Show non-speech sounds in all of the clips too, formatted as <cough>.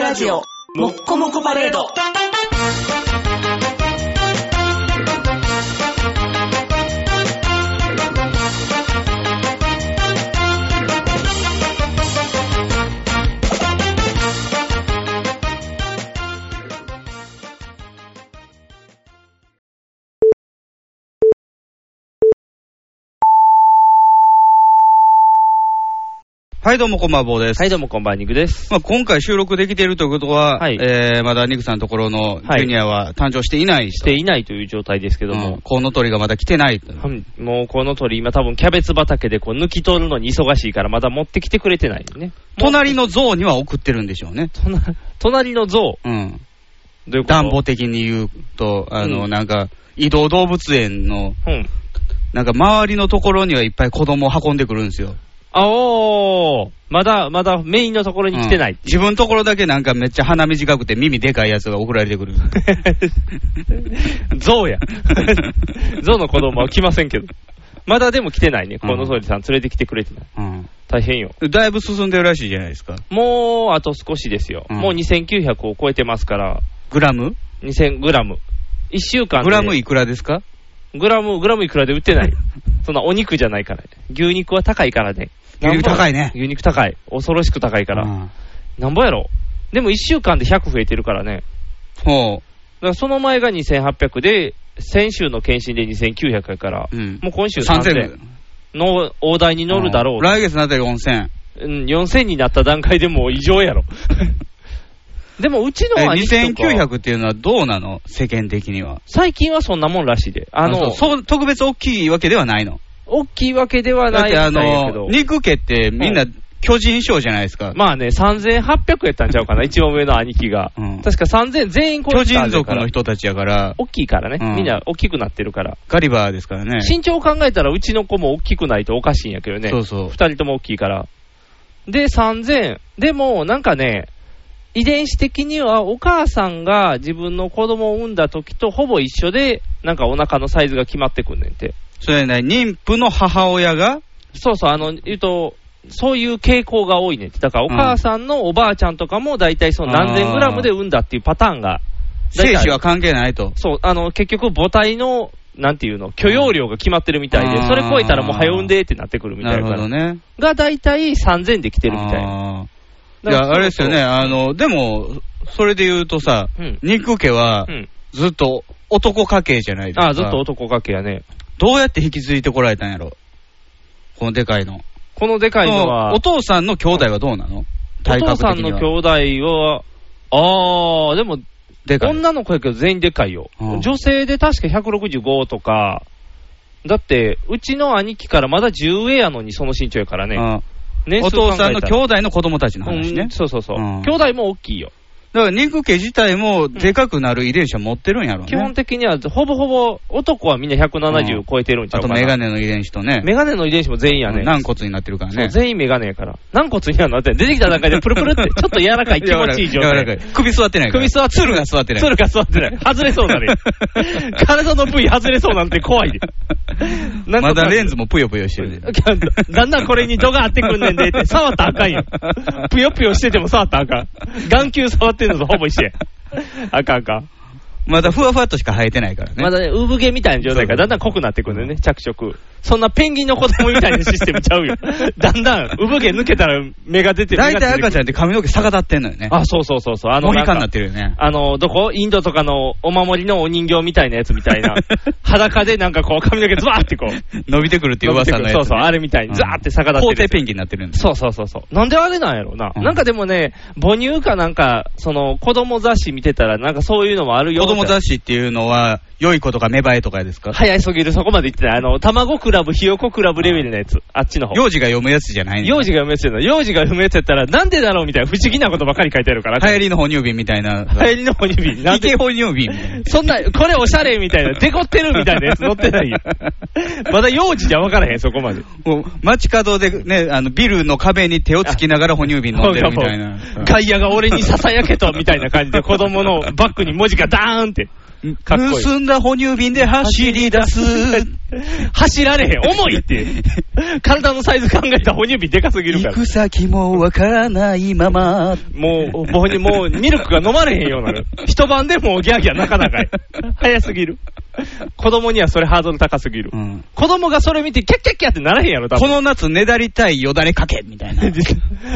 ラジオ、もっこもこパレード。はい、どうもこんばんは坊です。はい、どうもこんばんは、ニグです。まあ、今回収録できているということは、はいえー、まだニクさんのところのジはいュニアは誕生していないし人、ていないという状態ですけどうんも、コウノトリがまだ来てない。うんもうこの鳥、今多分キャベツ畑でこう抜き取るのに忙しいから、まだ持ってきてくれてないね。隣の像には送ってるんでしょうね。隣隣の像、うん。どういうこと暖房的に言うと、あの、うんなんか、移動動物園の、うん。なんか周りのところにはいっぱい子供を運んでくるんですよ。あおー、まだ、まだメインのところに来てないうん自分のところだけなんかめっちゃ鼻短くて耳でかいやつが送られてく <laughs> る。象や。象の子供は来ませんけど。まだでも来てないね。この鳥さん連れてきてくれてない。うん。大変よ。だいぶ進んでるらしいじゃないですか。もうあと少しですよ。うんもう2900を超えてますから、グラム2000グラム。1週間でグラムいくらですかグラム、グラムいくらで売っ <laughs> てない。そんなお肉じゃないから、ね。牛肉は高いからね。牛肉高いね牛肉高い。恐ろしく高いから。うんなんぼやろ。でも1週間で100増えてるからね。ほだからその前が2800で、先週の検診で2900やから、う。うん。もう今週3000 3000の大台に乗るだろう。来月のあたり4000。うん、4000になった段階でもう異常 <laughs> やろ。でもうちのえは2900っていうのはどうなの世間的には。最近はそんなもんらしいで。あその、うそう特別大きいわけではないの。大きいわけではだっないみてたあいやけどの、。肉家ってみんな巨人賞じゃないですか。まあね、3800やったんちゃうか <laughs> な、一番上の兄貴が。うん確か3000全員超巨えて人たんだか族らの人たちやから、大きいからね、うんみんな大きくなってるから。ガリバーですからね。身長を考えたら、うちの子も大きくないとおかしいんやけどね。そうそう2。人とも大きいから。で、3000。でも、なんかね、遺伝子的にはお母さんが自分の子供を産んだ時とほぼ一緒で、なんかお腹のサイズが決まってくんねんて。それね、妊婦の母親が、そうそう、あの、言うと、そういう傾向が多いねって。だから、お母さんのおばあちゃんとかも、大体その何千グラムで産んだっていうパターンが、大精体子は関係ないと。そう、あの、結局母体の、なんていうの、許容量が決まってるみたあいーで、それ超えたらもう早産んでってなってくるみたないるなほどから。ね。が大体3000で来てるみたいな。あーいだからや、あれですよね、。あの、でも、それで言うとさ、うん肉家はそううん。ずっと男家系じゃないですか。あー、ずっと男かけやね。どうやって引き継いでこられたんやろこのでかいの。このでかいのは、おお父さんの兄弟はどうなの体父格さ的んにのは。兄弟は、あー、でも、でかい。女の子やけど全員でかいよ。うん女性で確か165とか、だって、うちの兄貴からまだ10上やのにその身長やからね。ああ年お数考父えたらさんの兄弟の子供たちの話うねん。そうそうそう。うん兄弟も大きいよ。だから肉家自体もでかくなる遺伝子は持ってるんやろね。基本的には、ほぼほぼ男はみんなうん170超えてるんちあゃうかとな。メガネの遺伝子とね。メガネの遺伝子も全員やね。軟骨になってるからそうね。全員メガネやから。軟骨にはなってない、出てきた段階でプルプ <laughs> ルって、ちょっと柔らかい気持ちいい状柔態。らかい。首座ってないから。首座って鶴が座ってない。それか座ってない。外れそう <laughs> になるやん体の部位外れそうなんて怖いで。なんとまかだレンズもぷよぷよして <laughs> るで。だんだんこれに度があってくんねん <laughs> でって、触ったらあかんよ。ぷよぷよしてても触ったらあかん。眼球触ってんのとほぼ一緒や。あかんあかん。まだふわふわっとしか生えてないからね。まだね、産毛みたいな状態がだんだん濃くなってくるんだよね、着色。そんなペンギンの子供みたいなシステムちゃ <laughs> うよ。だんだん産毛抜けたら目が出てる。大体目が赤出ちゃんって髪の毛逆立ってんのよねてく。るあ、そうそうそうそう。あの、モヒカンにななっんかてるよね。あの、どこインドとかのお守りのお人形みたいなやつみたい <laughs> な。裸でなんかこう髪の毛ズワーってこう。伸びてくるっていう噂のやつね。そうそう、あれみたいに、ザーって逆立って皇るや帝つペンギンになってるんです。そうそうそうそう。なんであれなんやろうな。うんなんかでもね、母乳かなんか、その、子供雑誌見てたら、なんかそういうのもあるよ。子供雑誌っていうのは、良い子とか芽生えとかですか早いすぎる、そこまで行ってない。あの、卵クラブ、ひよこクラブレベルのやつ。あっちの方。幼児が読むやつじゃないの幼児が埋めてたの。幼児が埋めてたら、なんでだろうみたいな不思議なことばっかり書いてあるから。流行り。りの哺乳瓶みたいな。流行りの哺乳瓶。なんイケで。哺乳瓶みたいな。そんな、これおしゃれみたいな、デコってるみたいなやつ載ってな <laughs> いよ。まだ幼児じゃ分からへん、そこまで。もう街角でね、あの、ビルの壁に手をつきながら哺乳瓶飲んでるみたいな。ガイアが俺に囁けと、みたいな感じで子供のバッグに文字がダーンって。かっこいい盗んだ哺乳瓶で走り出 <laughs> す。走られへん。重いって。体のサイズ考えた哺乳瓶でかすぎるか行らく。先もわからないまま。もう、母にもうミルクが飲まれへんようになる。一晩でもうギャーギャー泣かなかい。早すぎる。子供にはそれハードル高すぎる。うん子供がそれ見てキャッキャッキャってならへんやろ、多こ分。の夏ねだりたいよだれかけ、みたいな。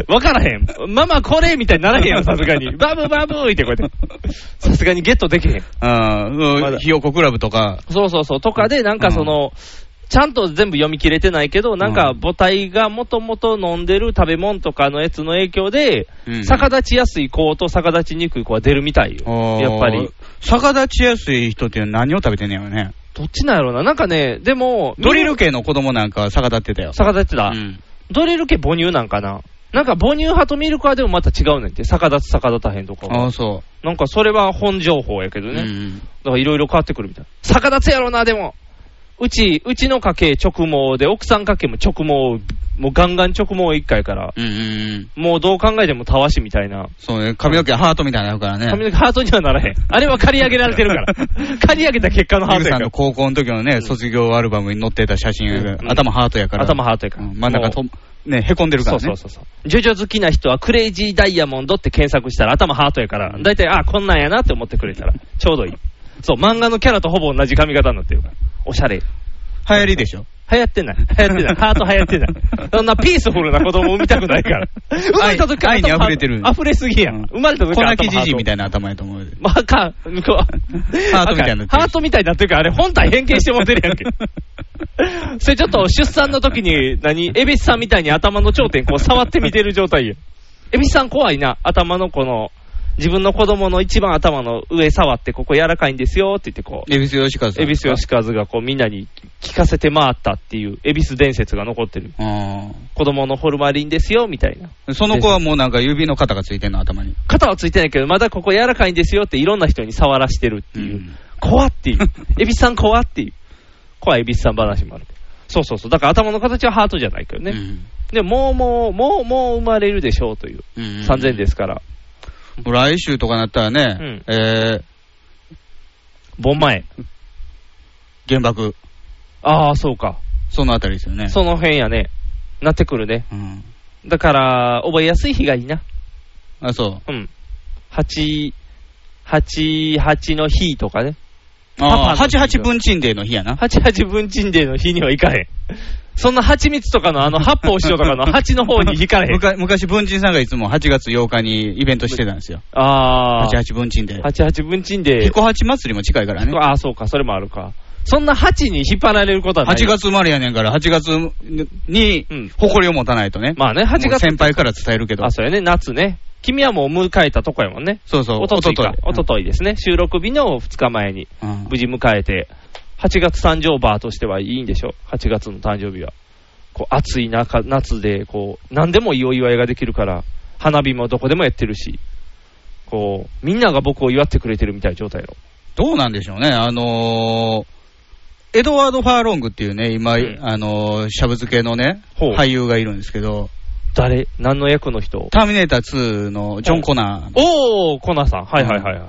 わからへん。ママこれみたいにならへんやろ、さすがに。バブバブーってこうやって。さすがにゲットできへん。うんまだうん。ひよこクラブとか。そうそうそう。とかで、なんかその、ちゃんと全部読み切れてないけど、なんかうん母体がもともと飲んでる食べ物とかのやつの影響で、うん逆立ちやすい子と逆立ちにくい子は出るみたいよ。やっぱり。。逆立ちやすい人って何を食べてんねやろね。どっちなんやろうな。なんかね、でも、ドリル系の子供なんかは逆立ってたよ。逆立ちだ。うんドリル系母乳なんかな。なんか母乳派とミルク派でもまた違うねんって。逆立つ逆立たへんとかは。ああ、そなんかそれは本情報やけどう。ね。うんうんだからいろいろ変わってくるみたいな。逆立つやろな、でも。うち、うちの家系直毛で、奥さん家系も直毛、もうガンガン直毛一回から、うんうんうん。もうどう考えてもたわしみたいな。そうね。髪の毛ハートみたいなのあるからね。髪の毛ハートにはならへん。あれは刈り上げられてる <laughs> から。刈り上げた結果のハゆーうトやさんかの高校の時のね、卒業アルバムに載ってた写真、うん。頭ハートやからら。頭ハートやかうら。ん真ん中と、ね、へこんでるからね。そうそうそうそう。ジョジョ好きな人はクレイジーダイヤモンドって検索したら頭ハートやから、大体、あ、こんなんやなって思ってくれたら、ちょうどいい。そう、漫画のキャラとほぼ同じ髪型になってるから。おしゃれ。流行りでしょ。流行ってない。流行ってない。ハート流行って <laughs> ない。そんなピースフルな子供を産みたくないから。 <laughs> 生まれた時愛愛に頭ハー溢トれてる溢れすぎやん。生まれた時粉木じじいみたいいな頭やと思うで。まあ、か、向こう。ハートみたいになってるあかんハートみたいになってるから、あれ本体変形して持ってるやん <laughs> け。それちょっと出産の時に、何、エビスさんみたいに頭の頂点こう触ってみてる状態や。エビスさん怖いな。頭のこの、自分の子供の一番頭の上触って、ここ柔らかいんですよって言ってこ <laughs> う。恵比寿よしかさん。恵比寿義和がこうみんなに聞かせて回ったっていう、恵比寿伝説が残ってる。あ子供のホルマリンですよ、みたいな。ーその子はもうなんか指の肩がついてんの、頭に。肩はついてないけど、まだここ柔らかいんですよっていろんな人に触らしてるっていう。うん怖っていう。恵比寿さん怖っていう。怖い恵比寿さん話もある。そうそうそう。だから頭の形はハートじゃないけどね。で、もうもう、もうもう生まれるでしょうという。うん。うん3000ですから。来週とかなったらね、えー、盆前。原爆、ああ、そうか。そのあたりですよね。その辺やね。なってくるね。うん。だから、覚えやすい日がいいな。あ、そう。うん。8、88の日とかね。ああ、パパの日88分チンデーの日やな。 88分鎮デーの日には行かへん。そんな蜂蜜とかのあの八方師匠とかの蜂の方に行かれへん。昔昔、文鎮さんがいつも8月8日にイベントしてたんですよ。あー。 88分鎮で。 88分鎮デー彦八祭りも近いからね。あー、そうか、それもあるか。そんな蜂に引っ張られることはない。 8。月生まれやねんから、8月にうん誇りを持たないとね。まあね、8もう月。先輩から伝えるけどあ、。そうやね、夏ね。君はもう迎えたとこやもんね。そうそう、おとといか。おおととといといですね。収録日の2日前にうん無事迎えて、8月誕生バーとしてはいいんでしょ。8月の誕生日は。こう暑い中、夏で、こう、何でもいいお祝いができるから、花火もどこでもやってるし、こう、みんなが僕を祝ってくれてるみたいな状態やろ。どうなんでしょうね。あのー、エドワード・ファーロングっていうね、今、うんあのー、シャブ漬けのね、ほう俳優がいるんですけど、誰何の役の人ターミネーター2のジョン・コナー、おー、コナさん。はいはいはいはい。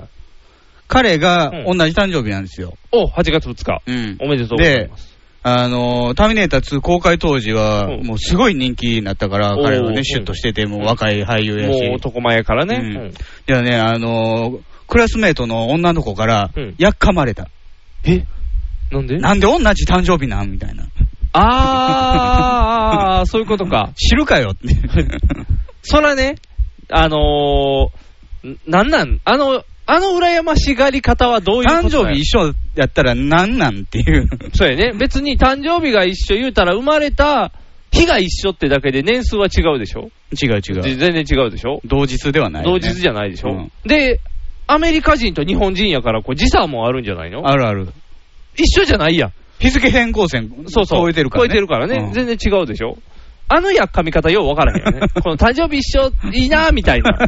彼がう同じ誕生日なんですよ。お、8月2日。うんおめでとうございます。あのーターミネーター2公開当時は、うんもうすごい人気になったから、おー彼はうね、んシュッとしてて、もう若い俳優やし。もう男前やからね。うんうんいやね、あのークラスメートの女の子からうん、やっかまれた。えなんでなんで同じ誕生日なんみたいな。あー、そういうことか。知るかよ <laughs> って。そらね、あのー、なんなんあの、あの羨ましがり方はどういうこと誕生日一緒一緒やったらなんなんっていう。そうやね。別に誕生日が一緒言うたら生まれた日が一緒ってだけで年数は違うでしょ <laughs> 違う違全う。然違うでしょ、同日ではない、ね。同日じゃないでしょ、うんで、アメリカ人と日本人やからこう時差もあるんじゃないのあるある。一緒じゃないやん。日付変更線、そうそう。超えてるからね。超えてるからね。うん全然違うでしょ。あのやっかみ方よう分からへんよ <laughs> ね。この誕生日一緒いいなみた <laughs> いな。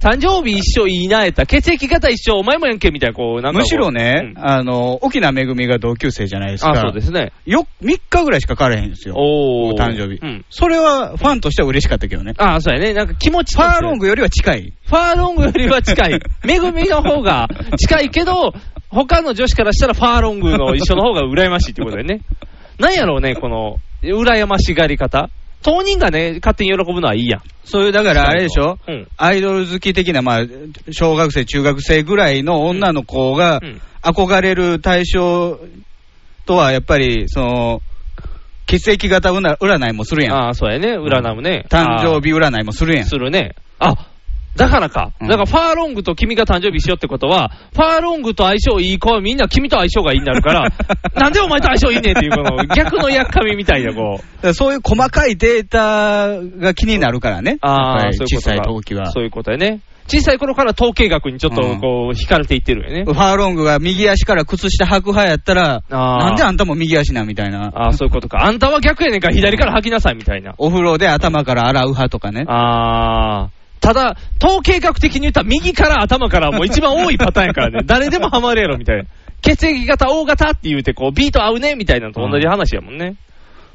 誕生日一緒いいなやったら血液型一緒お前もやんけみたいな、こう、なんかこう。むしろね、うんあの、沖縄めぐみが同級生じゃないですか。あ、そうですね。よ、3日ぐらいしか帰れへんですよ。おー。お誕生日うん。それはファンとしては嬉しかったけどね。あ、そうやね。なんか気持ちフとしてァーロングよりは近い。 <laughs> ファーロングよりは近い。めぐみの方が近いけど、他の女子からしたらファーロングの一緒の方が羨ましいってことだよね。なんやろうね、この、羨ましがり方。当人がね、勝手に喜ぶのはいいやん。そういう、だからあれでしょ、うんアイドル好き的な、まあ、小学生、中学生ぐらいの女の子がうんうん憧れる対象とは、やっぱり、その、血液型うな占いもするやん。ああ、そうやね、占うね。誕生日占いもするあやーん。するね。あだからか。うんだから、ファーロングと君が誕生日しようってことは、ファーロングと相性いい子はみんな君と相性がいいにな <laughs> るから、なんでお前と相性いいねんっていう、この逆のやっかみみたいな、こう。だからそういう細かいデータが気になるからね。あやあ、っぱりそういう小ことさいか時は。そういうことやね。小さい頃から統計学にちょっとこう、惹かれていってるよねフ。ァーロングが右足から靴下履く派やったら、あーなんであんたも右足なんみたいな。ああ、そういうことか。あんたは逆やねんから左から吐きなさいみたいな。お風呂で頭から洗う派とかね。ああ。ただ、統計学的に言ったら右から頭からもう一番多いパターンやから <laughs> ね。誰でもハマるやろみたいな。血液型、O 型って言うて、こう、B と合うねみたいなのと同じ話やもんね。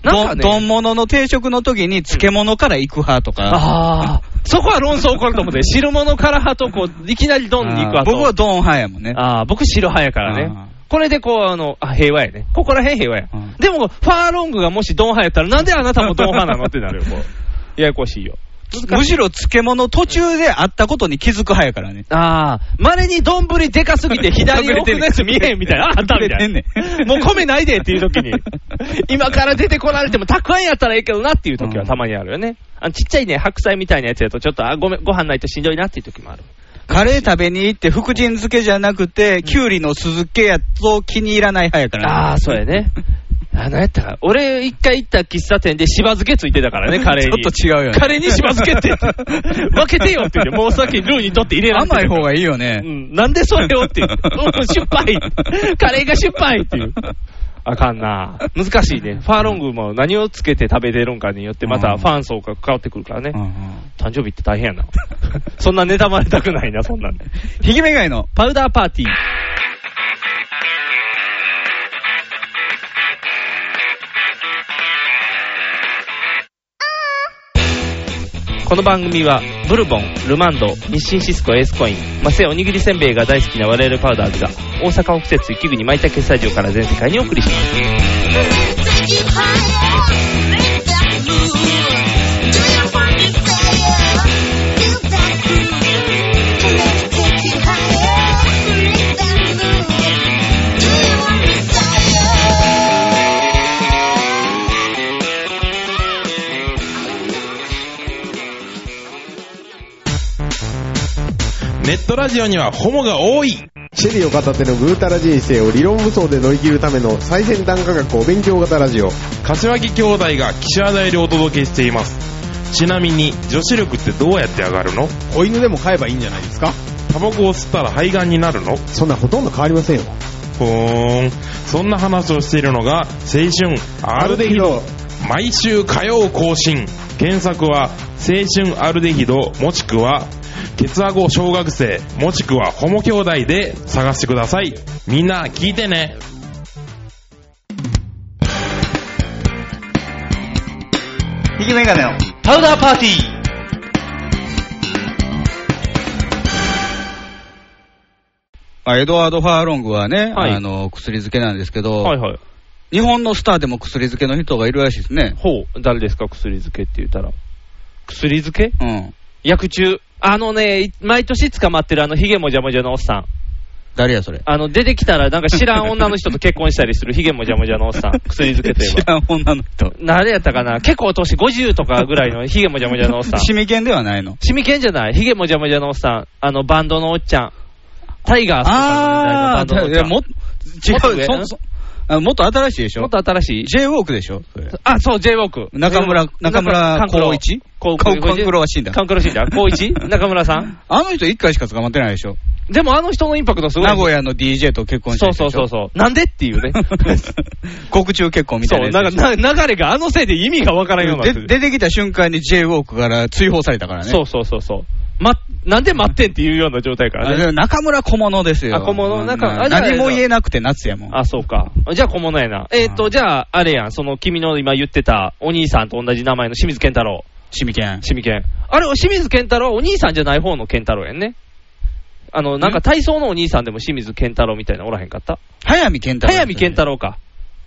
なんどかね。丼物の定食の時に漬物から行く派とか。ああ。そこは論争起こると思って、汁物から派と、こう、いきなりドンに行く派と。僕はドン派やもんね。ああ、僕白派やからあね。これでこう、あの、あ、平和やね。ここら辺平和やうん。でも、ファーロングがもしドン派やったら、なんであなたもドン派なのってなるよ、こ <laughs> う。ややこしいよ。むしろ漬物途中であったことに気づく派やからね。ああ、まれに丼でかすぎて左奥のやつ見えへんみたいな、ああったみたいな隠れてんねんもう米ないでっていう <laughs> 時に、今から出てこられてもたくあんやったらええけどなっていう時はたまにあるよね。あのちっちゃいね、白菜みたいなやつやと、ちょっと、あ、ごめん、ご飯ないとしんどいなっていう時もある。カレー食べに行って福神漬けじゃなくて、きゅうりの酢漬けやと気に入らない派やからね。ああ、そうやね。あ、なんやったか。俺、一回行った喫茶店でしば漬けついてたからね、カレー <laughs> に。<laughs> ちょっと違うよねカレーにしば漬 <laughs> けって。分けてよって言って、もう先にルーに取って入れられて甘い方がいいいようね。ん。なんでそれをっていう。うん、しょっぱい。カレーがしょっぱいっていう。あかんな。難しいね。ファーロングも何をつけて食べれるんかによって、まうたんファン層が変わってくるからね。うんうん誕生日って大変やな。そんな妬まれたくないな、そんなんで。ひげめがいの。パウダーパーティー。この番組は、ブルボン、ルマンド、日清シスコエースコイン、マセおにぎりせんべいが大好きな我々パウダーズが、大阪北節雪国舞茸スタジオから全世界にお送りします。 Take you higher, make that move. Do you want to stay? Feel that groove. Let's take you higher, make that move. Do you want to stay? ネットラジオにはホモが多いシェリーを片手のぐうたら人生を理論武装で乗り切るための最先端科学お勉強型ラジオ。柏木兄弟が岸和田よりお届けしていますちなみに女子力ってどうやって上がるの子犬でも飼えばいいんじゃないですかタバコを吸ったら肺がんになるのそんなほとんど変わりませんよ。ふーんそんな話をしているのが青春アルデヒド毎週火曜更新検索は青春アルデヒドもしくはケツアゴ小学生もしくはホモ兄弟で探してくださいみんな聞いてねひげめがいの。パウダーパーティーまあエドワード・ファーロングはね、はいあの、薬漬けなんですけど、はいはい。日本のスターでも薬漬けの人がいるらしいですね。ほう、誰ですか、薬漬けって言ったら。薬漬けうん。薬中。あのね、い毎年捕まってるあのヒゲもじゃもじゃのおっさん。誰やそれ。あの、出てきたらなんか知らん女の人と結婚したり <laughs> するヒゲもじゃもじゃのおっさん。薬漬けとい知 <laughs> えば。 <laughs> らん女の人。誰やったかな結構年50とかぐらいのヒゲもじゃもじゃのおっさ <laughs> ん。シミケンではないの。シミケンじゃないヒゲもじゃもじゃのおっさん。あの、バンドのおっちゃん。タイガースとあかのあ時代のバンドのおっー、いちゃやもっ違ん。もっと上うそそあ、もっと新しいでしもょっと新しい j ウォークでしょそれあ、そう、j ウォーク中村中村光一光か勘九郎は死んだカンクロ死んだ。光 <laughs> 一中村さんあの人一回しか捕まってないでしょでもあの人のインパクトすごい。名古屋の DJ と結婚してそうるでしそょうそうそう。なんでっていうね。国中結 <laughs> 婚みたそ、いうななやんつかな流れがあのせいで意味がわからんようになってでる。出てきた瞬間に j ウォークから追放されたからねそうそうそうそう。ま、なんで待ってんっていうような状態からあね。で中村小物ですよあ小物中うんあじゃあ何も言えなくて夏やもんあ、そうか。じゃあ小物やな。えっ、ー、と、じゃあ、あれやん。その、君の今言ってたお兄さんと同じ名前の清水健太郎。シミケン清水健。あれ、清水健太郎はお兄さんじゃない方の健太郎やんね。あの、なんか体操のお兄さんでも清水健太郎みたいなのおらへんかった早見健太郎。早見健太郎か。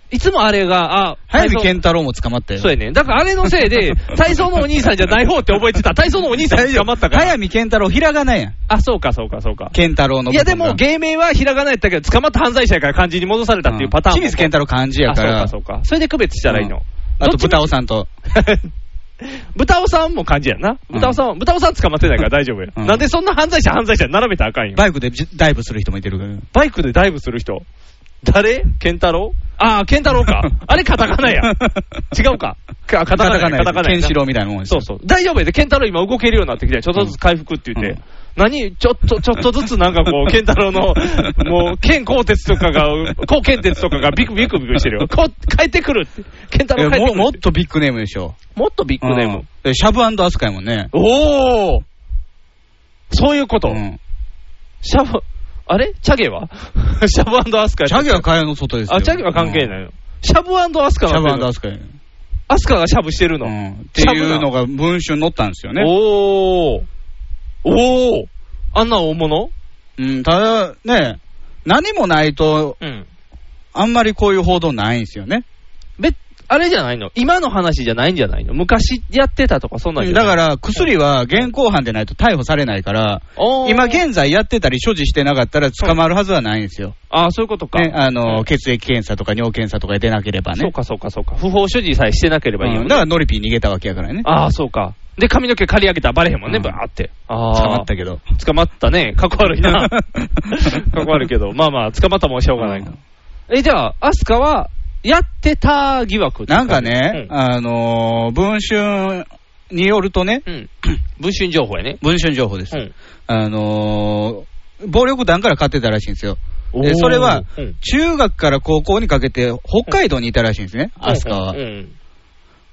いつもあれが、あ、早見健健太郎も捕まったよ。そうやねんだからあれのせいで、体操のお兄さんじゃない方って覚えてた。体操のお兄さんに捕まったから。早見健太郎、ひらがなやん。あ、そうか、そうか、そうか。健太郎のい部分や、が。でも、芸名はひらがなやったけど、捕まった犯罪者やから漢字に戻されたっていうパターンも。清水健太郎漢字やあ、そかうら。か、そうか。それで区別したらいいの。あと、豚尾尾さんと。 <laughs> 豚尾さんも漢字やな。うん豚尾さんは、豚尾さん捕まってないから大丈夫や。うんなんでそんな犯罪者、犯罪者並べたらあかんよ。バイクでじダイブする人もいてるから。バイクでダイブする人。誰健太郎ああ、健太 <laughs> 郎か。あれ、カタカナや。違う <laughs> か。かカタカナや、カタカナやケン。シロウみたいなもんですそうよそう。大丈夫やで、健太郎今動けるようになってきて、ちょっとずつ回復って言って。うん何ちょっと、ちょっとずつなんか <laughs> こう、健太郎の、もう、健鋼鉄とかが、高健鉄とかがビクビクビクしてるよ。こ帰ってくるって。健太いや郎帰ってくるももっとビッグネームでしょ。もっとビッグネーム。うんシャブアスカやもんね。おおそういうこと。うんシャブ、あれチャゲは <laughs> シャブアスカやったチャゲは蚊帳の外ですよ。あ、チャゲは関係い。ないの。シャブアスカシャなんブてアスカや。アスカがシャブしてるうの。んっていうのが文春に載ったんですよね。おー。おー。あんな大物うん、ただね、何もないと、うん。あんまりこういう報道ないんですよね。べ、あれじゃないの今の話じゃないんじゃないの昔やってたとかそんなんじゃなだいから、薬は現行犯でないと逮捕されないから、おー今現在やってたり所持してなかったら捕まるはずはないんですよ。ああ、そういうことか。ね、あの、うん血液検査とか尿検査とか出なければね。そうかそうかそうか。不法所持さえしてなければいいよ、うんだからノリピー逃げたわけやからね。ああ、そうか。で、髪の毛刈り上げたらバレへんもんね、うんバーって。ああ。捕まったけど。捕まったね。かっこ悪 <laughs> いな。かっこ悪いけど。まあまあ、捕まったもんはしょうがないから。え、じゃあ、アスカは、やってた疑惑なんかね、うんあのー文春によるとね、 <clears throat> うん。文春情報やね。文春情報です。うん。あのー暴力団から買ってたらしいんですよ。おでーそれはうん、中学から高校にかけて、北海道にいたらしいんですね、アスカはうん。うん。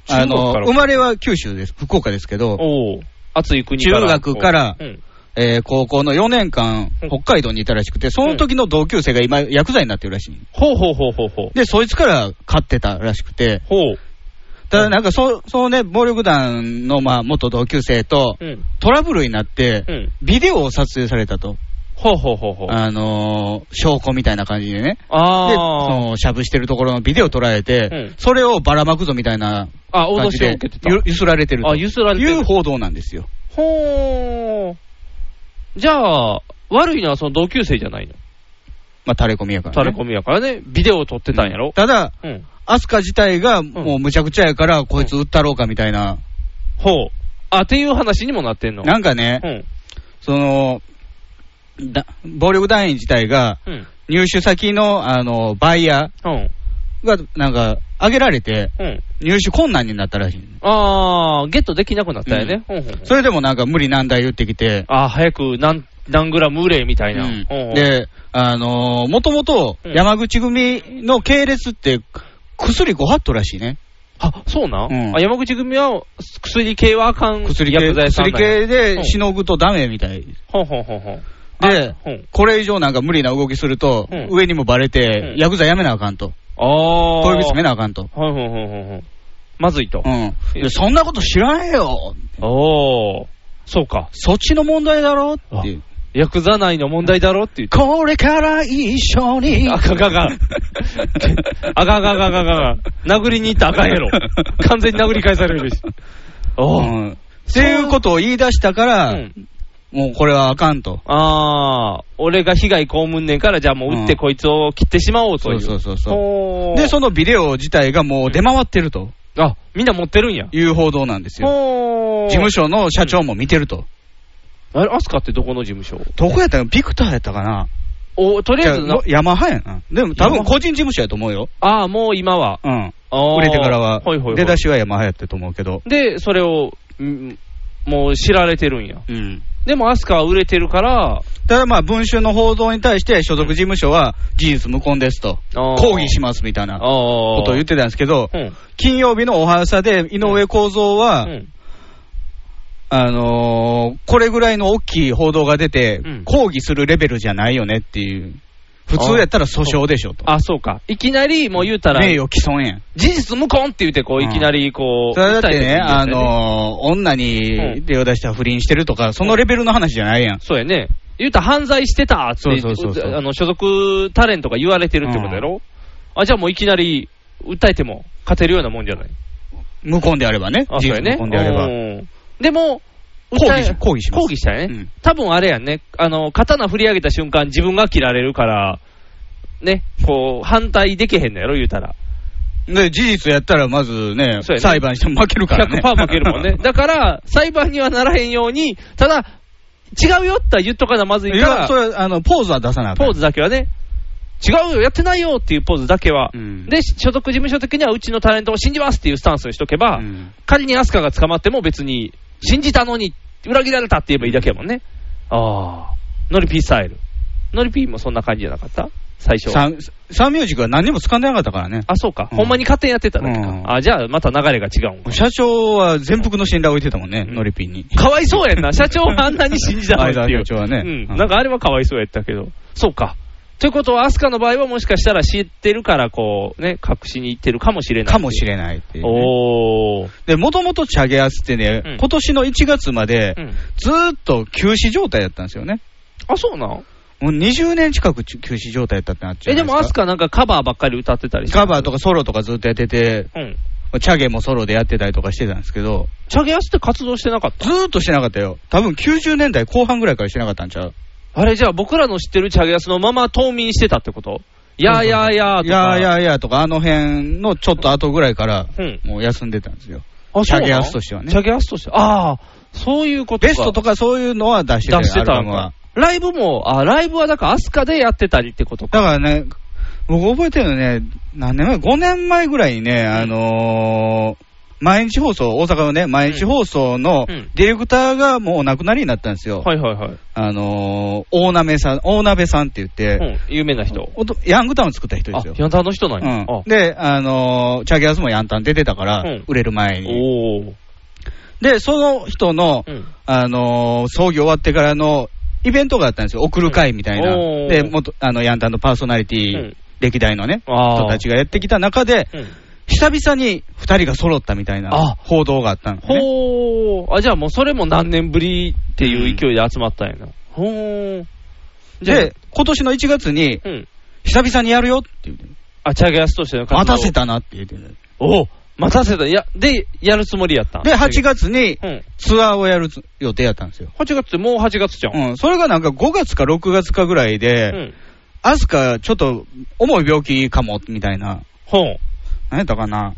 あ中国のから生まれは九州です、福岡ですけど、おお。暑い国から。中学からうん。えー高校の4年間う、ん北海道にいたらしくて、その時の同級生が今、薬剤になってるらしい。ほうほうほうほうほう。で、そいつから買ってたらしくて、ほう。ただなんかそ、そのね、暴力団のまあ元同級生とうん。トラブルになってう、ん。ビデオを撮影されたと、ほうほうほうほう。あのー証拠みたいな感じでね。で、そああ。の、しゃぶしてるところのビデオ捉えうてん、それをばらまくぞみたいなあ、感脅じしをで受けてた。ゆゆすられてるとあ、ゆすられているう。報道なんですよ。ほー。じゃあ、悪いのはその同級生じゃないの。まあ、垂れ込みやから、ね。タレコミやからね、ビデオを撮ってたんやろ。ただ、うん。アスカ自体がもうむちゃくちゃやから、こいつ撃ったろうかみたいな、ほう。あ、っていう話にもなってんの。なんかねう、ん。そのだ暴力団員自体が、うん。入手先のあのバイヤうん。ーがなんか、上げられて、うん。入手困難になったらしい。あー、ゲットできなくなったよね。うん。うんうんそれでもなんか無理難題言ってきて、あー、早く何、何グラム売れみたいな。うんうんうん、で、あのもともとうん山口組の系列って、薬5ハットらしいね。あ、そうな、うんん、あ、山口組は薬系はあかん薬系薬剤さん薬なんや。系でしのぐとダメみたい。ほんほんほんほん。で、うんこれ以上なんか無理な動きすると、うん上にもバレてう、んヤクザやめなあかんと。あー。恋人めなあかんと。はいはいはいはいはい。まずいと。うん。でそんなこと知らんよおー。そうか。そっちの問題だろっていう。薬剤内の問題だろって言って。これから一緒に。あかんあかんあかん <laughs> あかんあかんあかんあかん。殴りに行ったらあかんやろ。完全に殴り返されるし。おうー。ん。っていうことを言い出したから、うんもうこれはあかんと。あー、俺が被害被んねんから、じゃあもう打っうてんこいつを切ってしまおうとそいうう。そうそうそう。ほーで、そのビデオ自体がもう出回ってるとあ、みんな持ってるんや。いう報道なんですよ。ほー。事務所の社長も見てると。あれ、アスカってどこの事務所どこやったのビクターやったかなお、とりあえずじゃなあ、ヤマハやな。でも多分個人事務所やと思うよ。あー、もう今は。うん。あー売れてからはほいほいほ、い出だしはヤマハやってると思うけど。で、それを、んもう知られてるんや。うん。でも、アスカは売れてるから、ただまあ、文春の報道に対して所属事務所は事実無根ですと、抗抗議しますみたいなこことを言ってたんですけどう、ん。金曜日のおはよさで井上公造は、うんあのーこれぐらいの大きい報道が出て、うん抗議するレベルじゃないよねっていう。普通やったら訴訟でしょと。あ、そうか。いきなり、もう言うたら、名事誉毀損やん。実無根って言って、うこう、んいきなり、こう、それだって訴えね、てくるんだあよねのー女に手を出した不倫してるとか、そのレベルの話じゃないやん。そうやね。言うたら犯罪してたってそうそうそうそうあの所属タレントが言われてるってことやろ、あじゃあもういきなり訴えても勝てるようなもんじゃない無根であればね。あ、そうやね。事実無根であれば。うんでも、抗議し訴え抗議します抗議したよね。うん多分あれやんね。あの、刀振り上げた瞬間自分が切られるから、ね、こう、反対できへんのやろ、言うたら。で、事実やったらまずね、そうやね裁判しても負けるから <laughs> ね。 100%負ける <laughs> もんね。だから、裁判にはならへんように、ただ、違うよって言っとかなまずいいからや、、それ、あの、ポーズは出さなあかポんーズだけはね、違うよ、やってないよっていうポーズだけは。うんで、所属事務所的には、うちのタレントを信じますっていうスタンスにしとけば、うん仮にアスカが捕まっても別に、信じたのに裏切られたって言えばいいだけやもんね。ああ、ノリピースタイル。ノリピーもそんな感じじゃなかった最初。サン、サンミュージックは何にも掴んでなかったからね。あ、そうか、うんほんまに勝手にやってただけか。うんあじゃあ、また流れが違うんか。社長は全幅の信頼を置いてたもんね、うんノリピンに。かわいそうやんな。社長はあんなに信じたのにっていう。相田社長はねう。うんんなんかあれはかわいそうやったけど。そうか。ということは、アスカの場合はもしかしたら知ってるから、こう、ね、隠しに行ってるかもしれない。かもしなれい。ないっていうね、おー。で、もともとチャゲアスってね、うん今年の1月までう、ん。ずーっと休止状態だったんですよね。あ、そうなんもう20年近く休止状態やったってなっちゃうえ、じでゃないもアすスか。カなんかカバーばっかり歌ってたりしてカバーとかソロとかずっとやってて、うん。チャゲもソロでやってたりとかしてたんですけど、チャゲアスって活動してなかったずーっとしてなかったよ。多分90年代後半ぐらいからしてなかったんちゃうあれじゃあ僕らの知ってるチャゲアスのまま冬眠してたってことやーやーやーといか。やいやいやとか、あの辺のちょっと後ぐらいからうん、もう休んでたんですよ。あ、チそうャなんゲアスとしてはねチャゲアスとして。ああ、そういうことか。ベストとかそういうのは出してたよ出してアたルんバムはか。ライブも、あ、ライブはだからアスカでやってたりってことか。だからね、僕覚えてるのね、何年前 ?5 年前ぐらいにね、あのー毎日放送、大阪のね、毎日放送のうんディレクターがもうお亡くなりになったんですよ。はいはいはい。あのー大鍋さん、大鍋さんって言って、うん、有名な人。おとヤングタウン作った人であす、よ。ヤンタンの人なんや。うあん、で、あのーチャゲアスもヤンタン出てたから、うん売れる前に。おお。で、その人の、うんあのー葬儀終わってからのイベントがあったんですよ、送る会みたいな、うんおーで元あのヤンタンのパーソナリティ、うん歴代のね、あー人たちがやってきた中で、うん久々に2人が揃ったみたいあな報道があったんです、ね、ほー。あ、じゃあもうそれも何年ぶりっていう勢いで集まったんやな。ほー。じゃあで、今年の1月に、うん。久々にやるよって言って、あ、チャゲアスとしての活動待たせ。たなって言ってね、おお。待たせた。いや、で、やるつもりやったんで、8。月にうん。ツアーをやる予定やったんですよ。 8月ってもう8月じゃん。うん、それがなんか5月か6月かぐらいで、うん。アスカ、ちょっと重い病気かもみたいな、ほう。何やったかな、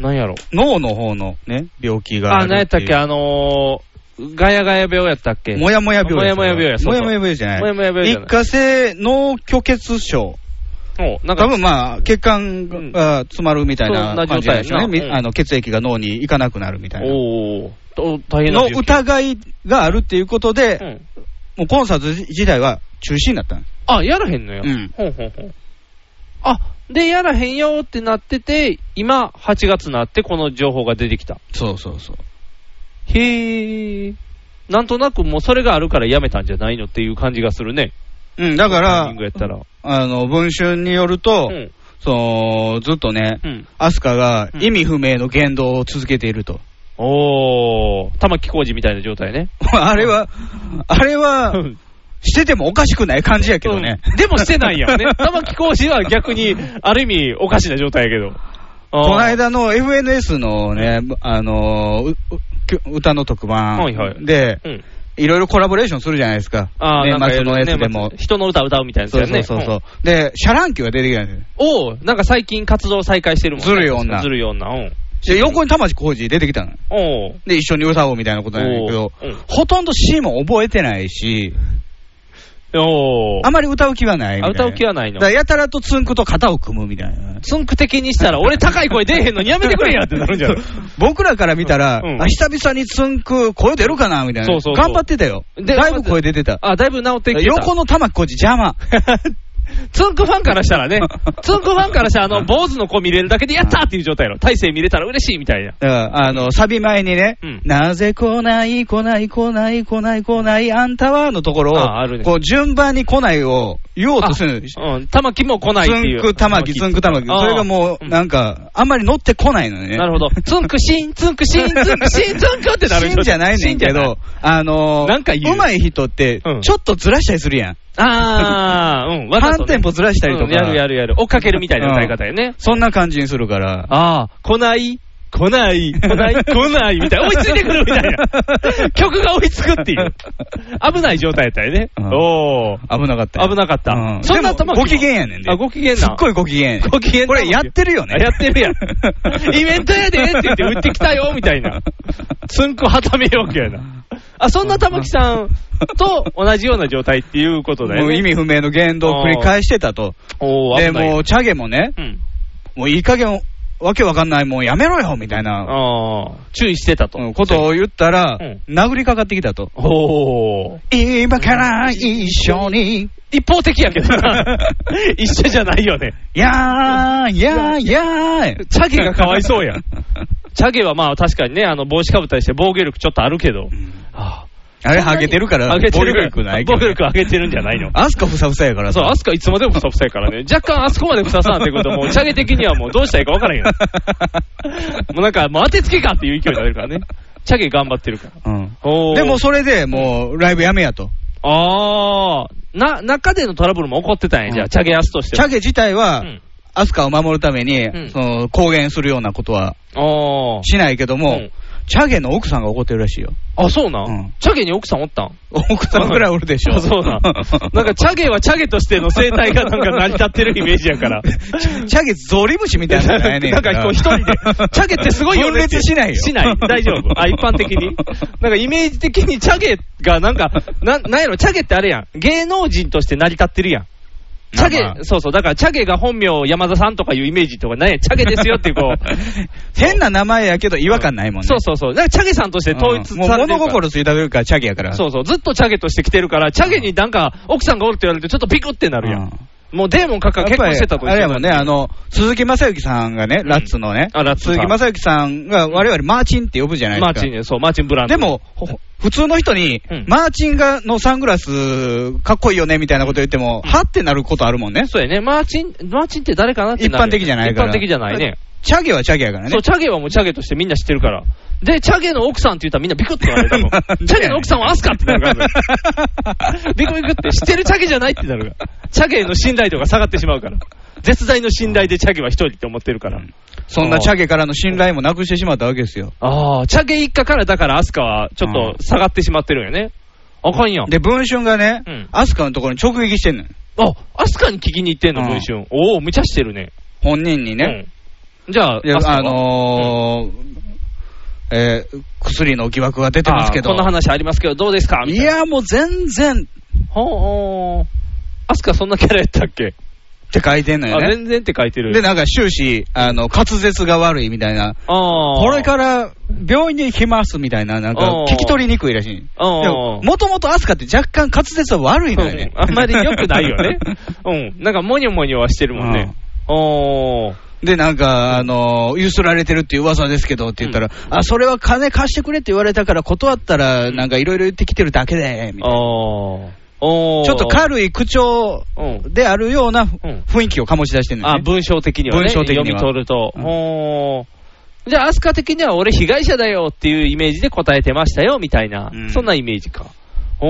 なんやろ。脳の方のね、病気があ、るなんやったっいてうけ、あのー、ガヤガヤ病やったっけもやもや病ですよもやもや病やそうそうもやもや病じゃない。もやもや病じゃない一過性脳虚血症。ほうなんか多分まあ、血管が詰まるみたいそんなな状感じ態なんやなでしょうね。みうんあの血液が脳に行かなくなるみたいな。おーおー大変なの病気疑いがあるっていうことで、うんもうコンサート自体は中止になったんですあ、やらへんのや。うんほんほんほん。あ、で、やらへんよってなってて、今、8月になってこの情報が出てきた。そうそうそう。へー。なんとなくもうそれがあるからやめたんじゃないのっていう感じがするね。うん、だかタイミらング、やったら。あの、文春によると、うん。その、ずっとね、うん。アスカがうん意味不明の言動を続けていると。おー。玉置浩二みたいな状態ね。 <laughs> あれは、あれは、しててもおかしくない感じやけどね。うんでもしてない <laughs> やんね。玉置浩二は逆に、ある意味、おかしな状態やけど。あーこの、間の FNS のね、あのーううきゅ歌の特番で、はいいはいうん。ろいろコラボレーションするじゃないですか、あーな年んか末のやつでも。ね人の歌歌うみたいなやつそうやそうね。そうそう、で、シャランキューが出てきたんでおおなんか最近活動再開してるもんずるい女ずるい女。うん。すよ、で横に玉置浩二出てきたの、おうで、一緒に歌おうみたいなことなんだけどおううん、ほとんどシーンも覚えてないし、おうあまり歌う気はないみたいなあ歌う気はないのだからやたらとつんくと肩を組むみたいな。ツンク的にしたら、俺高い声出えへんのにやめてくれやってなるんじゃん。 <laughs> 僕らから見たら、うんあ久々につんく、声出るかなみたいな。そうそうそう頑張ってたよ。でだいぶ声出てた。あ、だいぶ治ってきてた。 <laughs> 横の玉置浩二邪魔。 <laughs> つんくファンからしたら <laughs> ね、つんくファンからしたら、あの、坊主の子見れるだけでやったーっていう状態やろ。大勢見れたら嬉しいみたいな。だから、あの、サビ前にね、うんなぜ来ない、来ない、来ない、来ない、来ない、あんたはのところを、ああるねこう、順番に来ないを言おうとするんですよ。うん、玉木も来ないっていう。つんくたまき、つんくたまき。あーそれがもう、うんなんか、あんまり乗ってこないのね。なるほど。つんくしん、つん <laughs> くしん、つんくしん、つんくってなる死 <laughs> んじゃないねんけしじゃないど。、あのー、なんか言うまい人ってうん、ちょっとずらしたりするやん。あー、うん、わざと半ねテンポずらしたりとうんか。やるやるやる。追っかけるみたいな歌い方やね。そんな感じにするから。あー、来ない、来ない、来ない、来ない、みたいな。追いついてくるみたいな。 <laughs> 曲が追いつくっていう。危ない状態やったよね。うんおー。危なかったよ。危なかった。うんそんなでも玉木ご機嫌やねんで。あ、ご機嫌な。すっごいご機嫌やねん。ご機嫌なこれやってるよね。やってるや <laughs> ん。イベントやでって言って売ってきたよ、みた <laughs> いな。つんくはためようけやな。あ、そんな玉木さんと同じような状態っていうことだよね。もう意味不明の言動を繰り返してたと。おー、で、危ない。もう、チャゲもね、うん。もういい加減、わけわかんない、もうやめろよ、みたいな、あー注意してたと。うんことを言ったらうん、殴りかかってきたと。おー。今から一緒に、一方的やけど <laughs> な。一緒じゃないよね。やー、やー、やー。チャゲがかわいそうやん。チャゲはまあ確かにね、あの帽子かぶったりして防御力ちょっとあるけど。あ <laughs> あれ、ハゲてるから、ー上げてる暴力力ないけ防ど御力上げてるんじゃないの。アスカふさふさやからそう、さ。アスカいつまでもふさふさやから <laughs> ね。若干あそこまでふささんってこともう、チャゲ的にはもうどうしたらいいか分からへ <laughs> んよ。もうなんか、もう当てつけかっていう勢いになるからね。チャゲ頑張ってるから。うんおーでも、それでもう、ライブやめやと。あー、な、中でのトラブルも起こってたんや、じうゃあ、んチャゲアスとしてチャゲ自体はう、ん。アスカを守るために、うんその、公言するようなことはあー。しないけども、うんチャゲの奥さんが怒ってるらしいよ。あ、そうな、うんん、チャゲに奥さんおったん奥さんぐらいおるでしょ。 <laughs> そうなん。なんか、チャゲはチャゲとしての生態がなんか成り立ってるイメージや <laughs> から。 <laughs> チャゲゾウリムシみたいなのやねなんかこう一人で、 <laughs> チャゲってすごいよ分ねって裂しないよ。しない。大丈 <laughs> 夫。あ、一般的に。なんかイメージ的にチャゲがなんか、な、なんやろ、チャゲってあれやん。芸能人として成り立ってるやん。チャゲ、まあまあそうそう、だからチャゲが本名山田さんとかいうイメージとかないやんチャゲですよっていうこ <laughs> う。変な名前やけど違和感ないもんね。そうそうそう。だからチャゲさんとして統一さうれんもてるうから物心ついた時からチャゲやから。そうそう。ずっとチャゲとして来てるから、チャゲになんか奥さんがおるって言われるとちょっとビクってなうるやん。んもうデーモン閣下結婚してたと一あ緒だれやもんね、あの、鈴木正幸さんがね、ラッツのね、あラッツさん鈴木正幸さんが我々マーチンって呼ぶじゃないですマか。ーチン、そう、マーチンブランド。で、も、ほ普通の人に、うんマーチンがのサングラス、かっこいいよねみたいなこと言っても、はってなることあるもんね。そうやね。マーチン、マーチンって誰かなってなる一般的じゃないから一般的じゃないね。チャゲはチャゲやからねそう、。チャゲはもうチャゲとしてみんな知ってるから。で、チャゲの奥さんって言ったらみんなビクって言われる <laughs> もなんでん。チャゲの奥さんはアスカってなる <laughs> から。ビクビクって、知ってるチャゲじゃないってなるから。チャゲへの信頼度が下がってしまうから。絶大の信頼でチャゲは一人って思ってるから。そんなチャゲからの信頼もなくしてしまったわけですよ。ああ、チャゲ一家からだからアスカはちょっと下がってしまってるんよね。あかんやん。で、文春がね、うんアスカのところに直撃してんのよ。あ、アスカに聞きに行ってんの、うん文春。おお、無茶してるね。本人にね。うん。じゃあ、いやアスカはあのーえー薬の疑惑が出てますけど。あーこんな話ありますけど、どうですかいみたいな。や、もう全然っほうほう。アスカそんなキャラやったっけ、て書いてんのよあ、ね。全然って書いてる。で、なんか終始、あの、滑舌が悪いみたいな。ああ。これから病院に行きますみたいな、なんかあー聞き取りにくいらしい。あーもともとアスカって若干滑舌は悪いのよね。うんあんまり良くないよね。うん。なんか、もにょもにょはしてるもんね。おー。 <laughs> で、なんか、あの、ゆすられてるっていう噂ですけどって言ったら、あ、それは金貸してくれって言われたから断ったら、なんかいろいろ言ってきてるだけで、みたいな。おー。おー。ちょっと軽い口調うん。であるようなうん雰囲気を醸し出してるんだあ、よね。文章的にはね。文章的には読み取ると。うんおー。じゃあ、アスカ的には俺被害者だよっていうイメージで答えてましたよ、みたいな。うんそんなイメージか。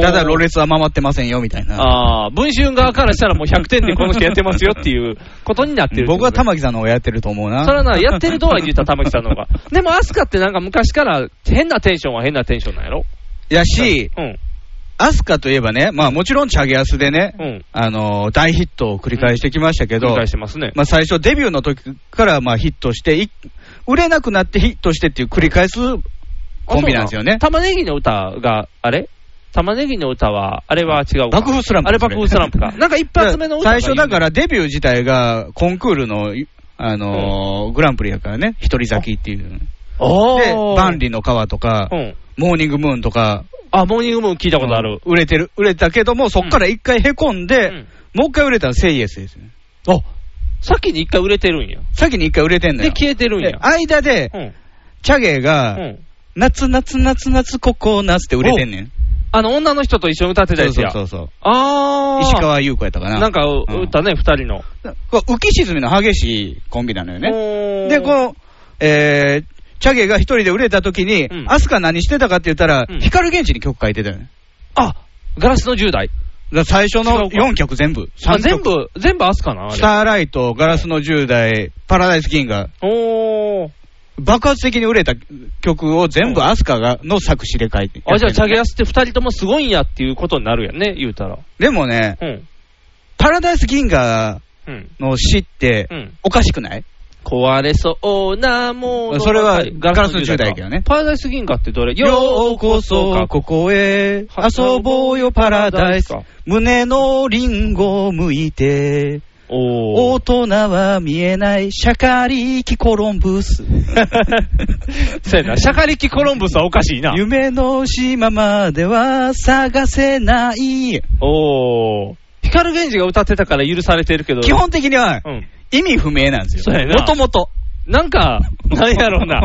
ただ、ろレれつは回ってませんよ、みたいな。ああ、文春側からしたらもう100点でこの人やってますよっていうことになってる。僕は玉木さんの方がやってると思うな。それはな、やってるとは言った玉木さんの方 <laughs> が。でも、アスカってなんか昔から変なテンションは変なテンションなんやろやし、うん。アスカといえばね、まあもちろんチャゲアスでね、うん。あの、大ヒットを繰り返してきましたけど、理解してますね。まあ最初デビューの時からまあヒットして、い売れなくなってヒットしてっていう繰り返すコンビなんですよね。玉ねぎの歌が、あれ玉ねぎの歌は、あれは違うか。爆風スランプあれ爆風スランプ <laughs> か。なんか一発目の歌が最初だからデビュー自体がコンクールの、あのーグランプリやからね、一人咲きっていう。おで、ー万里の川とかう、ん。モーニングムーンとか、あ、モーニングムーン聞いたことある。売れてる。売れたけども、そっから一回へこんで、うんもう一回売れたらセイエスですね。あ、先に一回売れてるんや。先に一回売れてんので、よ。消えてるんやで。間で、うん。チャゲが、うん。夏夏夏夏ココナツって売れてんねん。あの、女の人と一緒に歌ってたそやうつそうや。そうそう。あー。石。川優子やったかな。なんか、ううん歌ね、二人の。こう浮き沈みの激しいコンビなのよね。ねで、う、こう、えー、チャゲが一人で売れた時に、うんアスカ何してたかって言ったら、うん光源氏に曲書いてたよね。あ、ガラスの10代。だから最初違のうか4曲全部。あ、三曲全部、全部アスカなあスれ。ターライト、ガラスの10代、パラダイス銀河、おー。爆発的に売れた曲を全部アスカがの作詞で書いて。あ、じゃあ、チャゲやっアスって二人ともすごいんやっていうことになるやんね、言うたら。てんねでもね、うん。パラダイス銀河うん。の詩ってうん、おかしくない壊れそうなもの。それは十ガラスの十代やけどねパラダイス銀河ってどれようこそ、かここへ、は遊ぼうよ、パラダイスパラダイ。胸のリンゴを向いて、お大ー。人は見えない、シャカリキコロンブ <laughs> ス。 <laughs> そうやな、シャカリキコロンブスはおかしいな。夢の島までは探せない。おー。光源氏が歌ってたから許されてるけど。基本的にはうん。意味不明なんですそうやよ。なもともと。。なん <laughs> か、なんやろう <laughs> な。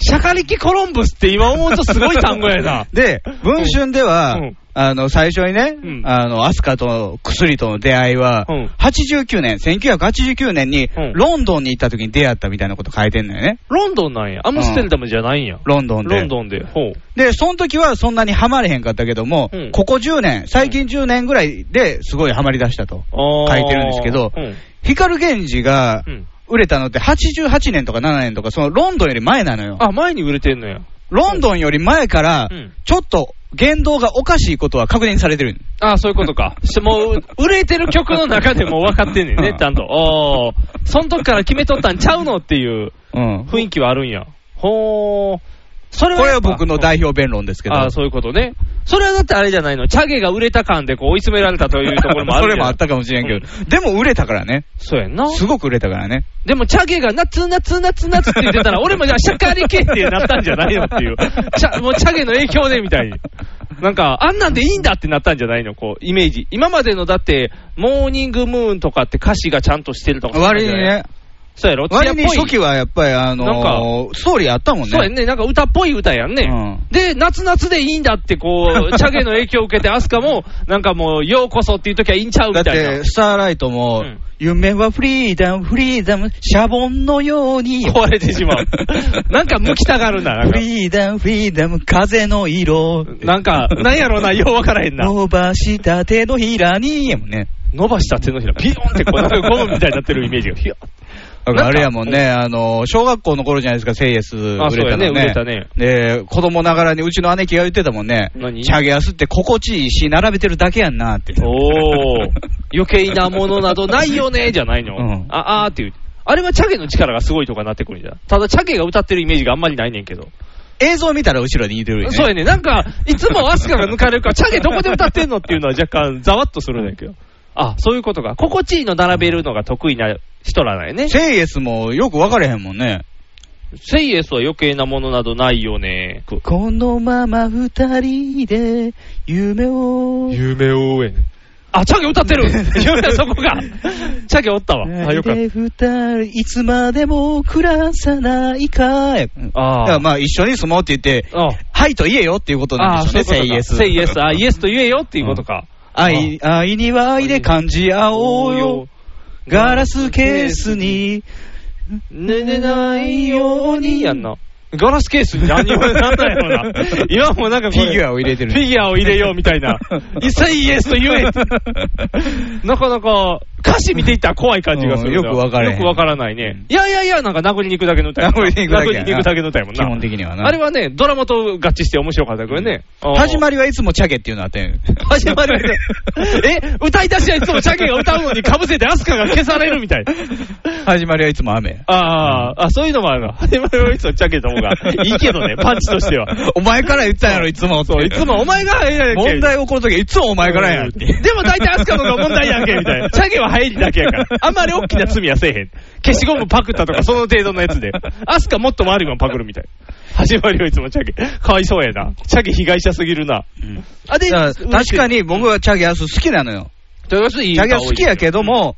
シャカリキコロンブスって今思うとすごい単語やな <laughs> で、文春では、うんあの、最初にね、うんあの、アスカと薬との出会いは、うん89年、1989年にうん、ロンドンに行った時に出会ったみたいなこと書いてんのよね。 <laughs> ロンドンなんや。アムステルダムじゃないんや。ロンドンで。ロンドンで。ほう。で、その時はそんなにハマれへんかったけども、うんここ10年、最近10年ぐらいですごいハマり出したと。書書いてるんですけどうん。光源氏がうん売れたのって88年とか7年とか、そのロンドンより前なのよ。あ、前に売れてんのや。ロンドンより前からうん、ちょっと言動がおかしいことは確認されてる。あそういうことか。しもう、売れてる曲の中 <laughs> でもう分かってんねんね、ちゃんと。おー。その時から決めとったんちゃうのっていううん。雰囲気はあるんや。ほー。それはこれやはっぱ僕の代表弁論ですけど。ああ、そういうことね。それはだってあれじゃないの。チャゲが売れた感でこう追い詰められたというところもあそれるじゃん。もあったかもしれんけど、でも売れたからね。そうやんな。すごく売れたからね。でも、チャゲが夏、夏、夏、夏って言ってたら、俺もじゃあ、シャカリケってなったんじゃないのって <laughs> いう。チャもうチャゲの影響でみたいに。なんか、あんなんでいいんだってなったんじゃないのこう、イメージ。今までのだって、モーニングムーンとかって歌詞がちゃんとしてるとか。割にね。、そうやろ艶割っぽいに初期はやっぱりあなんのー、ストーリーあったもんね。そうやね。なんか歌っぽい歌やんね。うんで、夏夏でいいんだって、こ <laughs> う、チャゲの影響を受けて、アスカも、なんかもう、ようこそっていう時はいいんちゃうだみったいて、な。スターライトも、うん夢はフリーダム、フリーダム、シャボンのように。壊れて <laughs> しまう。なんか、向きたがるな。なんフかリーダム、フリーダム、風の色。なんか、なんやろうな、ようわからへんな。伸ばした手のひらに、やもんね。伸ばした手のひら、ピヨンってこう、なんかゴムみたいになってるイメージが、ひ <laughs> よだんかからあれやもんね、あの、小学校の頃じゃないですか、セイエス売あそうれやたねの売れたね。ね。で、子供ながらにうちの姉貴が言ってたもんね。何チャゲアスって心地いいし、並べてるだけやんなって。おー、余計なものなどない <laughs> よね、じゃないの。うんあ、あーっていう。あれはチャゲの力がすごいとかになってくるんじゃん。ただ、チャゲが歌ってるイメージがあんまりないねんけど。映像見たら後ろにいてるよね。そうやね。なんか、いつもアスカが抜かれるから、チャゲどこで歌ってんのっていうのは若干ざわっとするんだけど。あ、そういうことか。心地いいの並べるのが得意な人らなんやね。セイエスもよく分かれへんもんね。セイエスは余計なものなどないよね。このまま二人で夢を。夢応援。あ、チャゲ歌ってる <laughs> そ <laughs> こが。チャゲおったわ。あ、よかった。二人、いつまでも暮らさないかい。だからあまあ一緒に住もうって言って、あ。はいと言えよっていうことなあんあ、でしょうね、そうセいうイことエかス。セイエス。あ、イエスと言えよっていうことか。愛、愛には愛で感じ合おうよ。ガラスケースに、寝れないようにやんな。ガラスケースに何を、なんだよな。 <laughs> 今もなんかこれフィギュアを入れてるフィギュアを入れようみたいな。一切イエスと言え。 <laughs> なかなか、歌詞見ていったら怖い感じがするな。うんよくわからへんよくわからないね。いやいやいや、なんか殴りに行くだけの歌やな殴りに行くだけやな殴りに行くだけの歌やもん基な。本的にはな。あれはね、ドラマと合致して面白かったけどね。始まり。りはいつもチャゲっていうのあった <laughs> よ。始まりで。え、歌い出しはいつもチャゲが歌うのに被せてアスカが消されるみたいな。始まりはいつも雨。あーあ、そういうのも <laughs> あるな。始まりはいつもチャゲの方 <laughs> がいいけどね、パンチとしては。 <laughs> お前から言ったんやろ、いつも。そう、いつもお前が、えー問題起こるときはいつもお前からやんって。 <laughs> でも大体アスカの方が問題やんけ、みたいな。チャゲは入りだけやから。あんまり大きな罪はせえへん。消しゴムパクったとか、その程度のやつで。アスカもっと悪いもんパクるみたい。始まりはいつもチャゲ。かわいそうやな。チャゲ被害者すぎるな。うんあ、で、だから確かに僕はチャゲアス好きなのよ。チャチャゲアス好きやけど、も、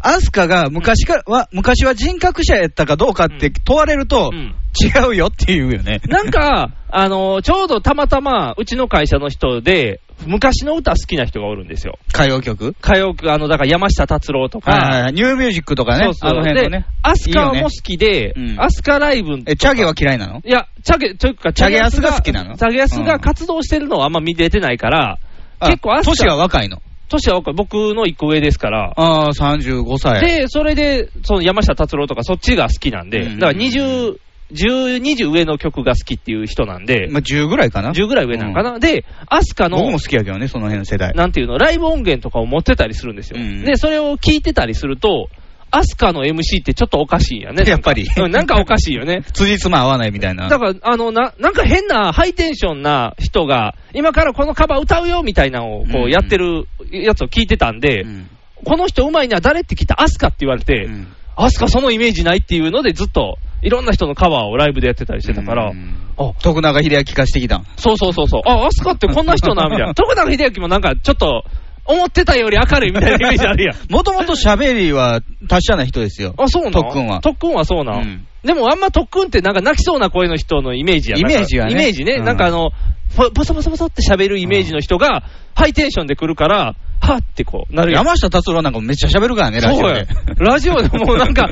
アスカが昔からは、昔は人格者やったかどうかって問われるとう、ん違うよっていうよね。なんか、あのちょうどたまたま、うちの会社の人で、昔の歌好きな人がおるんですよ。歌謡曲歌謡曲、あの、だから山下達郎とか、はいはいはい。ニューミュージックとかね、そうそうあの辺のでね。、アスカも好いいよねきで、うんアスカライブえ、チャゲは嫌いなのいや、チャゲ、というか、チャゲアスが好きなのチャゲアスうがん活動してるのはあんま見れてないから、あ結構アスカ年が若いの。年は若い僕の一個上ですから、ああ、35歳。で、それで、その山下達郎とかそっちが好きなんで、うんだから20、10、20上の曲が好きっていう人なんで、まあ、10ぐらいかな。 10ぐらい上なのかな、で、アスカ僕もの好、きやけどね、その辺の世代。なんていうの、ライブ音源とかを持ってたりするんですよ。うんで、それを聞いてたりすると、アスカの MC ってちょっとおかしいんやね。やっぱりうんなんかおかしいよね。辻褄合わないみたいな。だから、あの、な、なんか変なハイテンションな人が、今からこのカバー歌うよみたいなのを、こうう、んやってるやつを聞いてたんで、うんこの人うまいな、誰って聞いたアスカって言われて、うんアスカそのイメージないっていうので、ずっと、いろんな人のカバーをライブでやってたりしてたから、うんあ、徳永秀明化してきたん。そうそうそうそう、あ、アスカってこんな人な、み <laughs> たいな。徳永秀明もなんか、ちょっと、思ってたより明るいみたいなイメージあるやん。 <laughs> もともと喋りは達者な人ですよ。 <laughs> あ、そうなん特訓は特訓はそうなうん。んでもあんま特訓ってなんか泣きそうな声の人のイメージやんイメージはねイメージね。うんなんかあの、ポポソポソポソって喋るイメージの人が、ハイテンションで来るから、はっってこう、なるやん。山下達郎なんかめっちゃ喋るからね、ラジオで、そうや。ラジオでもうなん <laughs> か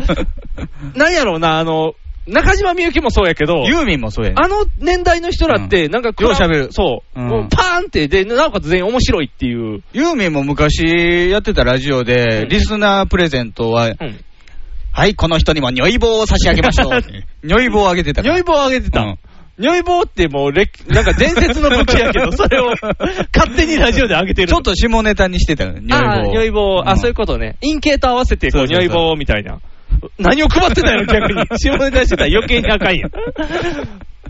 なんやろうな、あの、中島みゆきもそうやけど、 <laughs> ユーミンもそうやね。あの年代の人らって、なんかクラ、よう喋るそう。うんもうパーンって、で、なおかつ全員面白いっていう。ユーミンも昔やってたラジオで、うんリスナープレゼントは、うん。はい、この人にも如意棒を差し上げましょう。 <laughs> 如意棒をあげてたから。如意棒をあげてた。うん如意棒ってもうれ、 <laughs> なんか伝説の武器やけ <laughs> ど、それを勝手にラジオで上げてる。ちょっと下ネタにしてたよ、如意棒ああ、を。如意棒。あ、んそういうことね。陰茎と合わせて、こ、そううそう如そう意棒みたいな。何を配っ <laughs> てたんやろ、逆に。下ネタしてたら余計にあかんやん。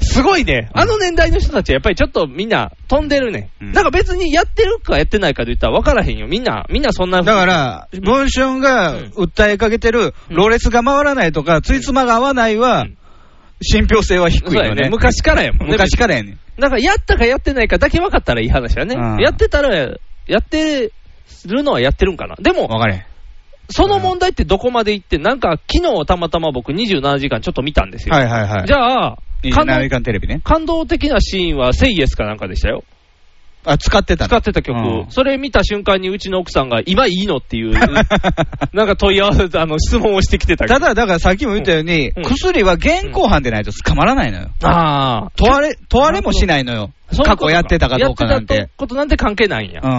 すごいね。あの年代の人たちはやっぱりちょっとみんな飛んでるね。うんなんか別にやってるかやってないかで言ったら分からへんよ。みんな、みんなそんな。だから、文春が訴えかけてる、うんろれつが回らないとか、ついつまが合わないはうん、信憑性は低そういやよね。ね。昔からやもんね。昔からやね。だからやったかやってないかだけ分かったらいい話やねうん。やってたら、やってるのはやってるんかな。でも、わかれへん。その問題ってどこまで行って、なんか昨日たまたま僕27時間ちょっと見たんですよ。はいはいはい。じゃゃあ、あ、感アメリ動カンテレビね。感動的なシーンはセイエスかなんかでしたよ。あ、使ってた使のってた曲、うんそれ見た瞬間にうちの奥さんが、今いい <laughs> のっていう、なんか問い合わせ、あの、質問をしてきてたけたど。だ、だからさっきも言ったように、うん薬は現行犯でないと捕まらないのよ。ああ。問われ、問われもしないのよ。そういう過こと去やってたかどうかなん。やってたことなんて関係ないんや。うう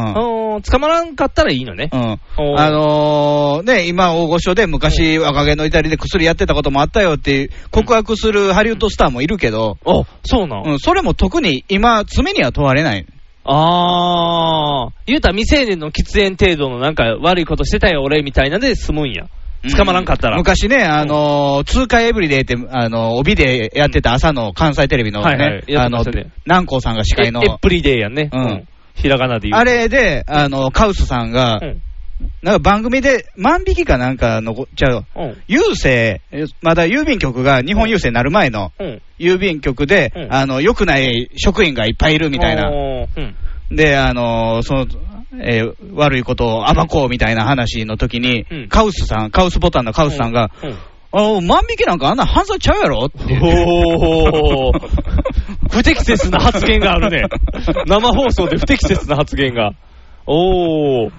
んん。捕まらんかったらいいのねう。ん。おーあのー、ね、今大御所で昔若気の至りで薬やってたこともあったよっていう告白するハリウッドスターもいるけど、あ、そうなん。うん、それも特に今、罪には問われない。ああ。言うたら未成年の喫煙程度のなんか悪いことしてたよ俺みたいなんで済むんや。捕まらんかったら。昔ね、あのー、通貨エブリデイって、あのー、帯でやってた朝の関西テレビのはいはいね、やっあてまのしたね、南光さんが司会のえ、エップリデイやんね。うんひらがなで言う。あれで、あの、カウスさんがう、ん。なんか番組で、万引きかなんかのこ、じゃあ、うん。郵政、えまだ郵便局が日本郵政になる前のうん。郵便局でう、んあの、良くない職員がいっぱいいるみたいな。おーうん。で、あの、その、えー悪いことを暴こうみたいな話の時にう、んカウスさん、カウスボタンのカウスさんが、うん。あ万引きなんかあんな犯罪ちゃうやろって言って。おー不適切な発言があるね。生放送で不適切な発言が。おー。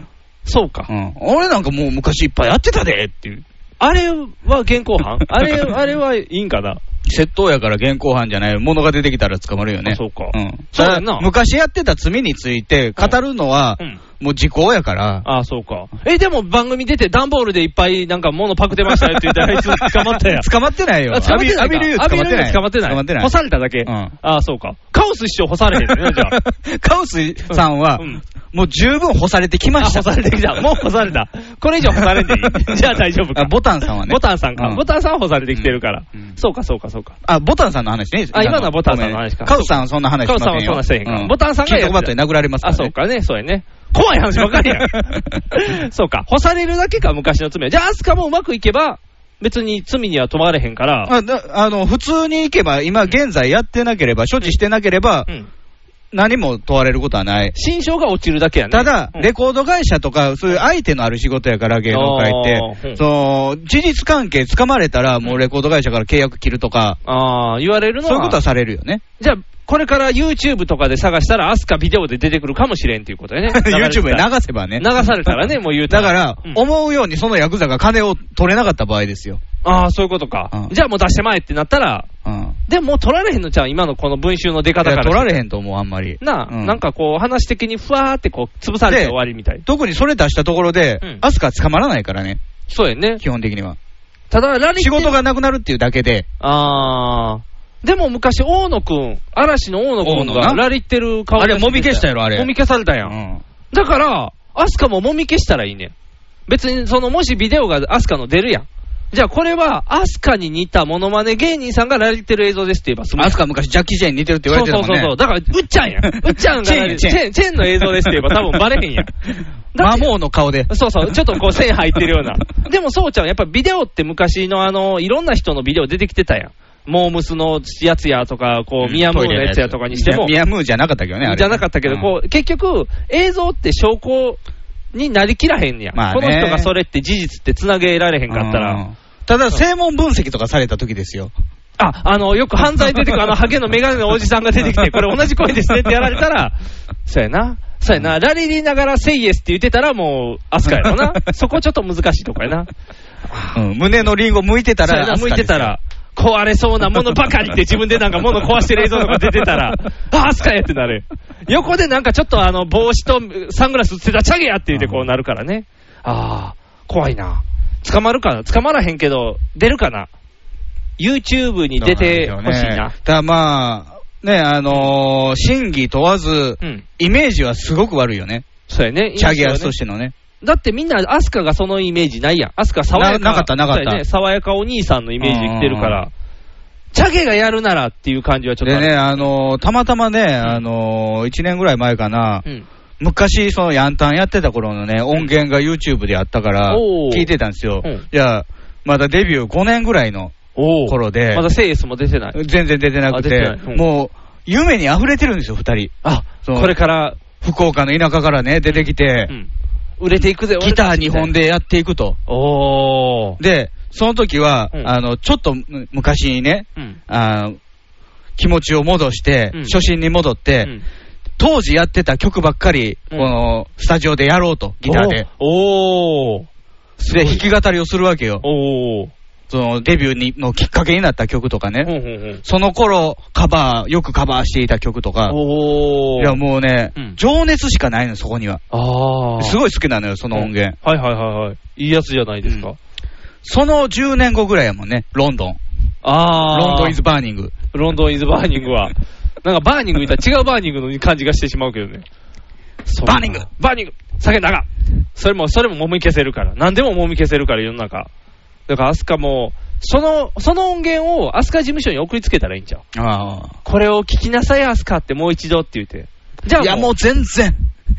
そうか。 <laughs> うん、俺なんかもう昔いっぱいやってたでっていう。あれは現行犯あれ、あれはいいんかな窃盗やから現行犯じゃない、ものが出てきたら捕まるよね。あそうかん、そうやんなただ昔やってた罪について語るのは、うん。もう時効やから、ああ、そうか。え、でも番組出て段ボールでいっぱいなんか物パクってましたよって <laughs> 言ったら、あいつ捕まったやん。捕まってないよ。あ捕まってないか。アビリュー捕まってアビリなュい。ー捕まってない。捕まってない干されただうけ。んああ、そうか。カオス師匠干されへんね、じゃあ。 <laughs> カオスさん <laughs> は、うんもう十分干されてきました。あ干されてきた。もう干された。これ以上干されん <laughs> でいい。じゃあ大丈夫か。あボタンさんはねボタンさんか。うんボタンさんは干されてきてるから。うんうんそうか、そうか、そうか。あ、ボタンさんの話ね。あ今のはボタンさんの話かごめんカウさんはそんな話しませんよカウさんはそんなしてへんからボタンさんが金属バットに殴られますかあ、ら、ね。そうかね、そうやね。怖い話ばっかりや <laughs> ん。そうか、干されるだけか、昔の罪は。じゃあ、アスカもうまくいけば、別に罪には止まれへんから、あだあの普通に行けば、今現在やってなければ、所持してなければう、ん。何も問われることはない。心象が落ちるだけやね。ただ、うんレコード会社とか、そういう相手のある仕事やから、芸能界っあーうんて、その事実関係つかまれたら、もうレコード会社から契約切るとか、ああ、言われるのそういうことはは、されるよね。じゃあ、これから YouTube とかで探したら、アスカビデオで出てくるかもしれんっていうことや <laughs> ね。 YouTube に流流せばね。されたらね、もう言うただから、うん思うようにそのヤクザが金を取れなかった場合ですよ。ああ、そういうことか。うんじゃあもう出してまえってなったら、うん。でももう取られへんのちゃう今のこの文集の出だ方から。取られへんと思う、あんまり。なあ、うんなんかこう、話的にふわーってこう、潰されてで終わりみたい。特にそれ出したところで、うんアスカ捕まらないからね、そうやね。基本的には。ただ、ラリー仕事。がなくなるっていうだけで、あー。でも昔、大野くん、嵐の大野くん大野がなラリってる顔あれもみ消したやろあれもみ消されたやん。うんだから、アスカももみ消したらいいねん。別に、その、もしビデオがアスカの出るやん。じゃあこれは、アスカに似たモノマネ芸人さんがラリってる映像ですって言えば済むやんアスカ昔、ジャッキー・ジェーンに似てるって言われてたもんね。そうそうそうそう。だから、うっちゃんやん。うっちゃんがラリチチェーンェーン、チェーンの映像ですって言えば多分バレへん <laughs> やん。だ魔って王の顔で。そうそう、ちょっとこう線入って <laughs> るような。でもそうちゃん、やっぱビデオって昔のあの、いろんな人のビデオ出てきてたやん。モームスのやつやとか、こう、ミヤムーのやつやとかにしても、ミヤムーじゃなかったけどね、あれ。じゃなかったけど、うんこう、結局、映像って証拠になりきらへんやん。まあねこの人がそれって事実って繋げられへんかったら。うんただ、正門分析とかされた時ですよ。あ、あの、よく犯罪出てくる、<laughs> あの、ハゲのメガネのおじさんが出てきて、これ同じ声ですねってやられた <laughs> ら、そうやな。そうやな。ラリリながらセイエスって言ってたら、もう、アスカやろ <laughs> な。そこちょっと難しいとこやな。うん胸のリンゴ剥いてたそうやら、なアス向いカてですたよら、壊れそうなものばかりって自分でなんか物壊してる映像とか出てた <laughs> ら、あ、アスカやってなる。横でなんかちょっとあの、帽子とサングラスつってたチャゲやって言ってこうなるからね。ああ、怖いな。捕まるかな捕まらへんけど、出るかな ?YouTube に出てほしいな。ただまあ、ね、あのー真偽問わず、うん。イメージはすごく悪いよね。そうやね。チャゲアスとししてのね。て。だってみんな、アスカがそのイメージないやん。アスカ爽やか。ななかったなかったそうやね爽やかお兄さんのイメージで来てるかうら。チャゲがやるならっていう感じはちょっとである。ね、あのーたまたまね、あの1年ぐらい前かな、うん。昔、そのヤンタンやってた頃のね、音源が YouTube であったから、おー聞いてたんですようん。いや、まだデビュー5年ぐらいのおお。頃でま、だセイエスも出てない。全然出てなくあ出ててないうん、もう、夢に溢れてるんですよ、二人。あ、そうこれから、福岡の田舎からね、出てきてう、ん売れていくぜ、ギター2本で。でやっていくと。おー。で、その時は、うんあの、ちょっとむ昔にね、うん。あー気持ちを戻して、うん初心に戻って、うん当時やってた曲ばっかり、うんこの、スタジオでやろうと、ギターで。。おー。で、すご弾いき語りをするわけよ。おー。その、デビューにのきっかけになった曲とかね。ほんほんほんその頃、カバー、よくカバーしていた曲とか。おいー。や、もうね、うん情熱しかないの、そこには。あー。すごい好きなのよ、その音源。はいはいはいはい。いいやつじゃないですか。うその10年後ぐらいやもんね、ロンドン。あー。ロンドンイズバーニング。ロンドンイズバーニング <laughs> は。なんかバーニングいたら違うバーニングの感じがしてしまうけどね。バーニングバーニング酒長それも、それももみ消せるから。何でももみ消せるから、世の中。だから、アスカも、その、その音源をアスカ事務所に送りつけたらいいんちゃうああ。これを聞きなさい、アスカってもう一度って言って。じゃあもう、いや、もう全然。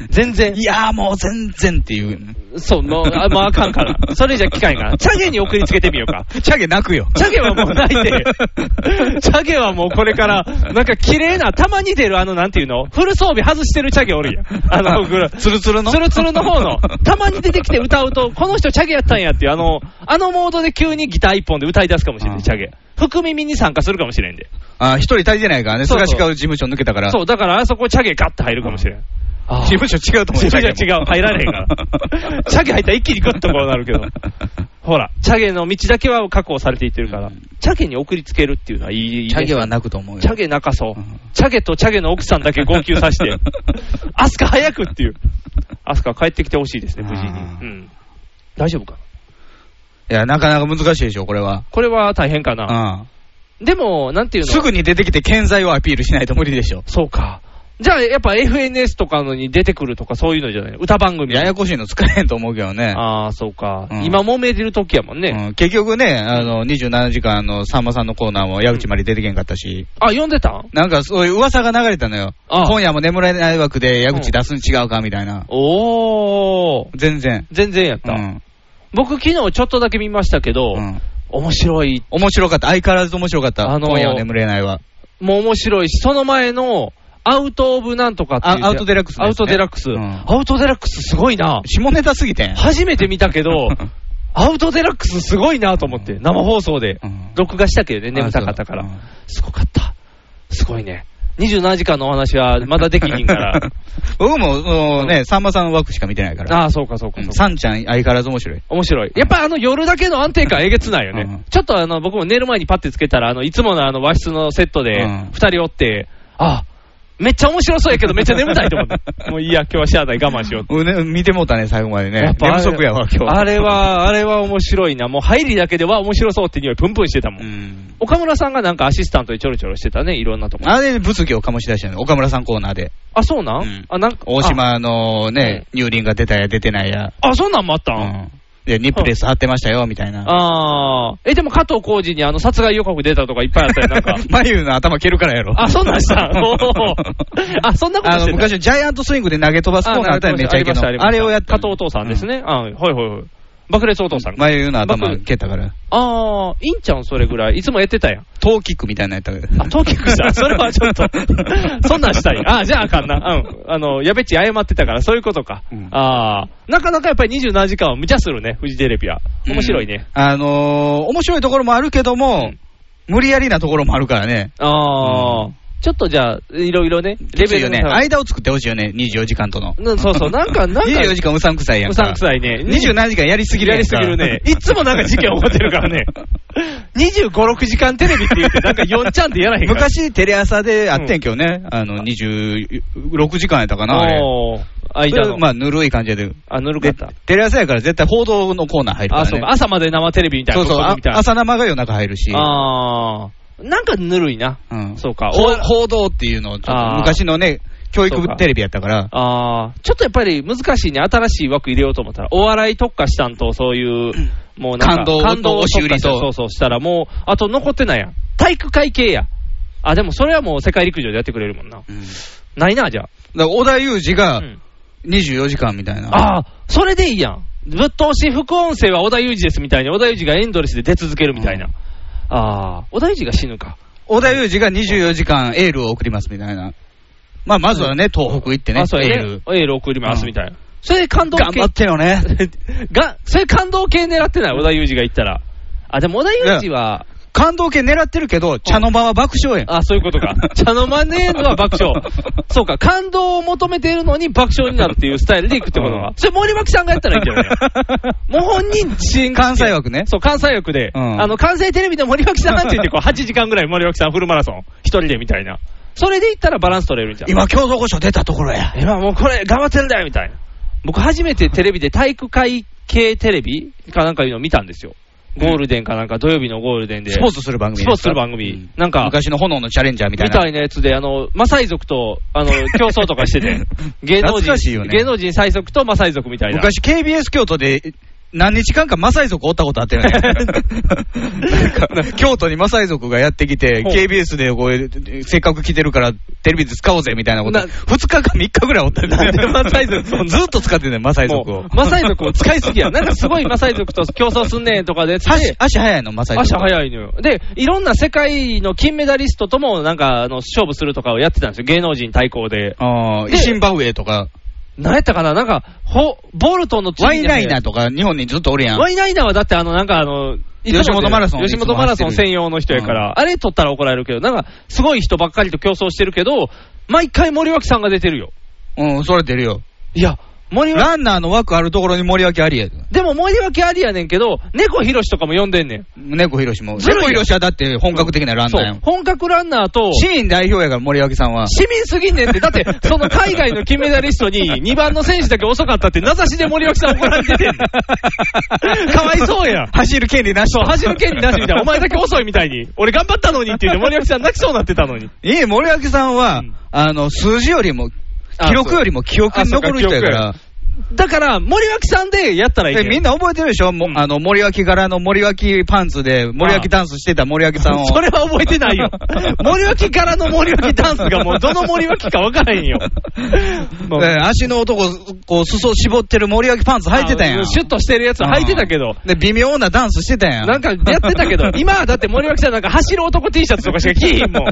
全然い、やー、もう全然っていう。そう、もう、あもうあかん <laughs> から。それじゃ聞かんから。チャゲに送りつけてみようか。チャゲ泣くよ。チャゲはもうな <laughs> いで。チャゲはもうこれから、なんか綺麗な、たまに出るあの、なんていうのフル装備外してるチャゲおるやん。あの、ぐらツルツルのツルツルの方の、たまに出てきて歌うと、この人チャゲやったんやっていう、あの、あのモードで急にギター一本で歌い出すかもしれあん、あチャゲ。福耳に参加するかもしれんで。 <laughs> あー、一人足りてないからね。そうそう菅氏が事務所抜けたから。そう、だからあそこチャゲガッて入るかもしれん。ああ事務所違うと思う。事務所 <laughs> 違う入られへん <laughs> からチャゲ入ったら一気にグッとこうなるけどほら、チャゲの道だけは確保されていってるから、チャゲに送りつけるっていうのはいい。チャゲは泣くと思うよ。チャゲ泣かそううん。チャゲとチャゲの奥さんだけ号泣さ <laughs> せて、アスカ早くっていう。アスカ帰ってきてほしいですね、無事に。あーうん。大丈夫かないや、なかなか難しいでしょ、これは。これは大変かな。う。でも、なんていうんのすぐに出てきて健在をアピールしないと無理でしょ。そうか。じゃあ、やっぱ FNS とかのに出てくるとか、そういうのじゃない歌番組。ややこしいの使えへんと思うけどね。ああ、そうか。うん今揉めてる時やもんね。うん結局ね、あの、27時間のさんまさんのコーナーも矢口まり出てけんかったし、あ、読んでたんなんかそういう噂が流れたのよ。あ今夜も眠れない枠で矢口出すに違うかみたいな。おー。全然。全然やっうた。ん。僕、昨日ちょっとだけ見ましたけど、うん面白い。面白かった。相変わらず面白かった。あのー今夜は眠れないは。もう面白いし、その前の、アウト・オブ・なんとかっていうあアウトデラックスですねアウト・デラックス。うんアウト・デラックスすごいな。下ネタすぎてん。初めて見たけど、アウト・デラックスすごいなと思って、生放送でうん。録画したけどね、眠たかったからあそううん。すごかった。すごいね。27時間のお話はまだできひんから。。 <laughs> 僕も、もうね、さんまさんの枠しか見てないから。ああ、そうかそうかうそうんか。さんちゃん相変わらず面白い。面白い。やっぱあの夜だけの安定感えげつないようんね。ちょっとあの僕も寝る前にパッてつけたら、あのいつものあの和室のセットでうん2人おって、あめっちゃ面白そう <laughs> やけどめっちゃ眠たいと思って。もういいや、今日はしゃあない我慢しようって。うんね見てもうたね、最後までね。やっぱあ寝れ不足やわ、今日。あれ。は、あれは面白いな。もう入りだけでは面白そうって匂いプンプンしてたも。うんん。岡村さんがなんかアシスタントでちょろちょろしてたね、いろんなとこ。あれで物議を醸し出したの、岡村さんコーナーで。あ、そうなん、うんあ、なんか。大島のね、乳輪が出たや出てないや。あ。あ、そんなんもあったん、うん。で、ニップレス貼ってましたよ、みたいな。ああ。え、でも加藤浩次にあの殺害予告出たとかいっぱいあったよ、なんか。 <laughs> 眉の頭蹴るからやろ。あ、そんな <laughs> んしたおーあ、そんなことあしての、た昔、ジャイアントスイングで投げ飛ばすコーナーあったよめちゃいけの。あれをやった。加藤お父さんです。ね。あ、はいはいはい。爆裂お父さん。あ眉の頭蹴ったから。あー、いいんちゃうんそれぐらい。いつもやってたやん。トーキックみたいなやったから。あ、トーキッ <laughs> クした。それはちょっと、そんなんしたい。あーじゃああかんな。うん。あの、やべっち謝ってたから、そういうことか。うんああ、なかなかやっぱり27時間は無茶するね、フジテレビは。面白いね。あのー、面白いところもあるけども、無理やりなところもあるからね。ああ、ちょっとじゃあ、いろいろね、レレベベルルのね。差が間を作ってほしいよね、24時間との。うんそうそう、なん <laughs> か、なんか、 24時間うさんくさいやんうか。さんくさいね。 27時間やりすぎるやんりかすぎるね。いつもなんか事件起こってるから <laughs> ね。25、6時間テレビって言って、なんか4ちゃんでやらへんから。 <laughs> 昔、テレ朝であってんけどね、あの、26時間やったかな、あれ。おー、間その。れまあ、ぬるい感じで。あ、ぬるかでった。テレ朝やから絶対報道のコーナー入るから、あ、ね。そうか。朝まで生テレビみたいな。そうそう広告あみたいな。朝生が夜中入るし。あー。なんかぬるいな。うんそうか。報お報道っていうのをちょっあーと昔のね、教そうか育テレビやったから。あーちょっとやっぱり難しいね、新しい枠入れようと思ったら、お笑い特化したんと、そういう、もうなんか、感動をを特化した押し売りとそうそう、したらもう、あと残ってないやん。体育会系や。あ、でもそれはもう世界陸上でやってくれるもんな。うんないな、じゃだから、織田裕二あ。がうん24時間みたいな。ああ、それでいいやん。ぶっ通し副音声は小田裕二ですみたいに、小田裕二がエンドレスで出続けるみたいな。うんああ、小田裕二が死ぬか。織田裕二が24時間エールを送りますみたいな。まあ、まずはね、東北行ってね、あそうエやーねル。。エール送りますみたいな。それ感動系。頑張ってよね。 <laughs> が、それ感動系狙ってない、小田裕二が言ったら。あ、でも小田裕二は、感動系狙ってるけど、茶の間は爆笑やん。あ、そういうこ <laughs> とか。茶の間ねーのは爆笑。そうか、感動を求めているのに爆笑になるっていうスタイルでいくってことうかん。それ森脇さんがやったらいいんじゃ <laughs> ないのもう本人支援関西枠ねそう、関西枠で。うんあの、関西テレビで森脇さんって言 <laughs> って、こう、8時間ぐらい森脇さんフルマラソン、一人でみたいな。それでいったらバランス取れるんじゃん。今、共同御所出たところや。今もうこれ頑張ってるんだよみたいな。僕初めてテレビで体育会系テレビかなんかいうのを見たんですよ。ゴールデンかなんか土曜日のゴールデンで。スポーツする番組ですかスポーツする番組うんなんか昔の炎のチャレンジャーみたいみな。、たいなやつで、あの、マサイ族と、あ <laughs> の、競争とかしてて芸能懐人、かしいよね芸能人最速とマサイ族みたいな。昔 KBS 京都で何日間かマサイ族おったことあった <laughs> よね。なんか京都にマサイ族がやってきて、ほう KBS でこうせっかく来てるからテレビで使おうぜみたいなこと、な2日か3日ぐらいおったよねなんでマサイ族そん <laughs> なずっと使ってんねんマサイ族もをう。マサイ族を使いす <laughs> ぎや。なんかすごいマサイ族と競争すんねんとかでやつ足で、足早いの、マサイ族。足早いのよ。で、いろんな世界の金メダリストとも、なんか、あの、勝負するとかをやってたんですよ。芸能人対抗で。あーでシンバウエとか、なんやったかななんか、ほ、ボルトの次ワにイねナイナーとか日本にずっとおるやん。ワイナイナはだってあの、なんかあの、いつも吉本マラソン吉本マラソン専用の人やから、あれ取ったら怒られるけど、なんか、すごい人ばっかりと競争してるけど、毎回森脇さんが出てるよ。うん、それ出るよ。いや、森脇、ランナーの枠あるところに森脇ありや。でも森脇ありやねんけど、猫ひろしとかも呼んでんねん。猫ひろしも。ずるいよ猫ひろしはだって本格的なランナーや。そうん本格ランナーと、シーン代表やから森脇さんは。市民すぎんねんって、 <laughs> だって、その海外の金メダリストに2番の選手だけ遅かったって、名指しで森脇さん怒られて <laughs> てんのかわいそうやん。走る権利なしそう、走る権利なしみたいな、お前だけ遅いみたいに、俺頑張ったのにって言って、森脇さん泣きそうになってたのに。ええ、森脇さんは、うんあの、数字よりも、あ記録よりも記憶に残る人やかあら。だから、森脇さんでやったらいいで、みんな、な覚えてるでしょ、もうんあの、森脇柄の森脇パンツで、森脇ダンスしてた森脇さんを。それは覚えてない <laughs> よ。森脇からの森脇ダンスがもう、どの森脇か分か <laughs> らへんよ。もうえー足の男、こう、裾絞ってる森脇パンツ履いてたやあのん。シュッとしてるやつは履いてたけど。で、微妙なダンスしてたやん。なんかやってた <laughs> けど、今はだって森脇さんなんか走る男 T シャツとかしか着ひ <laughs> んもん。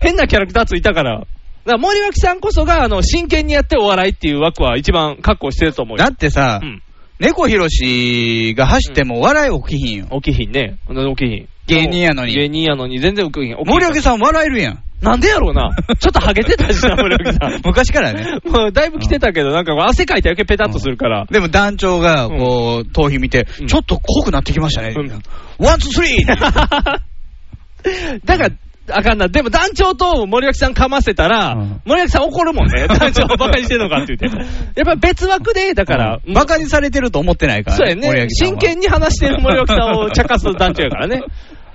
変なキャラクターついたから。だから森脇さんこそが、あの、真剣にやってお笑いっていう枠は一番確保してると思うよだ。ってさう、ん。猫ひろしが走っても笑い起きひんよ。起きひんね。起きひん。芸人やのに芸人やのに全然起きひん。起きひん森脇さん笑えるやん。なんでやろ <laughs> うな。ちょっとハゲてたしな、森脇さん。昔からね。 <laughs> もうだいぶ来てたけど、なんかこう汗かいて余計ペタッとするから。でも団長が、こう、頭皮見て、うんちょっと濃くなってきましたねうん。ワン、ツー、ス <laughs> リーだから、あかんな。でも団長と森脇さんかませたら、うん森脇さん怒るも <laughs> んね。団長をバカにしてんのかって言って。やっぱり別枠で、だから、バカにされてると思ってないから、そうや森ね。脇さん真は剣に話してる森脇さんを茶化す団長やから <laughs> ね。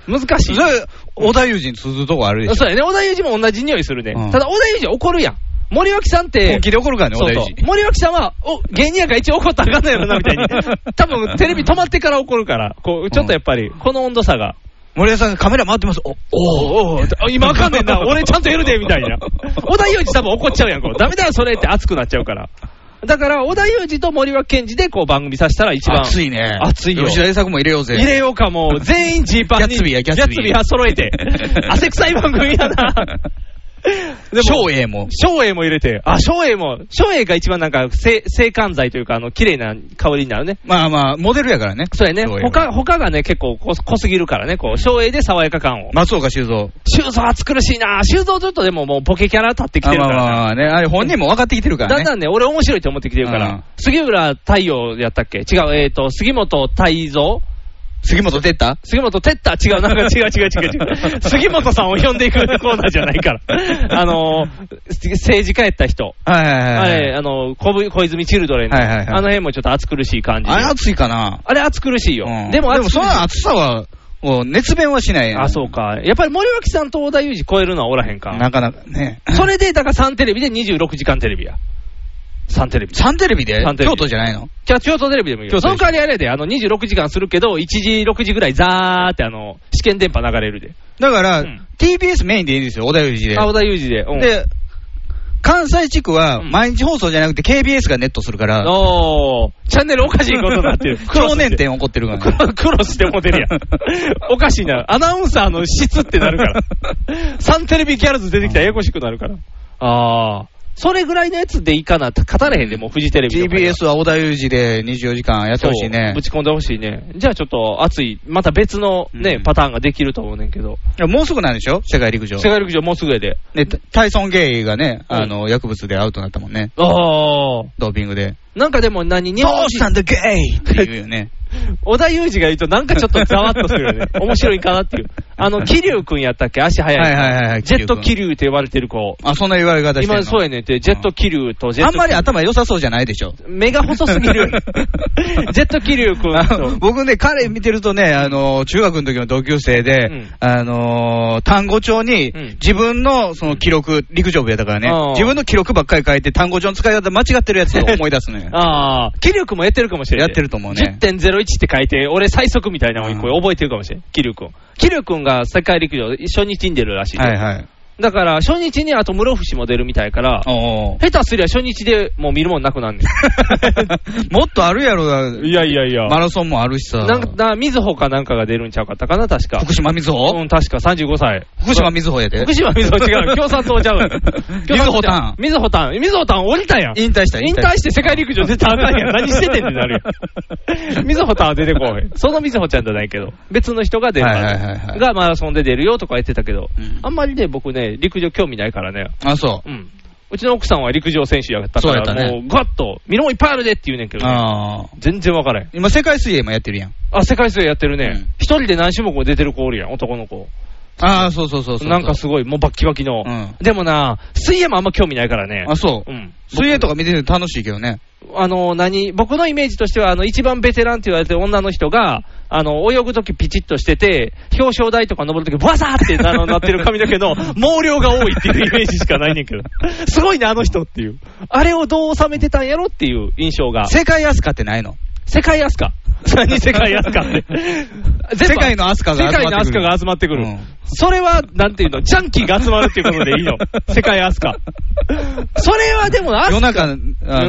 難しい。それ、小田裕二に通ずるとこあるでしょ。そうやね。小田裕二も同じ匂いするね。うんただ、小田裕二怒るやん。森脇さんって、本気で怒るからね、小そう田そう裕二。森脇さんは、お芸人やから一応怒ったらあかんのやろな、み <laughs> たいに。多分テレビ止まってから怒るから、こうちょっとやっぱり、この温度差が。森脇さんがカメラ回ってます。お、おーおうおうあ今あかんね <laughs> んな、俺ちゃんとやるで、みたいな。小田裕二多分怒っちゃうやん、こう。ダメだよ、それって熱くなっちゃうから。だから、小田裕二と森脇健児でこう番組させたら一番。熱いね。熱いよ吉田栄作も入れようぜ。入れようか、もう。全員ジーパンに。ギャッツビーやギャッツビーは揃え <laughs> て。汗臭い番組やな。でも翔英も。松栄も入れて、あ、松栄も、松栄が一番なんか、性、性感剤というか、あの、綺麗な香りになるね。まあまあ、モデルやからね。そうやね。松栄は他、他がね、結構濃濃すぎるからね、こう、松栄で爽やか感を。松岡修造。修造暑苦しいな修造ずっとでももうポケキャラ立ってきあてるまかあまあらまあね、あれ本人も分かってきてるからな。だんね。だんね、俺面白いと思ってきてるかうんら、杉浦太陽やったっけ違う、えっと、杉本太蔵杉本哲太杉本哲太違う、なんか違う違う違 <laughs> う違う。杉本さんを呼んでいくコーナーじゃないから。あのー、政治家やった人。はいはいあはいれ、はい。あの、小ぶ小泉チルドレンの、はいはいはいあの辺もちょっと暑苦しい感じで。あれ熱いかな。あれ暑苦しいよ。うんでもでも暑苦しいその熱さは、もう熱弁はしないやんあ、そうか。やっぱり森脇さんと小田裕二超えるのはおらへんなか。かなかね。 <laughs> それで、だからサンテレビで26時間テレビや。サンテレビ。サンテレビでサンテレ京ビ都じゃないのじゃあ、京都テレビでもいい京よ。そ都でしょの代わりあれやで、あの、26時間するけど、1時、6時ぐらいザーってあの、試験電波流れるで。だから、うん TBS メインでいいんですよ、小田裕二で。あ、小田裕二で。うん、で、関西地区はうん毎日放送じゃなくて KBS がネットするから、おー、チャンネルおかしいことにな <laughs> <laughs> ってる。少年点起こってる <laughs> から、ね。黒黒してモデル <laughs> やん。おかしいな。アナウンサーの質ってなる <laughs> から。サンテレビギャルズ出てきたらややこしくなるから。ああ。それぐらいのやつでいいかな。語れへんで、もうフジテレビとかには。 TBS は小田裕二で24時間やってほしいそうねぶ。ち込んでほしいね。じゃあちょっと熱い、また別のね、うんパターンができると思うねんけど。いやもうすぐなんでしょ世界陸上。世界陸上もうすぐやで。ね、タタイソン・ゲイがね、うんあの、薬物でアウトになったもんね。ああ。ドーピングで。なんかでも何、日ど本うした人、んだ、ゲイっていうよね。小田裕二が言うとなんかちょっとざわっとするよ <laughs> ね。面白いかなっていう。あの、桐生くんやったっけ足は速いい。はいはいはい。ジェット桐桐生って呼ばれてる子。生君。あ、そんな言われ方してん今のそうやねんって、ジェット気流とジェッあんトまり頭良さそうじゃないでしょ。 <laughs> 目が細すぎ <laughs> る。 <laughs> ジェット気流くんあと。僕ね、彼見てるとね、あの、中学の時の同級生で、うんあの、単語帳にうん自分のその記録、陸上部やったからねあー、自分の記録ばっかり書いて単語帳の使い方間違ってるや <laughs> つを思い出すのよ。ああ、気流くんもやってるかもしれない。やってると思うね10.01って書いて、俺最速みたいなのをこれ覚えてるかもしれん。気流くん。気流くんが世界陸上初日に出るらしい。はいはい。だから、初日にあと室伏も出るみたいから、お <laughs> ー下手すりゃ初日でもう見るもんな <laughs> くなんねもっとあるやろん。いやいやいやマラソンもあるしさ。なんか、なみずほかなんかが出るんちゃうかったかな、確か。福島みずほうん、確か35歳。福島みずほやで福。島みずほ <laughs> 違う。共産党ちゃう。みずほたんみずほたん。みずほたん降りたやん。引退した、引退して世界陸上出たらあかん <laughs> やん。何しててんってなるやん。みずほたんは出てこい。そのみずほちゃんじゃないけど、別の人が出るから、はいはいはいはいがマラソンで出るよとか言ってたけど、うんあんまりね、僕ね、陸上興味ないからね。あ、そう。うん。うちの奥さんは陸上選手やったそうかやったら、ねもうガッと、ミロンいっぱいあるでって言うねんけどね、ああ。全然わからへん。今、世界水泳もやってるやん。あ、世界水泳やってるうねん。一、人で何種目も出てる子おるやん、男の子。ああ、そうそうそうそう。なんかすごい、もうバッキバキの。うんでもな、水泳もあんま興味ないからね。あ、そうう。ん。水泳とか見てて楽しいけどね。あの、何、僕のイメージとしては、あの、一番ベテランって言われてる女の人が、あの、泳ぐときピチッとしてて、表彰台とか登るとき、バサーってななってる髪の <laughs> 毛の毛量が多いっていうイメージしかないねんけど。すごいね、あの人っていう。あれをどう収めてたんやろっていう印象が。世界アスカってないの世界アスカ。何世界アスカ <laughs> って。全部世界のアスカが集まっ世てくる界のアスカが集まってくる。うんそれは、なんていうの、ジャンキーが集まるっていうことで <laughs> いいの。世界アスカ。それはでも、アス夜カ中、あ夜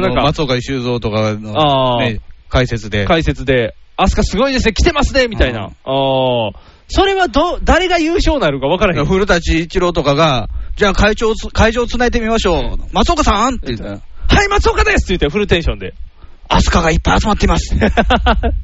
の中松岡修造とかのあーね解説で。解説で、アスカすごいですね、来てますね、みたいな。ああー。それはど、誰が優勝になるか分からへん。古舘一郎とかが、じゃあ会長をつ、会場をつないでみましょう。松岡さんって言ったら、はい、松岡ですって言って、フルテンションで。 <laughs> アスカがいっぱい集まっています。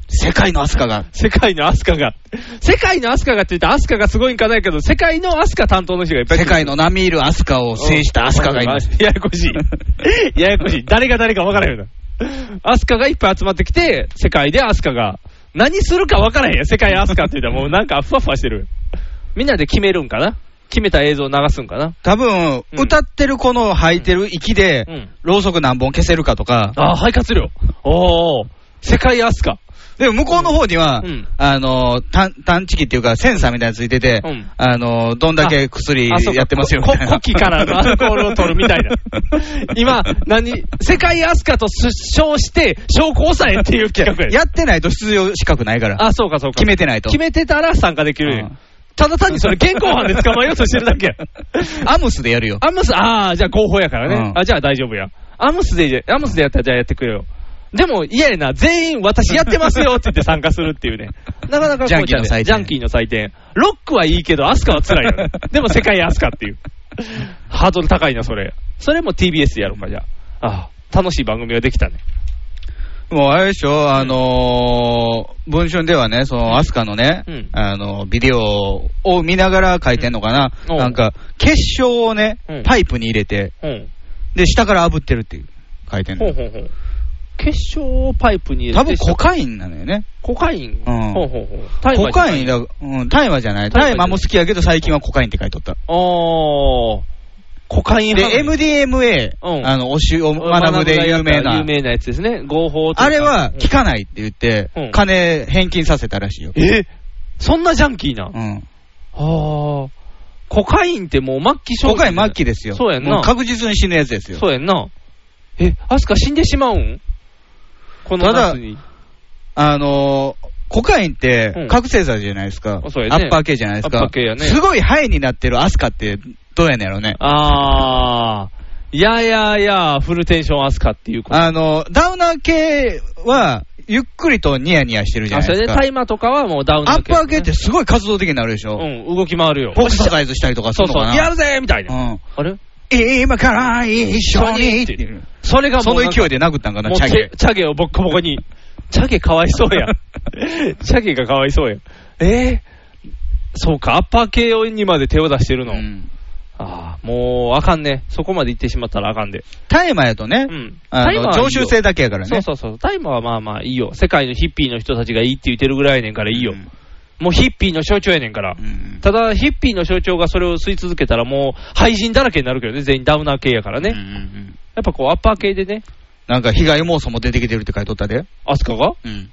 世界のアスカ <laughs> が。世界のアスカが。世界のアスカがって言って、アスカがすごいんかないけど、世界のアスカ担当の人がいっぱい来世る界の並みいるアスカを制したアスカがいます。 <laughs> ややこしい。 <laughs> ややこしい。誰が誰か分からへんような。アスカがいっぱい集まってきて、世界でアスカが。何するか分からへんよ。世界アスカって言ったらもうなんかふわふわしてる。 <laughs> みんなで決めるんかな決めた映像流すんかな多分、うん歌ってる子の吐いてる息で、うんろうそく何本消せるかとか、ああ、肺活量。おお、世界アスカ。でも向こうの方には、うんあの探探知機っていうか、センサーみたいなのついてて、うんあのどんだけ薬あそうかやってますよみこたいな。。呼気からのア <laughs> ルコールを取るみたいな <laughs> 今、何、世界アスカと出生して、証拠抑えっていう企画や。やってないと出場資格ないから、あ、そうかそうか。決めてないと決めてたら参加できるんやうんただ単にそれ現行犯で捕まえようとしてるだけや。アムスでやるよ。アムス、ああ、じゃあ合法やからね。うんあ、じゃあ大丈夫や。アムスで、アムスでやったらじゃあやってくれよ。でも嫌やな、全員私やってます <laughs> よって言って参加するっていうね。なかなかこうじゃジャンねキーの祭典ジャンキーの祭典。ロックはいいけど、アスカは辛い <laughs> よね。でも世界アスカっていう。ハードル高いな、それ。それも TBS でやろうか、じゃあ。ああ、楽しい番組ができたね。もうあれでしょ、あのー文春ではね、そのアスカのね、うんあのビデオを見ながら書いてんのかな、うんなんか、結晶をね、うんパイプに入れて、うん。で、下から炙ってるっていう、書いてんほうの。ほうほう。結晶をパイプに入れ多て。分コカインなのよね。コカイン、うんほうほうほう。大麻コじゃなカインいだ、うん、大麻じゃない。大麻じゃな大い麻も好きやけど、最近はコカインって書いとった。あー。コカインで、派なんだ MDMA、うんあの、おし、お、学ぶで有名な有。名なやつですね。合法というかあれはうん聞かないって言って、うん金返金させたらしいよ。えそんなジャンキーな。あうん。あ。コカインってもう末期症コカイン末期ですよ。そうやんなも確実に死ぬやつですよ。そうやんな。え、アスカ死んでしまうんこのただ夏に。あのーコカインっうてん覚醒剤じゃないですか。あそうやねアッパー系じゃないですか。アッパー系やねすごいハイになってるアスカってどうやねんやろね。ああ。いやいやいや、フルテンションアスカっていうこと。あのー、ダウナー系は、ゆっくりとニヤニヤしてるじゃあ、ないそですれでか。大麻とかはもうダウンアッパー系ってですすごい活動的になるでしょ。ね。うん、動き回るよ。ボクササイズしたりとかすそるのうそうか。な。やるぜみたいな。うんあれ今から一緒にっていうそれがそものうなんか勢いで殴ったんかな、もうチャゲチ。チャゲをボッコボコに。チャゲかわいそう <laughs> や。チャゲがかわいそうや。えーそうか、アッパー系にまで手を出してるの。うんああ、もうあかんね。そこまで行ってしまったらあかんで。大麻やとねうん、あ大の麻はいいよ常習性だけやからそうね。そうそう。タイムはまあまあいいよ。世界のヒッピーの人たちがいいって言ってるぐらいやねんからいいよ。うんもうヒッピーの象徴やねんから。うんただ、ヒッピーの象徴がそれを吸い続けたら、もう廃人だらけになるけどね、全員ダウナー系やからね。うんうんうんやっぱこう、アッパー系でね、なんか被害妄想も出てきてるって書いとったで。アスカがうん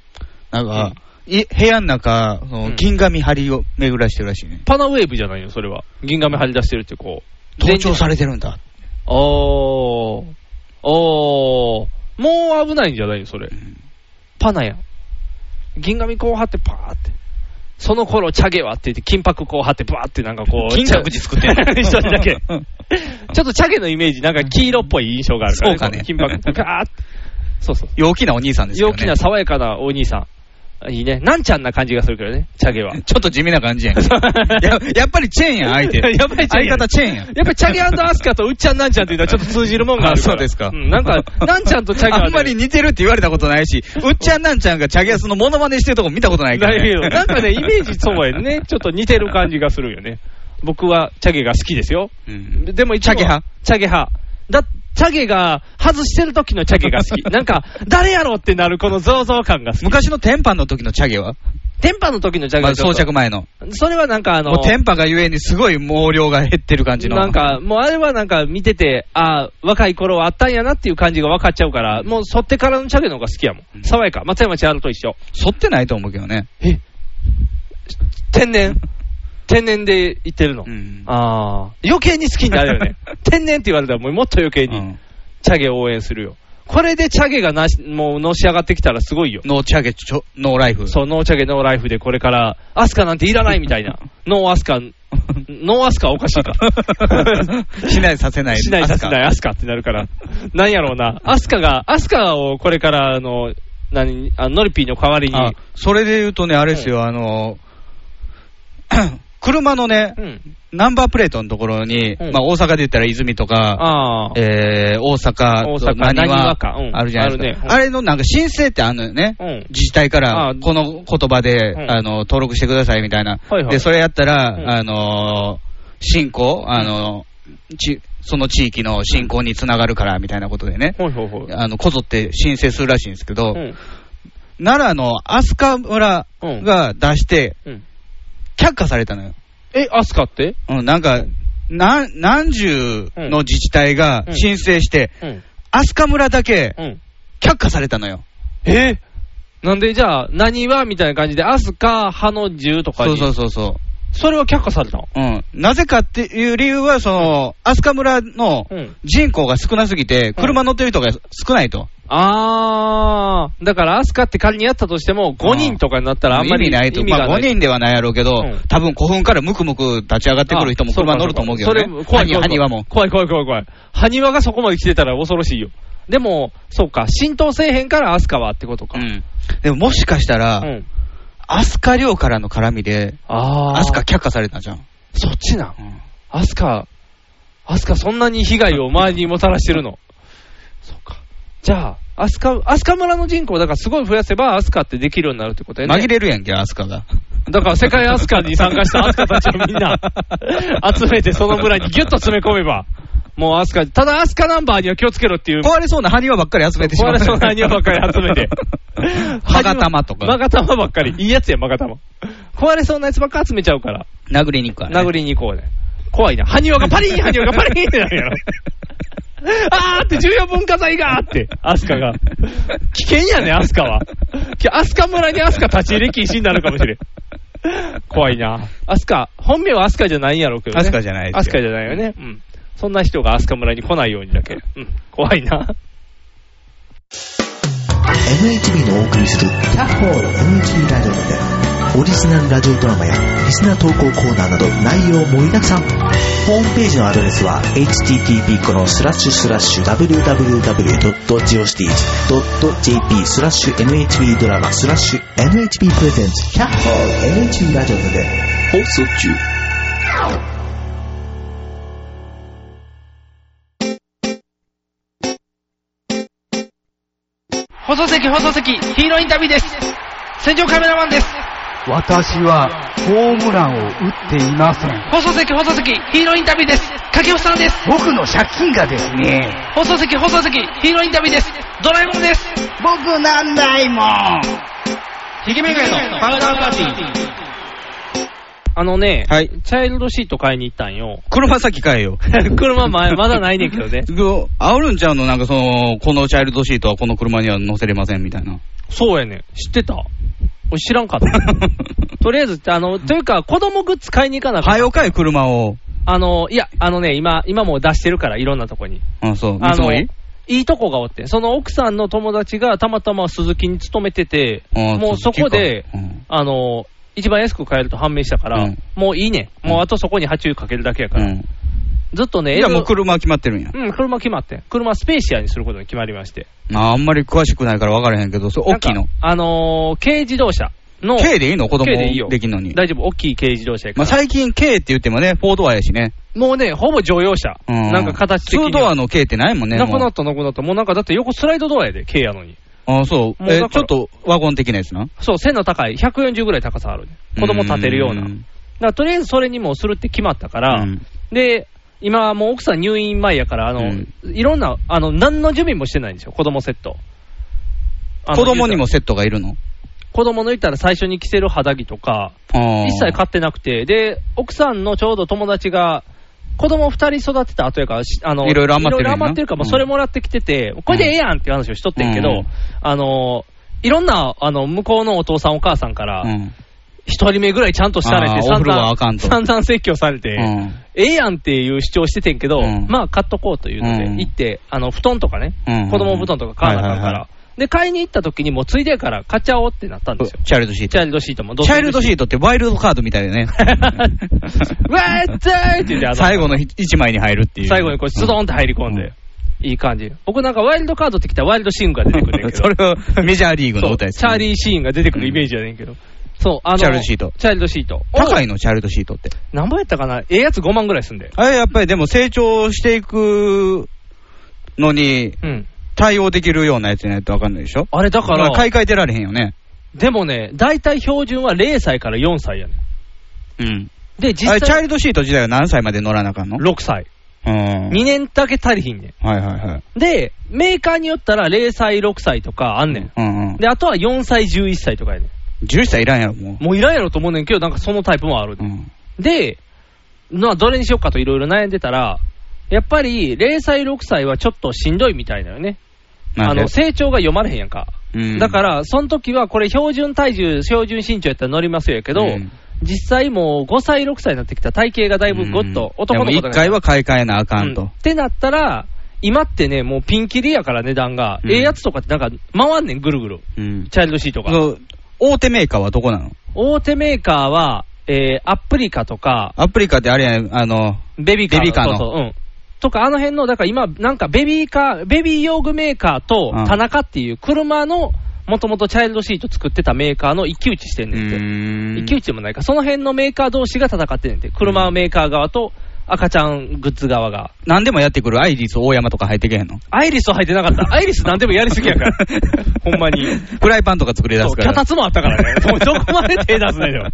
なんか、い部屋の中、そのうん銀紙張りを巡らしてるらしいね。パナウェーブじゃないよ、それは。銀紙張り出してるってこう。盗聴されてるんだ。おー。おー。もう危ないんじゃないよ、それう。んパナや。銀紙こう貼ってパーって。その頃、チャゲはって言って、金箔こう貼ってバーってなんかこう。金閣寺作って <laughs> る。 <laughs> 一人だけ。うんちょっとチャゲのイメージ、なんか黄色っぽい印象があるから、そうかね <laughs> 金箔、ガーって。そうそう。陽気なお兄さんですよ陽ね。気な爽やかなお兄さん。いいね。なんちゃんな感じがするけどね、チャゲは。ちょっと地味な感じやん。ややっぱりチェーンやん、相手。 <laughs> やっぱりチェーン相や方チェーンやん。やっぱりチャゲアスカとうっちゃんなんちゃんっていうのはちょっと通じるもんがあるから。あそうですかん、なん <laughs> か、なんちゃんとチャゲはねあんまり似てるって言われたことないし、うっちゃんなんちゃんがチャゲアスのモノマネしてるとこ見たことないかなら、いけど、なんかね、イメージそうやね。ちょっと似てる感じがするよね。僕はチャゲが好きですよ。うんでも一チ応ャゲ派チャゲ派。だ、チャゲが、外してる時のチャゲが <laughs> 好き。なんか、誰やろうってなるこのゾワゾワ感が好き。昔のテンパの時のチャゲは、テンパの時のチャゲまがあ、装着前の。それはなんかあの、もうテンパがゆえにすごい毛量が減ってる感じの。なんか、もうあれはなんか見てて、ああ、若い頃はあったんやなっていう感じが分かっちゃうから、もう剃ってからのチャゲの方が好きやもん。爽やか。松山千春と一緒。反ってないと思うけどね。え天然天然で言ってるの。うんああ。余計に好きになるよ <laughs> ね。天然って言われたらもうもっと余計に、うんチャゲを応援するよ。これでチャゲがなし、もうのし上がってきたらすごいよ。ノーチャゲちょ、ノーライフ。そう、ノーチャゲ、ノーライフでこれから、アスカなんていらないみた <laughs> いな。ノーアスカ、ノーアスカはおかしいか。 <laughs> <laughs> しないさせない。。しないさせないい、アスカってなるから。 <laughs> なんやろうな。アスカが、アスカをこれから、あの、何、あノリピーの代わりに。あ、それで言うとね、あれですよ、あの、 <clears throat> 車のねう、ん。ナンバープレートのところに、うんまあ大阪で言ったら泉とか、ああ。えー、大阪、大阪何浪は速かうんあるじゃないですあるねうか。んあれのなんか申請ってあるのよねうん。自治体かあら、この言葉で、うんあの、登録してくださいみたいなはいは。いで、それやったうんら、あのー、振興、あのー、ち、その地域の振興につながるから、みたいなことでね。ほいほいほい。あの、こぞって申請するらしいんですけどう、ん。奈良の飛鳥村が出して、うん。却下されたのよ。え、アスカってうん、なんか、な何十の自治体がうん申請して、うん。飛鳥村だけうん。却下されたのよ。えなんで、じゃあ、何はみたいな感じで、アスカ、ハの銃とかそに。うそうそうそそれは却下されたのう。うん。なぜかっていう理由は、その、飛鳥村のうん人口が少なすぎて、車乗ってる人が少ないと。あー、だからアスカって仮にやったとしても、5人とかになったらあんまり意味ないと。意味がまないあ5人ではないやろうけどうん、多分古墳からムクムク立ち上がってくる人も車乗ると思うけどねあそうかそうかそれ。怖い怖い怖埴い。輪も。怖い怖い怖い怖い。埴輪がそこまで来てたら恐ろしいよ。でも、そうか、浸透せえへんからアスカはってことか。うん。でももしかしたら、うん飛鳥寮からの絡みで、あー。飛鳥却下されたじゃん。そっちなん。うんアスカ、アスカそんなに被害を周りにもたらしてるの。そうか。じゃあ、アスカ、アスカ村の人口、だからすごい増やせば、アスカってできるようになるってことやね。紛れるやんけ、飛鳥が。だから世界アスカに参加したアスカたちをみ <laughs> んな集めて、その村にギュッと詰め込めば、もうアスカ、ただアスカナンバーには気をつけろっていう。壊れそうな埴輪ばっかり集めてしま壊う。。れそうな庭ばっかり集めてハガタ <laughs> マとかマガタマばっかり。いいやつや、マガタマ。壊れそうなやつばっか集めちゃうから。殴りに行くから、ね。殴りに行こうね。怖いな。埴輪がパリーン、埴輪がパリーンってなるやろ。 <laughs> あーって重要文化財がーって、アスカが。危険やね、アスカは。きアスカ村にアスカ立ち入り禁止になるかもしれん。怖いな。アスカ、本名はアスカじゃないんやろうけどね。アスカじゃないですよアスカじゃないよね。うん。そんな人がアスカ村に来ないようにだけ。うん。怖いな。 NHB のお送りするキャッホール NHB ラジオでオリジナルラジオドラマやリスナー投稿コーナーなど内容盛りだくさんホームページのアドレスは http このスラッシュスラッシュ www.geocities.jp スラッシュ NHB ドラマスラッシュ NHB プレゼンツキャッホール NHB ラジオで放送席、放送席、ヒーローインタビューです。戦場カメラマンです。私はホームランを打っていません。放送席、放送席、ヒーローインタビューです。掛布さんです。僕の借金がですね、放送席、放送席、ヒーローインタビューです。ドラえもんです。僕なんないもん。ひげめがのパウダーパーティー。あのね、はいチャイルドシート買いに行ったんよ。車先買 <laughs> えよ。車前、まだないねん <laughs> けどね。よ煽るんちゃうのなんかその、このチャイルドシートはこの車には乗せれませんみた <laughs> いな。そうやねん。知ってた俺知らんかった。 <laughs> とりあえず、あの、というか、子供グッズ買いに行かなあかはんよかい、車を。あの、いや、あのね、今、今もう出してるから、いろんなとこに。あ、そう。見あ積もの、りいいとこがおって、その奥さんの友達がたまたま鈴木に勤めてて、あもうそこで、そっちかあの、一番安く買えると判明したから、うんもういいねん。もうあとそこに発注かけるだけやかうら。ん。ずっとね、いや、もう映像車は決まってるんや。うん、車決まってん。車スペーシアにすることに決まりまして。ああんまり詳しくないから分からへんけど、それ大きいなんのか。あのー軽自動車の。軽でいいの子供軽でいいよできんのに。大丈夫、大きい軽自動車やかまあ、ら。最近軽って言ってもね、4ドアやしね。もうね、ほぼ乗用車。うんなんか形的には。 2ドアの軽ってないもんね。なくなっもたなくなった。もうなんかだって横スライドドアやで、軽やのに。うああ、そう。もうだえから、ちょっとワゴン的なやつな。そう、背の高い、140ぐらい高さあるね。子供立てるような。だからとりあえずそれにもするって決まったから、うんで、今はもう奥さん入院前やから、あの、うんいろんな、あの、何の準備もしてないんですよ、子供セット。あの子供にもセットがいるの子供の言ったら最初に着せる肌着とか、一切買っってなくて、で、奥さんのちょうど友達が、子供2人育てた後やから、しあのいろいろ余ってるんやないろいろ余ってるから、もううんそれもらってきてて、これでええやんっていう話をしとってんけど、うんあの、いろんな、あの、向こうのお父さんお母さんから、うん一人目ぐらいちゃんとしたれってあーお散風呂は々あかんと散々説教されて、うんええやんっていう主張しててんけど、うんまあ買っとこうというので、うん行って、あの、布団とかね、うん子供布団とか買わなあかんはいから、はいはで、買いに行った時にもうついでやから買っちゃおうってなったんですよ。チャイルドシーチトャイルドシートもどうチャイルドシーシートってワイルドカードみたい <laughs> でねトわーっちゃーいって言ってあの、最後の1枚に入るっていう最後にこうスドーンって入り込んで、いい感じ。僕なんかワイルドカードってきたらワイルドシーンが出てくるんやけ <laughs> ど。それをメジャーリーグのそう歌ですチね、ャーリーシーンが出てくるイメージやねんけど。そう、あの、チャイルドシートチャイルドシート。高いいの、チャイルドシートって。何ぼやったかなええやつ5万ぐらいすんで。あれ、やっぱりでも成長していくのにうん。対応できるようなやつにないと分かんないでしょあれだだかからら、買い替えてられへんよね。でもね、大体標準は0歳から4歳やねん。うん。で、実あれ、チャイ際ルドシート自体は何歳まで乗らなあかんの6歳。うん。はい2年だけ足りひんねはいはい。ん。で、メーカーによったら0歳、6歳とかあんねん。うんうん。で、あとは4歳、11歳とかやねん。 11歳いらんやろ、ももういらんやろと思うねんけど、なんかそのタイプもあるう。う。ん。で、まあ、どれにしようかといろいろ悩んでたら、やっぱり0歳、6歳はちょっとしんどいみたいだよね。なあんでの、成長が読まれへんやんか。うんだから、その時はこれ、標準体重、標準身長やったら乗りますよやけど、うん実際もう5歳、6歳になってきた体型がだいぶごっと、うん男ので子も1とか回がは買い替えなあかんうんとっ。てなったら、今ってね、もうピンキリやから値段が、うんええやつとかってなんか回んねん、ぐるぐる、うん。チャイルドシートそが。う大手メーカーはどこなの大手メーカーは、えーアプリカとか、アプリカってあれやねあの、ベビーカーベビーカーのそうそううんとか、あの辺の、だから今、なんかベビーカー、ベビー用具メーカーとうん、田中っていう車の、もともとチャイルドシート作ってたメーカーの一騎打ちしてうんねんって。ーん一騎打ちでもないか、その辺のメーカー同士が戦ってんねんて。車メーカー側と赤ちゃんグッズ側が。何でもやってくるアイリス大山とか入ってけへんのアイリスは入ってなかった。アイリスなんでもやりすぎ <laughs> や <laughs> から。ほんまに。フライパンとか作り出そう、すか脚ら。立もあったからね。もうどこまで手出す <laughs> ねんよ。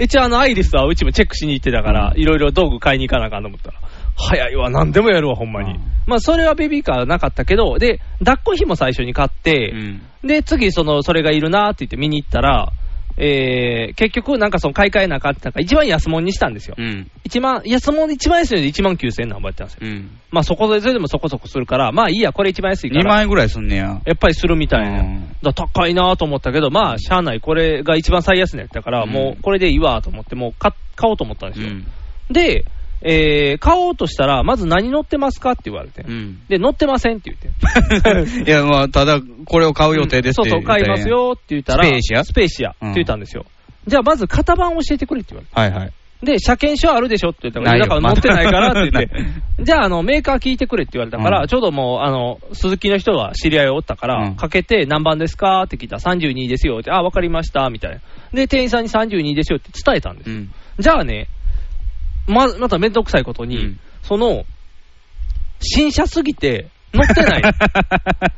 一応あの、アイリスはうちもチェックしに行ってたから、いろいろ道具買いに行かなあかんと思ったら、早いわ、何でもやるわ、ほんまに。うんまあ、それはベビーカーはなかったけど、で、抱っこひも最初に買って、うんで、次、その、それがいるなって言って見に行ったら、えー、結局、なんかその買い替えなあかんってなんか一番安物にしたんですよ。うん。一万、安物一番安いので1万9000円なんぼやってたんですよ。うん。まあ、そこで、それでもそこそこするから、まあいいや、これ一番安いから。 2万円ぐらいすんねや。やっぱりするみたいな、うんだから高いなと思ったけど、まあ、しゃあない、これが一番最安値やったから、うんもうこれでいいわと思って、もう買買おうと思ったんでうすよ。ん。で、えー買おうとしたら、まず何乗ってますかって言われて、うん。で、乗ってませんって言って、いや、まあ、ただ、これを買う予定ですそってうそ言う、ったらええや買いんます。よって言ったら、スペーシアスペーシアって言ったんですよ。じゃあ、まず型番教えてくれって言われて。はいはい。で、車検証あるでしょって言ったから、ないよだから持ってないからって <laughs> 言っまて、じゃああの、メーカー聞いてくれって言われたから、うんちょうどもうあの鈴木の人が知り合いおったから、うんかけて、何番ですかって聞いたら、32ですよって、あ、わかりましたみたいな。で、店員さんに32ですよって伝えたんです。うん。じゃあね、ままた面倒くさいことに、うんその、新車すぎて、乗って <laughs> ない。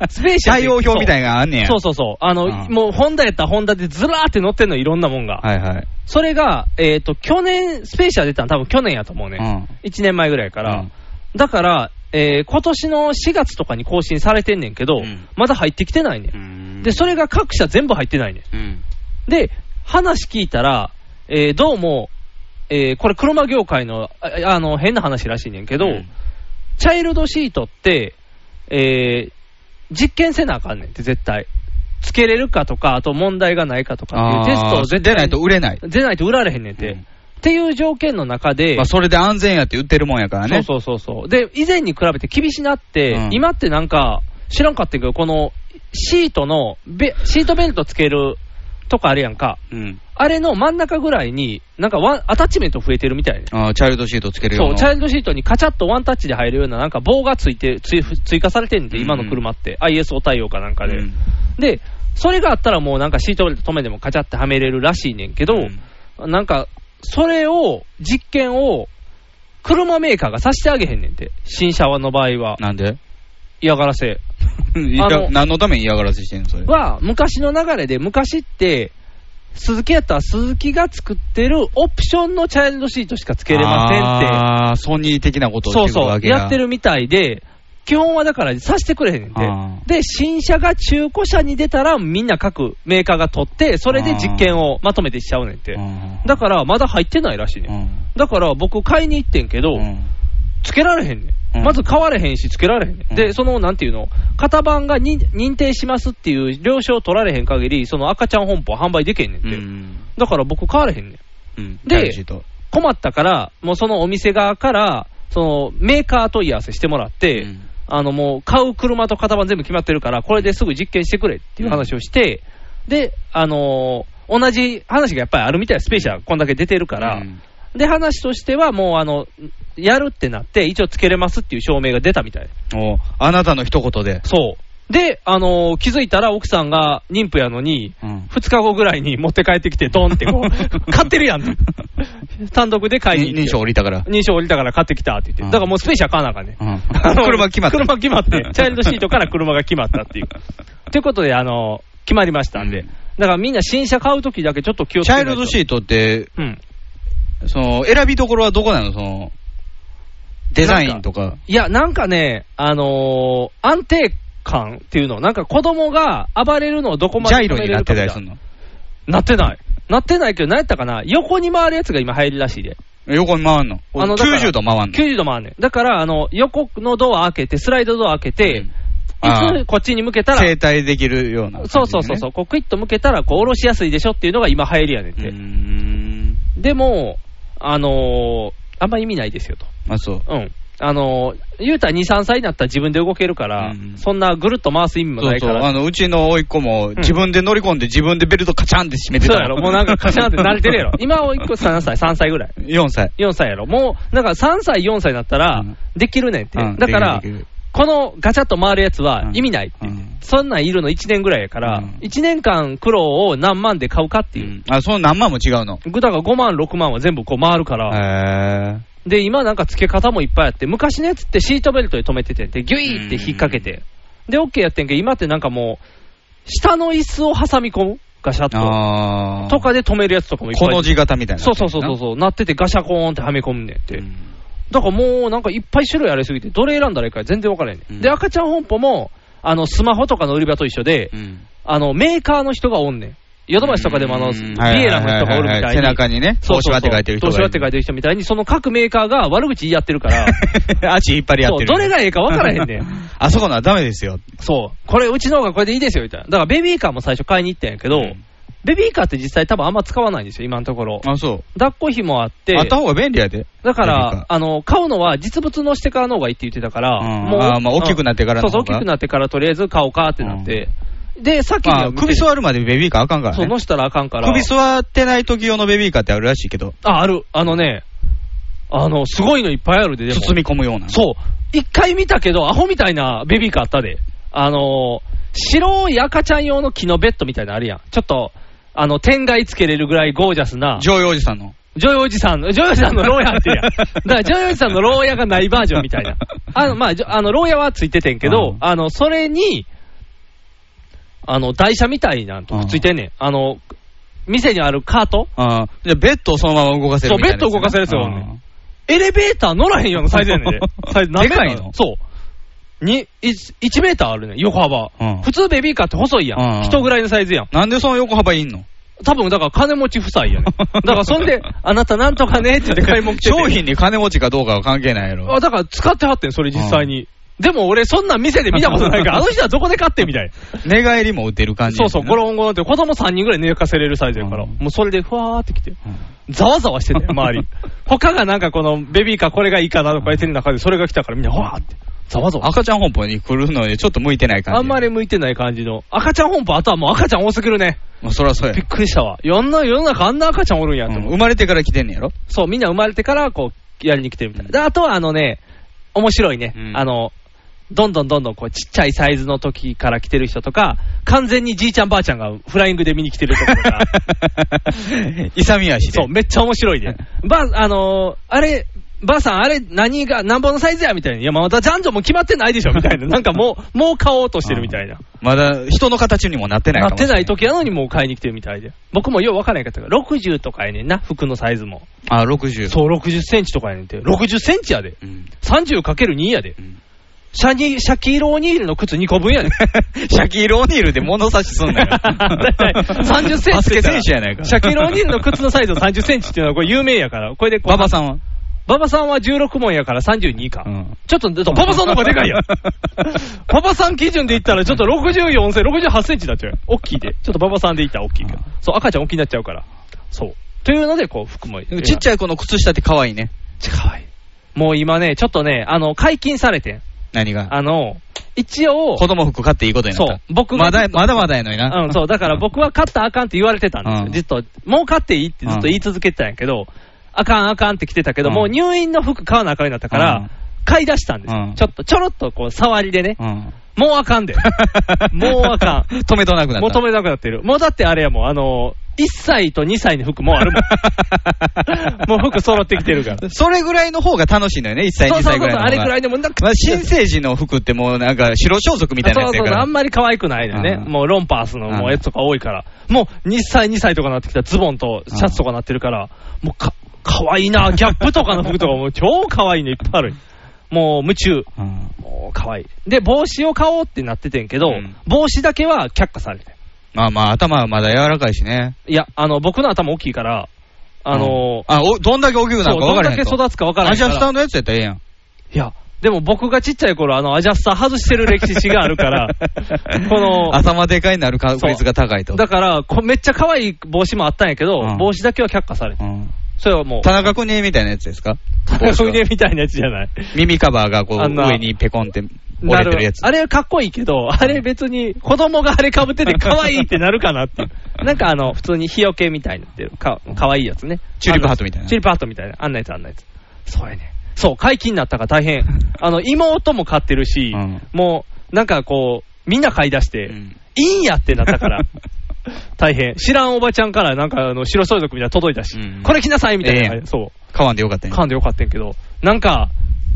スペーシャル対応表みたいなのがあんねや。そうそうそう。あの、うんもう、ホンダやったらホンダでずらーって乗ってんの、いろんなもんが。はいはい。それが、えっ、と、去年、スペーシャー出たの多分去年やと思うね。う1年前ぐらいから。うんだから、えー今年の4月とかに更新されてんねんけど、うんまだ入ってきてないねん。んで、それが各社全部入ってないねうん。ん。で、話聞いたら、えーどうも、えーこれ車業界の、ああの、変な話らしいねんけど、うんチャイルドシートって、えー実験せなあかんねんって絶対。つけれるかとか、あと問題がないかとかっていうテストをあー絶対出ないと売れない。出ないと売られへんねんて。うんっていう条件の中で、まあ、それで安全やって売ってるもんやからね。そうそうそうそう。で、以前に比べて厳しなって、うん今ってなんか、知らんかったけど、このシートのベ、シートベルトつけるとかあるやんか、うん。あれの真ん中ぐらいに、なんかワンアタッチメント増えてるみたいねあーチャイルドシートつけるよそう、チャイルルドシートにカチャッとワンタッチで入るような、なんか棒がついて、追追加されてんで、今の車って、ISO 対応かなんかで、うんで、それがあったらもうなんかシートベルト止めてもカチャってはめれるらしいねんけど、なんか、それを、実験を、車メーカーがさしてあげへんねんて、新車の場合は、なんで嫌がらせいやあの何のために嫌がらせしてんのそれ。は、昔の流れで、昔って、鈴木やったら鈴木が作ってるオプションのチャイルドシートしかつけれませんって。ああ、ソニー的なことをそうしてくるそわう、けや。やってるみたいで、基本はだから、さしてくれへんねんあで、で、新車が中古車に出たら、みんな各メーカーが取って、それで実験をまとめてしちゃうねんってう、ん。だからまだ入ってないらしいね、うんんだから僕、買いに行ってんけど、うんつけられへんねん、うんまず買われへんし、つけられへんねん、うんで、そのなんていうの、型番がに認定しますっていう了承を取られへん限り、その赤ちゃん本舗は販売できへんねんうて、ん。だから僕、買われへんねん。うんで大事と困ったから、もうそのお店側から、そのメーカー問い合わせしてもらって、うんあのもう買う車と型番全部決まってるから、これですぐ実験してくれっていう話をして、で、あのー同じ話がやっぱりあるみたい、スペーシャーこんだけ出てるから、うんで、話としてはもうあの、やるってなって、一応つけれますっていう証明が出たみたい。おあなたの一言で。そう。で、あのー気づいたら奥さんが妊婦やのに、うん2日後ぐらいに持 <laughs> って帰ってきて、ドンってこう、 <laughs> 買ってるやんって。単独で買いに行って認証降りたから。認証降りたから買ってきたって言って、うだんからもうスペーシャー買わなあかんねうん。んあ <laughs> の車決まった。車決まって、チャイルドシートから車が決まったっ <laughs> ていう。ということで、あの、決まりましたんで、うんだからみんな新車買うときだけちょっと気を <laughs> つチャけないイとルドシートって、うん。その、選びどころはどこなのその、デザインとか。いや、なんかね、あのー安定感っていうの、なんか子供が暴れるのをどこまジでャイロになってたりするののなってない。なってないけど、なんやったかな横に回るやつが今流行りらしいで。横に回んのあのだから90度回んの90度回んねん。だから、あの、横のドア開けて、スライドドア開けて、うんあいつこっちに向けたら、停滞できるような感じでそね、うそうそうそう、こうクイッと向けたら、こう、下ろしやすいでしょっていうのが今流行りやねんうーて。ん。でも、あのーあんま意味ないですよと。あ、そう。うん。あのー言うたら2、3歳になったら自分で動けるから、うんそんなぐるっと回す意味もそなういそかう。ら。あの、うちの甥いっ子も、自分で乗り込んで自分でベルトカチャンって締めてそたうやろ、もうなんかカシャンって慣れてる <laughs> やろ。今は1個3歳、3歳ぐらい。 4歳。 4歳やろ。もう、だから3歳、4歳になったらうん、できるねんって。うんだからでき、るできるこのガチャッと回るやつはうん意味ないって言って、うんそんなんいるの1年ぐらいやから、うん1年間苦労を何万で買うかっていう、あ、その何万も違うの。だから5万、6万は全部こう回るから、へで、今なんか付け方もいっぱいあって、昔のやつってシートベルトで止めてて、で、ギュイーって引っ掛けて、で、OK やってんけど、今ってなんかもう、下の椅子を挟み込む、ガシャッー。と。あーとかで止めるやつとかもいっぱいこの字型みたいな。そうそうそうそうそう、なっててガシャコーンってはめ込むねんって。うんだからもうなんかいっぱい種類ありすぎて、どれ選んだらいいか全然分からへんね、うんん。で、赤ちゃん本舗も、あの、スマホとかの売り場と一緒で、うん。あの、メーカーの人がおんねん。ヨドバシとかでもあうの、んビエラの人がおるみたいに。背中にね、そう東そ芝うそうって書いてる人東芝って書いてる人みたいに、その各メーカーが悪口言い合って <laughs> るから、る。足引っ張り合っそてる。うどれがええか分からへんね <laughs> ん。あそこのはダメですよ。そう。これ、うちの方がこれでいいですよ、みたいな。だからベビーカーも最初買いに行ったんやけど、うんベビーカーって実際多分あんま使わないんですよ、今のところ。あ、そう。抱っこひもあって、あった方が便利やで。だかベビーら、カあの、買うのは実物のしてからの方がいいって言ってたから、うんあーまあ大きくなってからのそうそう、方大がきくなってからとりあえず買おうかってなって。で、さっきにまはあ、見て首座るまでベビーカーあかんからそう、ねの。したらあかんから。首座ってない時用のベビーカーってあるらしいけど、あ、ある。あのね、あの、すごいのいっぱいあるで、でも。包み込むような。そう。一回見たけど、アホみたいなベビーカーあったで。あのー白い赤ちゃん用の木のベッドみたいなのあるやん。ちょっと、あの、天蓋つけれるぐらいゴージャスな、ジ上位おじさんの。ョイおじさんの、ジョイおじさんの牢屋ってやん。だから、ジョイおじさんの牢屋がないバージョンみたいな。あの、まあ、ジョあの、牢屋はついててんけうどん、あの、それに、あの、台車みたいなんとくっついてんねん。あの、店にあるカートああ。じゃあ、ベッドをそのまま動かせるみたいなやつね。そうベッド動かせるやつよあ。エレベーター乗らへんようなサイズやねんで <laughs> サイズ何メーターでかいのそう。に、1, メーターあるねん、横幅。うん普通ベビーカーって細いやうんん。人ぐらいのサイズやん。あなんでその横幅いんの多分だから金持ち夫妻やねん。だからそ <laughs> んで、あなたなんとかねって言って買い物来てて。商品に金持ちかどうかは関係ないやろあ。だから使ってはってん、それ実際に。でも俺そんなん店で見たことないから、あの人はどこで買ってんみたいな。寝返りも打てる感じそやうしな。そう、ゴロンゴロンって子供3人ぐらい寝かせれるサイズやから。うんもうそれでふわーってきて。うんざわざわしてたよ、周 <laughs> り。他がなんかこのベビーカーこれがいいかなとか言ってる中で、それが来たからみんなふわーって。ざわざわ。赤ちゃん本舗に来るのにちょっと向いてない感じ。あんまり。向いてない感じの。赤ちゃん本舗、あとはもう赤ちゃん多すぎるね。まあ、そらそうやびっ。くりしたわ。いろんな世の中あんな赤ちゃんおるんやとうん思う、生まれてから来てんねやろ <laughs> そう、みんな生まれてから、こう、やりに来てるみたいな。うんであとはあのね、面白いね。うんあの、どんどんどんどんこうちっちゃいサイズの時から来てる人とか、完全にじいちゃんばあちゃんがフライングで見に来てるところ <laughs> が、勇み足で。そう、めっちゃ面白いね。ば、あのーあれ、ばあさん、あれ、何が、何本のサイズやみたいな、いや、まあまたジャンジョンも決まってないでしょみたいな、なんかもう、もう買おうとしてるみたいな、まだ人の形にもなってないなかもってしれない時やのに、もう買いに来てるみたいで、僕もよう分からへんかったから、60とかやねんな、服のサイズも、あ、60。そう、60センチとかやねんて、60センチやで、うん。 30×2 やでうん、 <laughs> シャニシャキール・オニールの靴2個分やで、シャキール・オニールで物差しすんなよ。 <laughs> 30センチ。バスケ選手やないか。シャキロニールの靴のサイズの30センチっていうのはこれ有名やから、これでこう馬場さんは馬場さんは16問やから32か。うんちょっと、馬場さんの方がでか <laughs> いやん。馬場さん基準で言ったら、ちょっと64センチ、68センチだっちゃうよ大きいで。ちょっと馬場さんで言ったら大きいけど。そう、赤ちゃん大きいになっちゃうから。そう。というので、こう、服も。でもちっちゃい。ゃい子の靴下って可愛いね。ちっちゃい。かわいい。もう今ね、ちょっとね、あの、解禁されてん。何が。あの、一応、子供服買っていいことになった。そう僕がまだ、まだまだやのにな。うん、そう、だから僕は勝ったらあかんって言われてたんですよ、うんずっと、もう勝っていいってずっと言い続けてたんやけど、あかん、あかんって来てたけど、うんもう入院の服買わなあかんようになったから、うん買い出したんですよ、うんちょっと、ちょろっとこう、触りでね、うん。 <laughs> もうあかんで、もうあかん、止めとなくなった。もう止めなくなってる、もうだってあれやもん、あの1歳と2歳の服もうある <laughs> もん、もう服揃ってきてるから。それぐらいの方が楽しいのよね、1歳、そう2そう歳ぐそらいう、の方が。あれくらいでもなんかまあ、新生児の服ってもうなんか白装束みたいなやつやそうかそうそう、あらん。まり可愛くないのよね。うんもうロンパースのもうやつとか多いから。もう2歳、2歳とかなってきたらズボンとシャツとかなってるから、もうか、可愛いな。ギャップとかの服とかもう <laughs> 超可愛いのいっぱいある。もう夢中。うんもう可愛い。で、帽子を買おうってなっててんけど、うん帽子だけは却下されてん。まあまあ、頭はまだ柔らかいしね。いや、あの、僕の頭大きいから、あのー、あ、おどんだけ大きくなそるうか分どんからへだんけと育つか分からなアいジかャスターら。のやつやったらええやん。いや、でも僕がちっちゃい頃、あの、アジャスター外してる歴史がある <laughs> から、この、頭でかいになる確率が高いと。だから、こめっちゃ可愛い帽子もあったんやけど、うん帽子だけは却下されて、うんそれはもう、田中邦衛みたいなやつですか田 <laughs> 中峰みたいなやつじゃない。耳カバーがこあうんな上にペコンって折れてるやつ。あれはかっこいいけど、あれ別に、子供があれか <laughs> ぶってて可愛いってなるかなっていう。なんかあの、普通に日よけみたいになってる。か、可愛いやつね。チューリップハートみたいなあのチューリップハートみたいな。あんなやつあんなやつ。そうやね。そう、解禁になったから <laughs> 大変。あの、妹も買ってるし、うんもう、なんかこう、みんな買い出して、うんいいんやってなっ <laughs> たから。大変。知らんおばちゃんからなんかあの白装束みたいなの届いたし、うんこれ着なさいみたいな、ええやんそ買わんでよかったう、ね。噛んでよかったんやけど、なんか、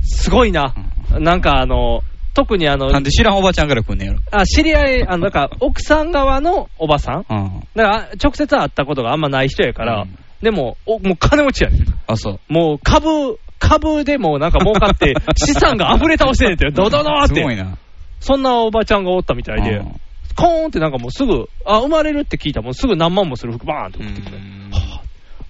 すごいな、なんかあの、特にあのな、んで知らんおばちゃんから来んねやろ。あ知り合い、あのなんか奥さん側のおばさん、うんだから直接会ったことがあんまない人やから、うんでもお、もう金持ちやねん、あ、そう。もう株、株でもうなんか儲か <laughs> って、資産が溢れ倒してんねんって、ドドドーっすごいて、な。そんなおばちゃんがおったみたいで。うんコーンってなんかもうすぐ、あ、生まれるって聞いたらもうすぐ何万もする服バーンって送ってくる。はぁ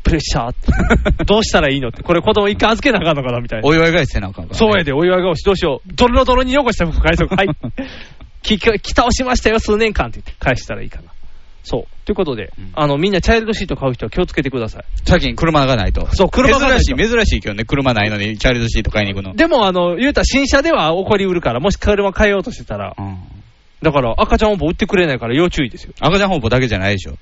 プレッシャーって。どうしたらいいのって。これ子供一回預けなあかんのかなみたいな。お祝い返してなあかんからね。そうやで、お祝い顔し、どうしよう。ドロドロに汚した服返そう。はい。 <laughs> き、き倒しましたよ、数年間って言って返したらいいかな。そう。ということで、うんあの、みんなチャイルドシート買う人は気をつけてください。最近車がないと。そう車がないと珍しい、珍しいけどね、車ないのにチャイルドシート買いに行くの。でも、あの、言うたら新車では怒り売るから、もし車買えようとしてたら、うんだから赤ちゃんおんぼ売ってくれないから要注意ですよ。赤ちゃん本舗だけじゃないでしょ。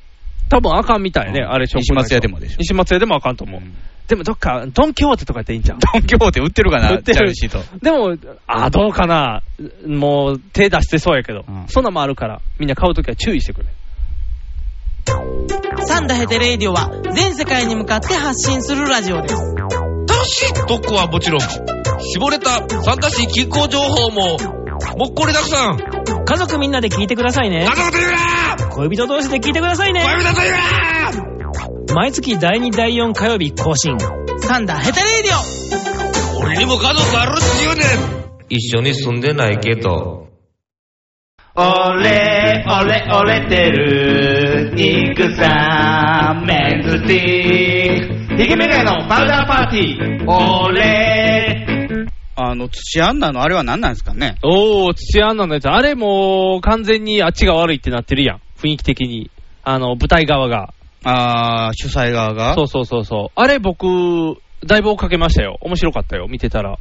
多分あかんみたいね、うんあれ、ショップ西松屋でもでしょ西松屋でもあかんと思う。うんでもどっか、ドン・キホーテとかやっていいんじゃん。ドン・キホーテ売ってるか売な、ってチャイルるドシート。でも、あ、どうかな。もう、手出してそうやけど。うんそんなんもあるから、みんな買うときは注意してくれ。サンダヘテレイディオは全世界に向かって発信するラジオです。楽しい特攻はもちろん、絞れた参加し気候情報も、もっこりたくさん。家族みんなで聞いてくださいね。家族で言うな恋人同士で聞いてくださいね。恋人と言うな毎月第2第4火曜日更新。サンダヘテレイディオ俺にも家族あるって言うね一緒に住んでないけど、俺、俺、俺てる、肉さん、メンズティー。ヒゲメガネのパウダーパーティー。俺、あの、土屋アンナのあれは何なんですかね。おー、土屋アンナのやつ。あれもう、完全にあっちが悪いってなってるやん。雰囲気的に。あの、舞台側が。あー、主催側が。そうそうそうそう。あれ僕、だいぶ追っかけましたよ。面白かったよ、見てたら。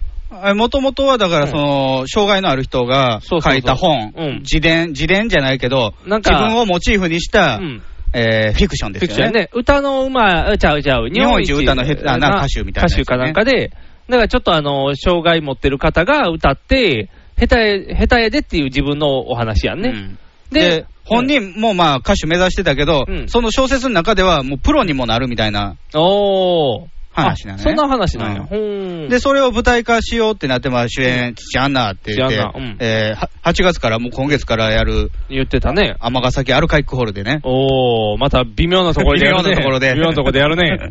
もともとはだから、その、障害のある人がそ書うそうそういた本、うん自伝、自伝じゃないけど、なんか自分をモチーフにした、うん。えーフィクションでフィすクよショね。ンね。歌のうまい、ちゃうちゃう。日本一歌の下手あなんか歌手みたいなやつ歌ね手かなんかで、だからちょっとあの、障害持ってる方が歌って、下手や、下手やでっていう自分のお話やんね。うんでで、本人もまあ歌手目指してたけど、うんその小説の中ではもうプロにもなるみたいなおー。話なのね。そんな話なんや。うんほーん。で、それを舞台化しようってなって、まあ、主演、父アンナって言って、父アンナうんえーは8月から、もう今月からやる、言ってたね。尼崎アルカイックホールでね。おー、また微妙なところでやるね。微妙なところで微妙なところでやるね。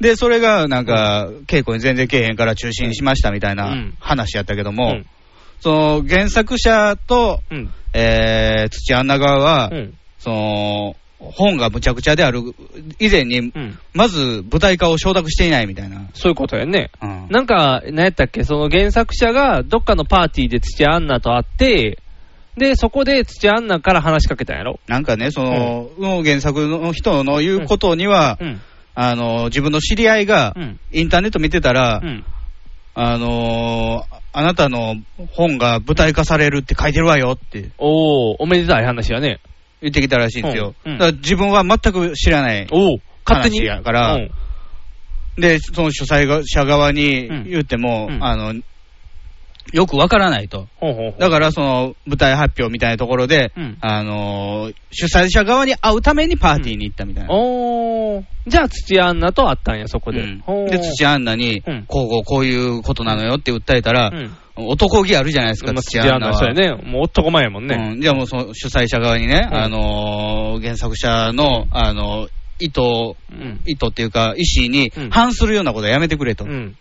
で、それが、なんか、稽古に全然けえへんから中止にしましたみたいなうん話やったけどう <laughs> も、んその、原作者と、うん。えー、土アンナ側は、うん。その、本がむちゃくちゃである以前に、うん。まず舞台化を承諾していないみたいな。そういうことやね。うんなんか、何やったっけ、その原作者がどっかのパーティーで土屋アンナと会って、で、そこで土屋アンナから話しかけたんやろ。なんかね、その、の原作の人の言うことには、うん。あの、自分の知り合いがう、ん。インターネット見てたら、うん。あのーあなたの本が舞台化されるって書いてるわよっておー、おめでたい話やね。言ってきたらしいんですよ。うんうんだから自分は全く知らない。おー、勝手に。話やからうんで、その主催者側に言っても、うんうんあの、よくわからないと。ほうほうほう。だから、その、舞台発表みたいなところで、うんあのー主催者側に会うためにパーティーに行ったみたいな。おー、じゃあ土屋アンナと会ったんや、そこで。うんほーで、土屋アンナに、うんこうこうこういうことなのよって訴えたら、うん。男気あるじゃないですか、まあ土土屋屋アアンンナナはそうは。やね。もう男前やもんね。うん、じゃあもうその主催者側にね、うんあのー原作者の、あのー意図を、うん。意図っていうか、意思にうん反するようなことはやめてくれと。うん。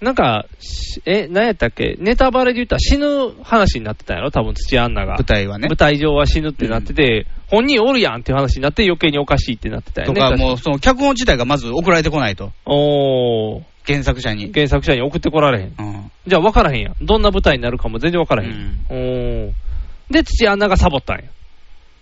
なんか、しえ、何やったっけネタバレで言ったら死ぬ話になってたんやろ多分土屋アンナが。舞台はね舞。台上は死ぬってなってて、本人おるやんっていう話になって余計におかしいってなってたよとね。か、確もうその脚本自体がまず送られてこないと。おー、原作者に。原作者に送ってこられへん。うん。じゃあ分からへんやん。どんな舞台になるかも全然分からへん。おー。で、土屋アンナがサボったんや。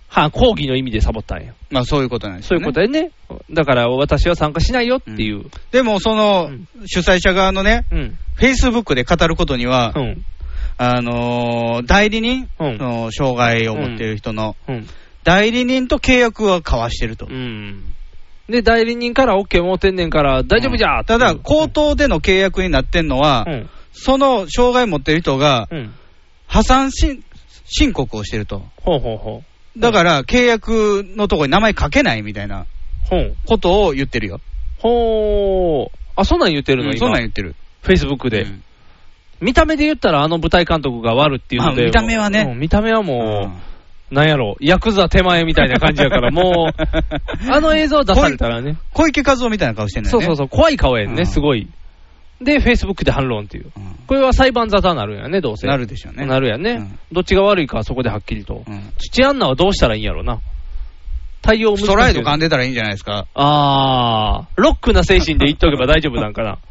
は抗議の意味でサボったんや。まあそういうことなんですそうよいね。うことやね。だから私は参加しないよっていう。でも、そのうん、主催者側のね、うん。フェイスブックで語ることには、うん。あのー代理人、うんその障害を持っている人の、うん。代理人と契約は交わしてると。うん。で、代理人から OK もうてんねんから大丈夫じゃ、ただ、口頭での契約になってんのは、うん。その障害持ってる人がうん。破産申申告をしてると。ほうほうほう。だから、契約のとこに名前書けないみたいなほう。ことを言ってるよ。ほう。あ、そんなん言ってるの、うん今。そんなん言ってる。フェイスブックで、うん見た目で言ったら、あの舞台監督が悪っていうのまで、あ見た目はねうん見た目はうもんう、なんやろ、ヤクザ手前みたいな感じやから、も <laughs> う、あの映像は出されたらね、小池和夫みたいな顔してんだそようね。そうそう、怖い顔やんね、うんすごい。で、フェイスブックで反論っていう。うんこれは裁判沙汰になるんやね、どうせ。なるでしょうね。なるやんね、うんどっちが悪いかはそこではっきりと。うん土屋アンナはどうしたらいいんやろうな。対応難しいスよね。トライド噛んでたらいいんじゃないですか。あー、ロックな精神で言っとけば大丈夫なんかな。 <laughs>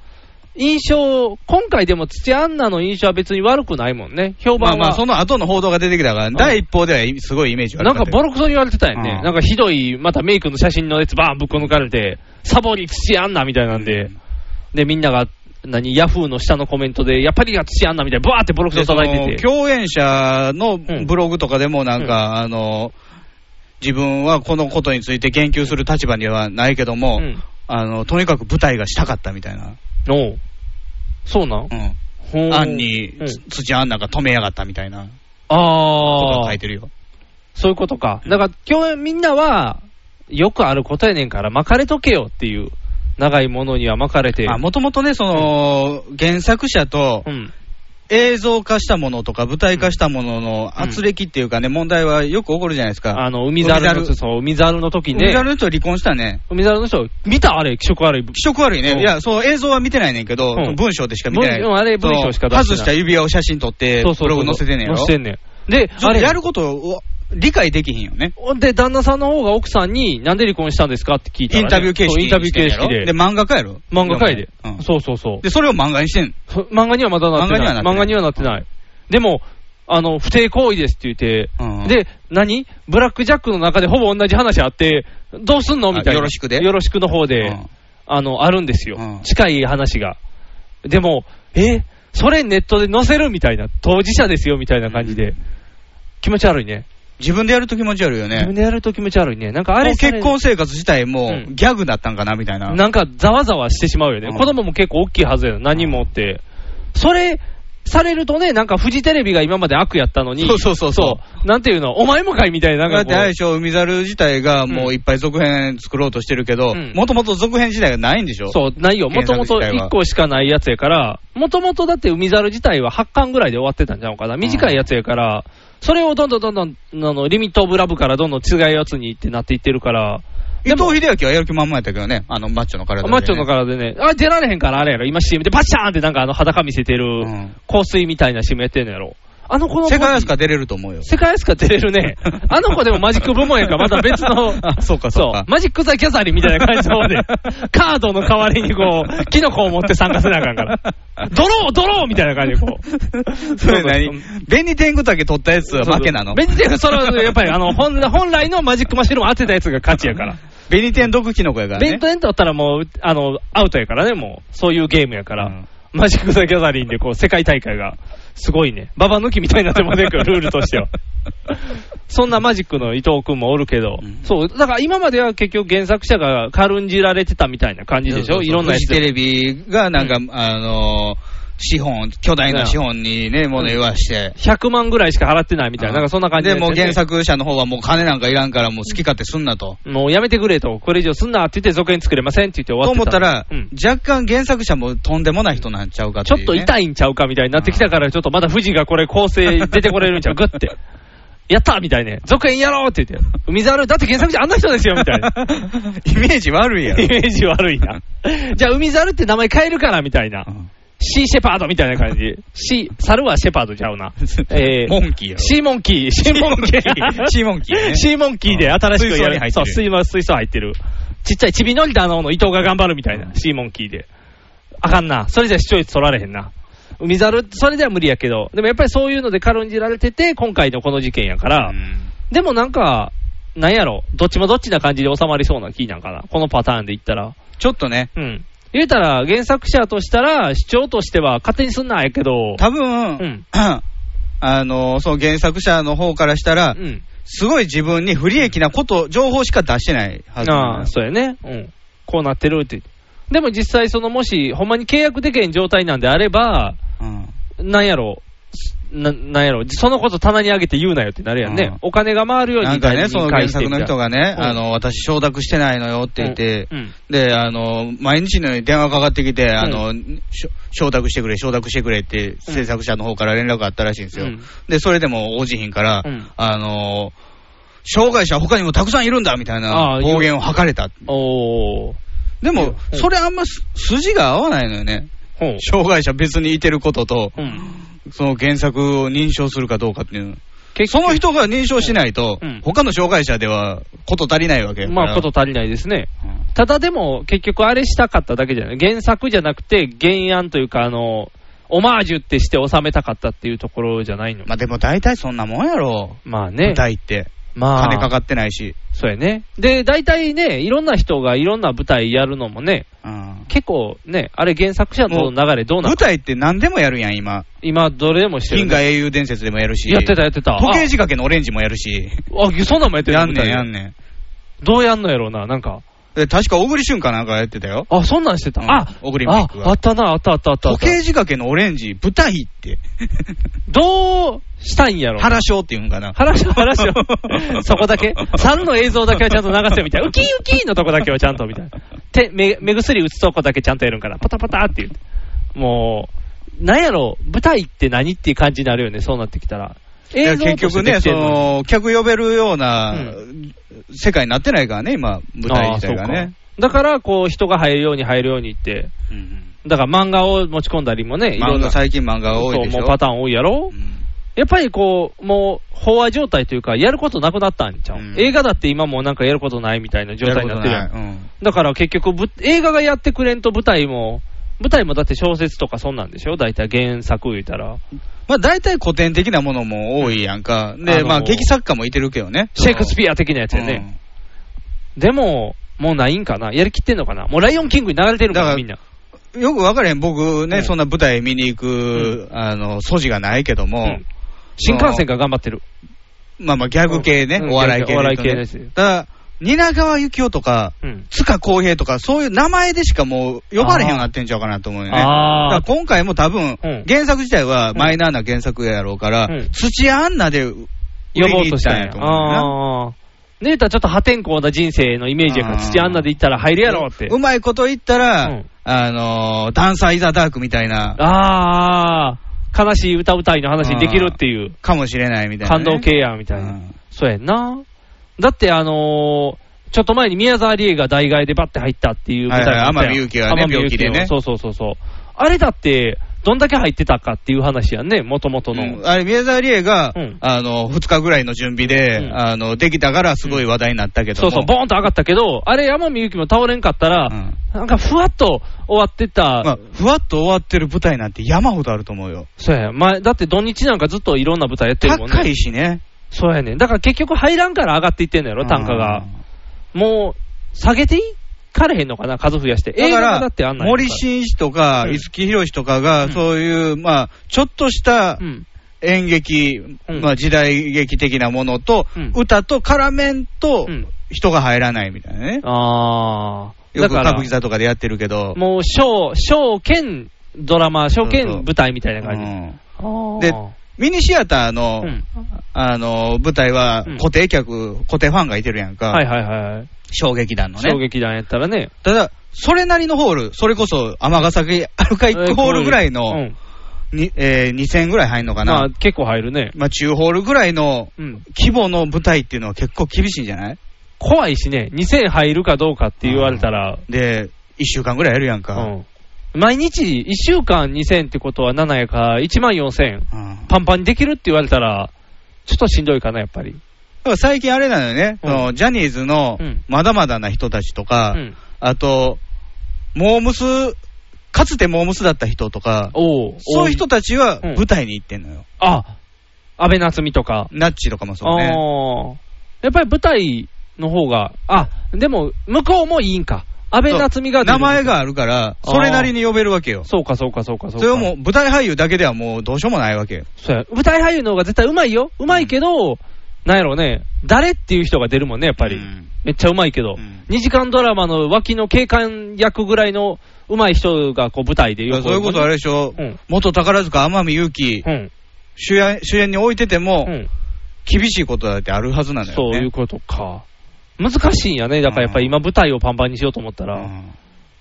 印象、今回でも土屋アンナの印象は別に悪くないもんね。評まあ判まあ、は。その後の報道が出てきたから、ん第一報ではいすごいイメージ悪なんかかったよボロクソに言われてたよねう。んなんかひどい、またメイクの写真のやつバーンぶっこ抜かれて、サボり土屋アンナみたいなんで、で、みんなが、何、ヤフーの下のコメントで、やっぱりが土屋アンナみたいな、バーってボロクソでそ叩いのてて。共演者のブログとかでも、なんか、あの自分はこのことについて言及する立場にはないけども、うんあのとにかく舞台がしたかったみたいな、おうそうなんうほーん、案に、うんつ土屋アンナが止めやがったみたいなことあが書あい、てるよ。そういうことか。だから、共演みんなは、よくあることやねんから、巻かれとけよっていう、長いものには巻かれて。もともとね、その原作者とうん。映像化したものとか舞台化したものの圧力っていうかね、問題はよく起こるじゃないですか。あの、海猿海の、猿そう、海猿の時メねダ。ルの人は離婚したね。海猿の人、見たあれ、気色悪い。気色悪いね、うんいや、そう、映像は見てないねんけど、うん文章でしか見てない。文うんあれ文章しか出してない外した指輪を写真撮って、そうそブロうそう。グ載せてんねんやろ。載せてんねん。で、ちょあっとれ、やることを理解できひんよね。で、旦那さんの方が奥さんに、なんで離婚したんですかって聞いたらイね、ンタビュー形式そうインタビュー形式にしてんやろでで、。漫画家やろ漫画界で。うんそうそうそう。で、それを漫画にしてんそ漫画にはまだなってない。漫漫画画ににははななっっててない。でも、あの、不貞行為ですって言って、うんで、何ブラックジャックの中でほぼ同じ話あって、どうすんのみたいな。あよろしくでよろしくの方で、うんあの、あるんですよ。うん近い話が。でも、えそれネットで載せるみたいな、当事者ですよみたいな感じで。気持ち悪いね。自分でやると気持ち悪いよ自分ね。でやると気持ち悪いね。なんかあもれうされ結婚生活自体もううんギャグだったんかなみたいな。なんかざわざわしてしまうよね、うん子供も結構大きいはずやな、何人もおって、それ、されるとね、なんかフジテレビが今まで悪やったのに、そうそうそうそうなんていうの、お前もかいみたいな、だなっんかてこうあれでしょ、海猿自体がもういっぱい続編作ろうとしてるけどうん、もともと続編自体がないんでしょそう、ないよ。も原と作自もと体は1個しかないやつやから、もともとだって海猿自体は8巻ぐらいで終わってたんじゃんかな。短いやつやから、それをどんどんどんどん、あの、リミットオブラブからどんどん違うやつにってなっていってるから、伊藤秀明はやる気満々やったけどね、あのマッチョの体でねマッチョの体でね、あ、出られへんからあれやろ。今 CM でバッシャーンってなんかあの裸見せてるうん香水みたいな CM やってんのやろ。あの子の世界アスカ出れると思うよ。。世界アスカ出れるね。あの子でもマジック部門やから、また別の <laughs> あそうかそうかマジック・ザ・ギャザリンみたいな感じの <laughs> 方で、カードの代わりにこう、キノコを持って参加せなあかん <laughs> から。ドロー、ドローみたいな感じでこう。それ何紅天狗だけ取ったやつは負けなのベジテフ、それはやっぱりあの、本本来のマジックマシルも当てたやつが勝ちやから。紅天毒キノコやからベンねト。エントだったらもう、あの、アウトやからね、もう。そういうゲームやから。うんマジック・ザ・ギャザリンでこう、世界大会が。すごいね。ババ抜きみたいになってまでくる、ルールと <laughs> しては。そんなマジックの伊藤君もおるけど、うんそう、だから今までは結局原作者が軽んじられてたみたいな感じでしょ、いろんなやフジつテで。レビがなんか、あのー、資本、巨大な資本にね、物言わして。 100万ぐらいしか払ってないみたいな、なんかそんな感じで、もうね原作者の方はもう金なんかいらんからもう好き勝手すんなと。もうやめてくれと、これ以上すんなって言って続編作れませんって言って終わとって思ったらうん、若干原作者もとんでもない人なんちゃうかっちてょいうね。っと痛い。いんちゃうかみたいになってきたから、ちょっとまだ富士がこれ構成出てこれるんちゃう、グッて。やったみたいね。続編やろうって言って。海猿、だって原作者あんな人ですよみたいな。 <laughs> イメージ悪いやろイ。メージ悪いな。じゃあ海猿って名前変えるからみたいなう。ん。シーシェパードみたいな感じ。シー、猿はシェパードちゃうな <laughs> <laughs> えー、 <laughs> モンキーやろシーモンキー、シーモンキー。シーモンキーね <laughs> シーモンキーで新しくやうん水槽る。に入ってそう、る水槽水槽入ってる。ちっちゃい、ちびのりだのの伊藤が頑張るみたいな、シーモンキーで。あかんな。それじゃ視聴率取られへんな。海猿、それでは無理やけど、でもやっぱりそういうので軽んじられてて、今回のこの事件やから、うんでもなんか、なんやろ、どっちもどっちな感じで収まりそうな気なんかな。このパターンで言ったら。ちょっとね、うん。言うたら、原作者としたら、主張としては勝手にすんなんやけど、多分、ん <clears throat> あの、その原作者の方からしたら、うん。すごい自分に不利益なこと、情報しか出してないはずああ、そうやね。うん。こうなってるって。でも実際、そのもし、ほんまに契約できへん状態なんであれば、うんなんやろ、ななんやろ、そのこと棚に上げて言うなよってなるやんね。うお金が回るようになんかね、その原作の人がっがね、うんあの、私承諾してないのよって言ってう、ん。で、あの、毎日のように電話かかってきて、あの、しょ承諾してくれ、承諾してくれって、制作者の方から連絡があったらしいんですようん。で、それでも応じひんからうん、あの、障害者他にもたくさんいるんだみたいあなあ暴言を吐かれた。おー。でうもん、それあんます筋が合わないのよね。ほう。障害者別にいてることと、うん。その原作を認証するかどうかっていう。結その人が認証しないとうんうん、他の障害者ではこと足りないわけやからまあ、こと足りないですね。うんただでも、結局あれしたかっただけじゃない。原作じゃなくて、原案というか、あの、オマージュってして収めたかったっていうところじゃないの。まあでも大体そんなもんやろ。まあね。舞台って。まあ、金かかってないし。そうやね。で、大体ね、いろんな人がいろんな舞台やるのもね、うん結構ね、あれ原作者との流れどうな舞の台って何でもやるやん、今。今、どれでもしてる、銀河ね。英雄伝説でもやるし。やってた、やってた。時計仕掛けのオレンジもやるし。あ、あそんなんもやってるやんねん、やんん。ねどうやんのやろうな、なんか。ん。で確か、小栗旬かなんかやってたよ。あ、そんなんしてた。うんあ、オグリンピックがあ、あったな、あったあったあったあっ時た計仕掛けのオレンジ、舞台って。どうしたいんやろうな原章っていうんかな。 <laughs> 話を話を。そこだけ猿の映像だけはちゃんと流せみたいな。ウキウキのとこだけはちゃんとみたいな。手、目目薬打つとこだけちゃんとやるんから、パタパタって言う。もう、なんやろ、舞台って何っていう感じになるよね、そうなってきたら。映像結とし局てでね、きてそんのにの、客呼べるようなう世界になってないからね、今、舞台自体がああそうねか。だから、こう、人が入るように入るようにって。うんだから漫画を持ち込んだりもね、いろ漫んな画、。最近漫画が多いでしそょ。う、もうパターン多いやろ、やっぱりこう、もう、飽和状態というか、やることなくなったんちゃう、うん映画だって今もうなんかやることないみたいな状態になってるやんやることないうんだから結局ぶ、映画がやってくれんと舞台も、舞台もだって小説とかそんなんでしょ、大体原作言うたら、まあ大体古典的なものも多いやんか。で、あのまあ劇作家もいてるけどね。シェイクスピピア的なやつやね、でも、もうないんかな、やりきってんのかな、もうライオンキングに流れてるだかか、ららみんな。よく分からへん、僕ね、うんそんな舞台見に行く、あの、素地がないけども、うん新幹線が頑張ってる。まあまあギャグ系ね、うんお笑い系おで言うとね笑い系ですよただ、蜷川幸雄とか、うん。塚公平とか、そういう名前でしかもう呼ばれへんようになってんちゃうかなと思うよね。あだあから今回も多分うん、原作自体はマイナーな原作やろうから、うん土屋アンナで呼呼ぼうとしたんや。と思うよなああ。ねえたらちょっと破天荒な人生のイメージやから、あー土屋アンナで行ったら入るやろって。うまいこと言ったら、うんあのー、ダンサー・イザ・ダークみたいな、ああ、悲しい歌歌いの話にできるっていう、かもしれないみたいな、感ね。動系やんみたいうな。んそうやんな。だってあのーちょっと前に宮沢りえが代替でバッて入ったっていう舞台があったはやんいはい天海祐希がね天海祐希の病気でねそうそうそうそう。あれだって、どんだけ入ってたかっていう話やんね、もともとの。うんあれ、宮沢りえが、うんあの、2日ぐらいの準備で、うんあの、できたからすごい話題になったけどそも、うそう、ボーンと上がったけど、あれ、天海祐希も倒れんかったら、うんなんかふわっと終わってた、まあ、ふわっと終わってる舞台なんて山ほどあると思うよ。そうや、前だって土日なんかずっといろんな舞台やってるもんね。高いしね。そうやねんだから結局入らんから上がっていってんのやろ、単価が。もう、下げていかれへんのかな、数増やして。だ映か画ら、がだってあんなんや森進一とか、うん五木ひろしとかが、うんそういう、まあ、ちょっとしたうん。演劇、うんまあ、時代劇的なものと、うん歌と絡めんとうん、人が入らないみたいなね。 <laughs> ああ。よだくか歌ら舞伎、座とかでやってるけど。もう、小、小兼ドラマ、小兼舞台みたいな感じ。うんでで、ミニシアターの、うん。あの舞台はうん固定客、固定ファンがいてるやんか、はいはいはい。小劇団の小ね。劇団やったらね。ただ、それなりのホール、それこそ尼崎アルカイックホールぐらいの、うんにえー2000ぐらい入るのかな、ままあ、あ結構入るね。中ホールぐらいのうん。規模の舞台っていうのは結構厳しいんじゃない怖いしね、2000入るかどうかって言われたら、で、1週間ぐらいやるやんうか。ん。毎日1週間2000ってことは7やから1万う4000。んパンパンにできるって言われたら、ちょっとしんどいかな、やっぱり。だから最近あれなのよね、うんそのジャニーズのうんまだまだな人たちとうか、ん。あと、モームス、かつてモームスだった人とか、おうそういう人たちはうん舞台に行ってんのよ。あ、安倍夏実とか。ナッチとかもそうね。あーやっぱり舞台の方が、あ、でも、向こうもいいんか。安倍夏実が出名る前。があるから、それなりに呼べるわけよ。そうか、そうか、そうか、そうそか。れをもう舞台俳優だけではもうどうしようもないわけよ。そうや。舞台俳優の方が絶対うまいよ。うまいけど、なんやろうね。誰っていう人が出るもんね、やっぱり。うんめっちゃうまいけど、うん2時間ドラマの脇の警官役ぐらいのうまい人がこう舞台でいやよそういうことあれでしょ、うん元宝塚天海祐希、うん。主演主演に置いてても、うん。厳しいことだってあるはずなのよね。そういうことか。難しいんやね。だからやっぱり今舞台をパンパンにしようと思ったら。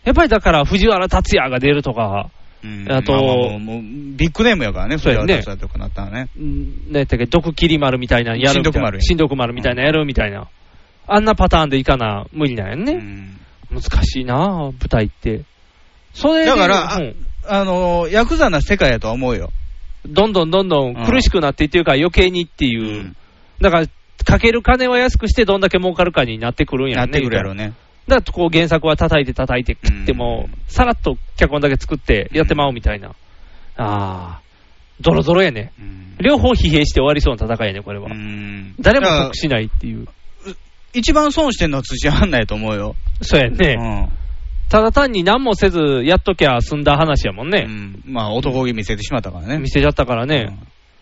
やっぱりだから藤原竜也が出るとか、うんあとままもうもうビッグネームやからね、それはそうやね私だとかなったらね。ん何やったっけ、毒切り丸みたいなのやるみた新い毒な。丸新毒丸みたいなやるみたいな。あんなパターンでいかな、無理なんやんうね。ん難しいなあ舞台って。それでだからうんあのーヤクザな世界やとは思うよ。どんどんどんどん苦しくなっていってるから余計にっていうう。んだから、かける金は安くしてどんだけ儲かるかになってくるんやなねってくるやろうね。だからこう原作は叩いて叩いて食っても、さらっと脚本だけ作ってやってまうみたいな、ああ、ドロドロやね、うん両方疲弊して終わりそうな戦いやね、これは、うん誰もだから得しないっていう、一番損してんのは土屋アンナやと思うよ。そうやね、ただ単に何もせずやっときゃ済んだ話やもんうんうね、んまあ男気見せてしまったからね見。せちゃったからね、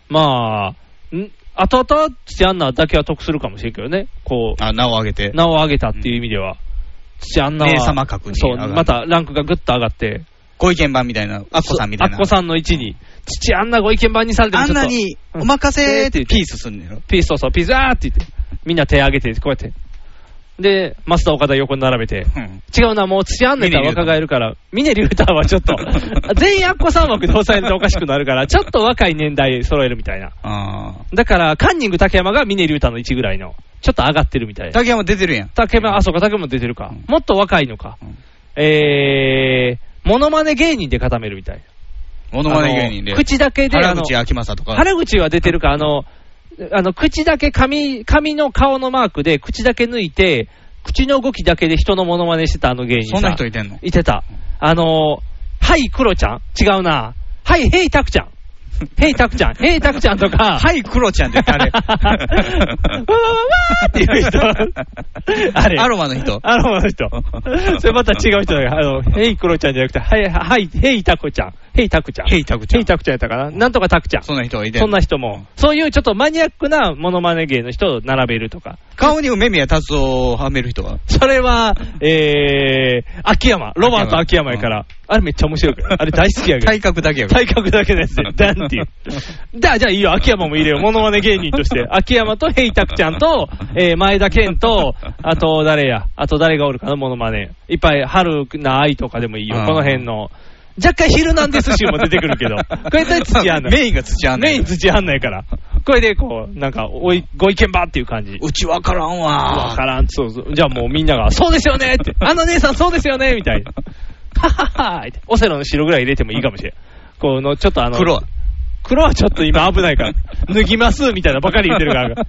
まあ、ん後々、土屋アンナだけは得するかもしれんけどね、こあ、名を挙げてう、。名を上げたっていう意味では、土屋アンナは、姉様格にそう、上がるまたランクがぐっと上がって。ご意見番みたいな、アッコさんみたいな。アッコさんの位置に、父、あんなご意見番にされてもあちょんっとなに、お任せってピースすんねやろ。ピースそうそう、ピース、あーって言って、みんな手上げて、こうやって。で、マスター岡田横に並べて。うん違うな、もう土あんねんから若返るから、峰竜太はちょ <laughs> っと、全員アッコ3枠で抑えるとおかしくなるから、ちょっと若い年代揃えるみたいな。あだから、カンニング竹山が峰竜太の位置ぐらいの、ちょっと上がってるみたいーな。竹山出てるやん。竹山、あ、そうか、竹山出てるか。もっと若いのかうん。えー、モノマネ芸人で固めるみたいな。モノマネ芸人で。あの口だけで、あ原の口秋政とか。原口は出てるか、あの、あの口だけ髪、髪の顔のマークで、口だけ抜いて、口の動きだけで人のモノマネしてたあの芸人さそんな人いてんのいてた。あのー、はい、クロちゃん違うな。はい、ヘイタクちゃん。ヘイタクちゃん。ヘイタクちゃんと <laughs> か。はい、クロちゃんって <laughs> 誰わわわーっていう人。あれ。アロマの人。 <laughs> アロマの人。それまた違う人だよ。あの、ヘイクロちゃんじゃなくて、はい、はい、ヘイタコちゃん。ヘイタクちゃん。ヘイタクちゃんヘイタクちゃんやったかな。なんとかタクちゃん。そんな人がいてそんな人も。そういうちょっとマニアックなモノマネ芸の人を並べるとか。顔に梅宮達夫をはめる人は。それは、えー、秋山、ロバート秋山やから、あれめっちゃ面白いから、あれ大好きやけど体、格だけやから。 <laughs> 体格だけ <laughs> のやつで、ダンっていう。だじゃあいいよ、秋山も入れよう、モノマネ芸人と <laughs> して、秋山とヘイタクちゃんと、えー、前田健と、あと誰や、あと誰がおるかな、モノマネ。いっぱい、春な愛とかでもいいようん、この辺の。若干ヒルナンデス集も出てくるけど、これで土屋アン <laughs> ナ。メインが土屋アンナメイン土屋アンナやから。これでこう、なんか、おい、ご意見ばっていう感じ。うちわからんわ。わからん。そうそう。じゃあもうみんなが、そうですよ <laughs> ねって。あの姉さんそうですよねみたいな。はははってオセロの白ぐらい入れてもいいかもしれん。この、ちょっとあの、黒は。黒はちょっと今危ないから。 <laughs> 脱ぎますみたいなばかり言ってるから。 <laughs>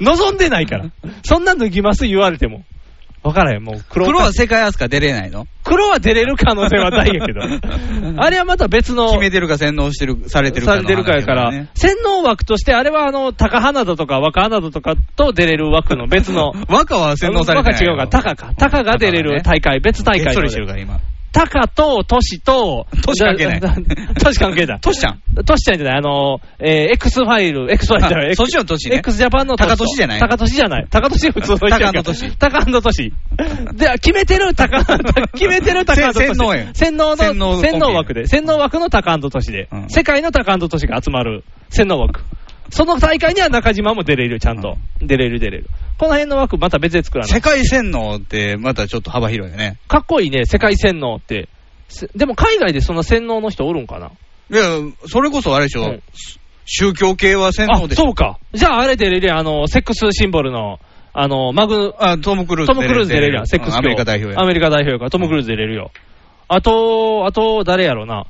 望んでないから。そんな脱ぎます言われても。わからへん、もう黒。黒は世界アスカ出れないの黒は出れる可能性は大やけ <laughs> ど。あれはまた別の。決めてるか洗脳してる、されてるかさのれてるかやから、話ね洗脳枠として、あれはあの、高花田とか若花田とかと出れる枠の別の。若は洗脳されてない。違うから、タカか。タカが出れる大会、別大げっ会そりしてるから、今。タカと、トシと、トシ関係ないだだトシ関係ない。 <laughs> トシちゃんトシちゃんじゃない、あの、えー、X ファイル、X ファイルじゃない。あそっちのトシね X ジャパンのタカトシじゃないタカトシじゃない。タカトシ普通の人やんかタカトシタカトシ。で、決めてる <laughs> タカ、決めてるタカトせシ。洗脳やん洗脳洗脳コンの、ビ洗脳枠で。洗脳枠のタカトシでう。ん世界のタカトシが集まる洗脳枠。その大会には中島も出れる、ちゃんと。出れる、出れる。この辺の枠、また別で作らない世。界洗脳って、またちょっと幅広いよね。かっこいいね、世界洗脳って。せでも海外でそんな洗脳の人おるんかないや、それこそあれでしょ、うん宗教系は洗あ脳、でしょ。そうか。じゃああれ出れるやん、あの、セックスシンボルの、あの、マグ、あ、トム・クルーズトム・クルーズ出れるやん、セックスうん教アメリカ代表やア。メリカ代表やから、トム・クルーズ出れるよ。あと、あと、誰やろな。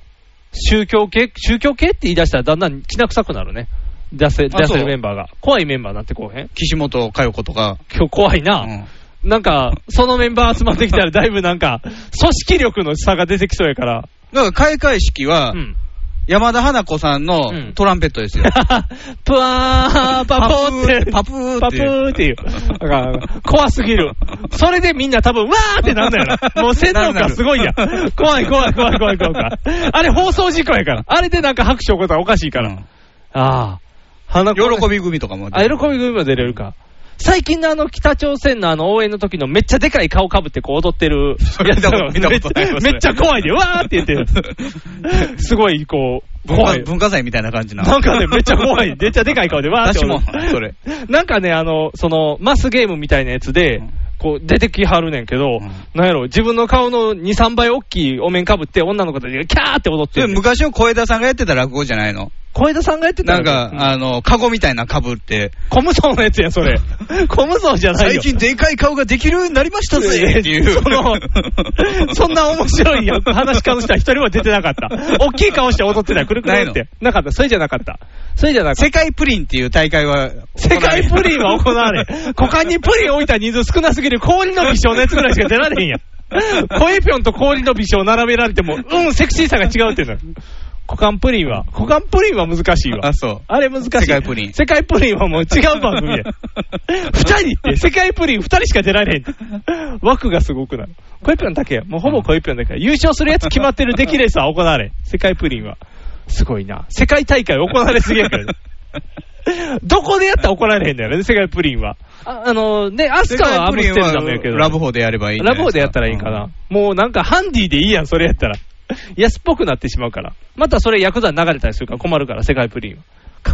宗教系、宗教系って言い出したらだんだんきな臭くなるね。出せ、あ出そうせるメンバーが。怖いメンバーになってこうへん岸本佳代子とか。今日怖いな。うんなんか、そのメンバー集まってきたらだいぶなんか、組織力の差が出てきそうやから。だから開会式はう、ん。山田花子さんうのんトランペットですよ。 <laughs> プワー、パポーって。パプーパパププーーっっててい。いうだから怖すぎる。それでみんな多分、わーってなんだよ <laughs> な。もう洗脳な感るすごいやん。怖い怖い怖い怖い怖い怖い。あれ放送事故やから。あれでなんか拍手起こったらおかしいから。うんああ。花子喜び組とかも。あ、喜び組も出れるか。最近のあの北朝鮮のあの応援の時のめっちゃでかい顔かぶってこう踊ってるやつとか <laughs> 見ためこっちと見たことなゃいわそれめっちゃ怖いで、わーって言 <laughs> ってる。すごいこう、文化怖い。文化祭みたいな感じな。なんかね、めっちゃ怖 <laughs> い。めっちゃでかい顔でわーって私も踊る <laughs> それ。なんかね、あの、その、マスゲームみたいなやつでうん、こう、出てきはるねんけど、なんやろ、自分の顔の2、3倍大きいお面かぶって、女の子たちがキャーって踊っそてれる、ねん。昔の小枝さんがやってた落語じゃないの小枝さんがやってたならんか、あの、カゴみたいなかぶって、コムソンのやつやん、そ <laughs> れ。コムソンじゃな最いよ。近でかい顔ができるようになりましたぜっていう。その、そんな面白いよ話し家の人は一人も出てなかった。大きい顔して踊ってたよくるくるって。なかった。それじゃなかった。それじゃなか <laughs> っ世界プリンっていう大会は、た。世界プリンは行われ。股間にプリン置いた人数少なすぎる氷の微笑のやつぐらいしか出られへんやん。 <laughs> コエピョンと氷の微笑並べられても、うん、セクシーさが違うってなる。股間プリンは、股間プリンは難しいわ。あ、そう。あれ難しい。世界プリン世界プリンはもう違う番 <laughs> 組や。二人って、世界プリン二人しか出られへんって。枠がすごくなる。コイピョンだけや。もうほぼコイピョンだけや。優勝するやつ決まってる出来レースは行われ。世界プリンは。すごいな。世界大会行われすぎや <laughs> からね。どこでやったら怒られへんだよね、世界プリンは。あ、あのね、アスカはアムステルダムやけど。ラブホでやればいいんじゃラないボすかでやったらいいんかな。。もうなんかハンディでいいやん、それやったら。 <laughs> 安っぽくなってしまうから。またそれヤクザに流れたりするから困るから、世界プリンは。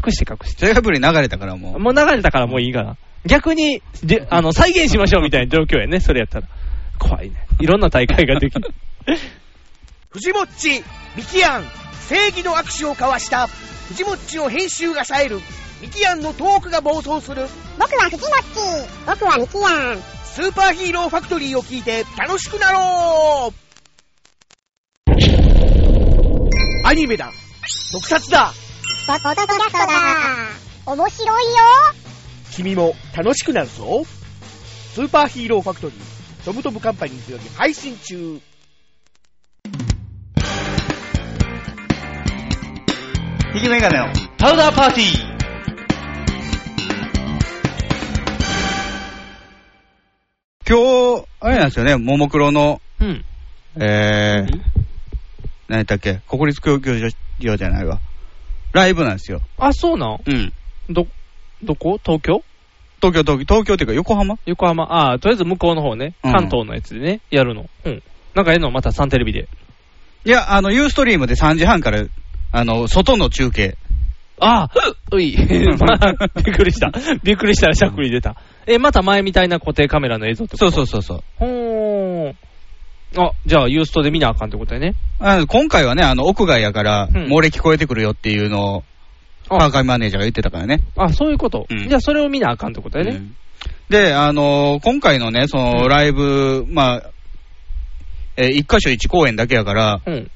隠して隠して。世界プリン流れたからもう。もう流れたからもういいかな。逆に、であの、再現しましょうみたいな状況やね、それやったら。怖いね。いろんな大会ができる。藤もっち、ミキアン、正義の握手を交わした。藤もっちの編集が冴える。ミキアンのトークが暴走する。僕は藤もっち僕はミキヤンスーパーヒーローファクトリーを聞いて楽しくなろうアニメだ特撮だポッドキャストだ面白いよ <laughs> 君も楽しくなるぞスーパーヒーローファクトリートムトムカンパニーズより配信中引き目がねよ。パウダーパーティー今日、あれなんですよね、ももクロの、うん。えー、何やったっけ、国立競技場じゃないわ。ライブなんですよ。あ、そうなんうん。ど、どこ東京東京、東京、東京っていうか横浜横浜、ああ、とりあえず向こうの方ね、うん関東のやつでね、やるの。うん。なんかええのまたサンテレビで。いや、あの、ユーストリームで3時半から、あの、外の中継。 <laughs> ああ、<laughs> うい、まあびっくりした。びっくりしたらしゃっくり出た。え、また前みたいな固定カメラの映像ってことそうそうそうそう。ほーん。あ、じゃあユーストで見なあかんってことやね。あの今回はね、あの、屋外やから、うん漏れ聞こえてくるよっていうのを、あ川上マネージャーが言ってたからね。あ、そういうこと。うんじゃあそれを見なあかんってことやね。で、あのー今回のね、その、ライブ、まあ、えー一箇所一公演だけやから、うん。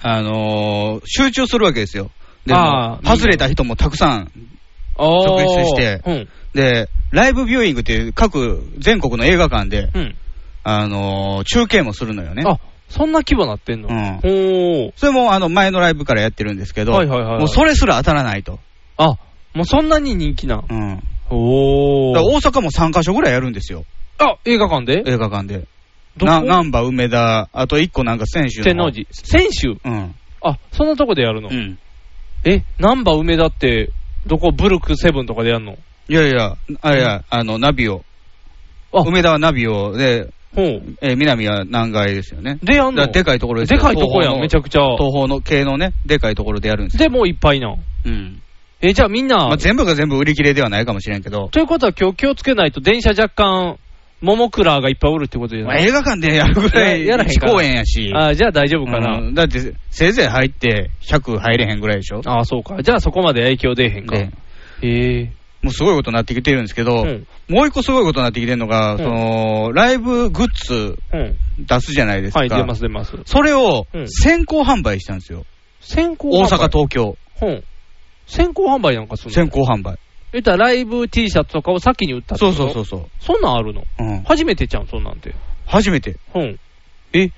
あのー集中するわけですよ。で、あーもう外れた人もたくさん、お直立してうん。で、ライブビューイングっていう各全国の映画館で、うん。あのー中継もするのよね。あ、そんな規模なってんのうんほー。それもあの前のライブからやってるんですけど、はいはいはいはいもうそれすら当たらないと。あ、もうそんなに人気なん。うん。おだからー。大阪も3カ所ぐらいやるんですよ。あ、映画館で映画館で。どこな、難波、梅田、あと1個なんか選手の。天王寺。選手うん。あ、そんなとこでやるの、うん。え、難波梅田って、どこブルクセブンとかでやるのいやいや、あいや、あの、ナビオ。あ梅田はナビオで、ほう。えー南は南外ですよね。でやんだからのでかいところですでよかいとこ東方やん、のめちゃくちゃ。東方の系のね、でかいところでやるんですよ。で、もういっぱいな。うん。え、じゃあみんな、まあ、全部が全部売り切れではないかもしれんけど、ということは今日気をつけないと電車若干、ももクラがいっぱいおるってことじゃまあ、ない、映画館でやるぐらい、ややらへん1から公演やし。あ、じゃあ大丈夫かな。うんだって、せいぜい入って100入れへんぐらいでしょ。ああ、そうか。じゃあそこまで影響出えへんか。でへえ。もうすごいことになってきてるんですけど、うんもう一個すごいことになってきてるのが、うんそのライブグッズうん。出すじゃないですか。はい、出ます出ます。それをうん先行販売したんですよ。先行大販売。阪、東京。うん。先行販売なんかするの先行販売。言ったらライブ T シャツとかを先に売ったっそてこうとそうそうう。そう。そんなんあるのうん。初めてじゃん、そんなんて。初めて。うん。え、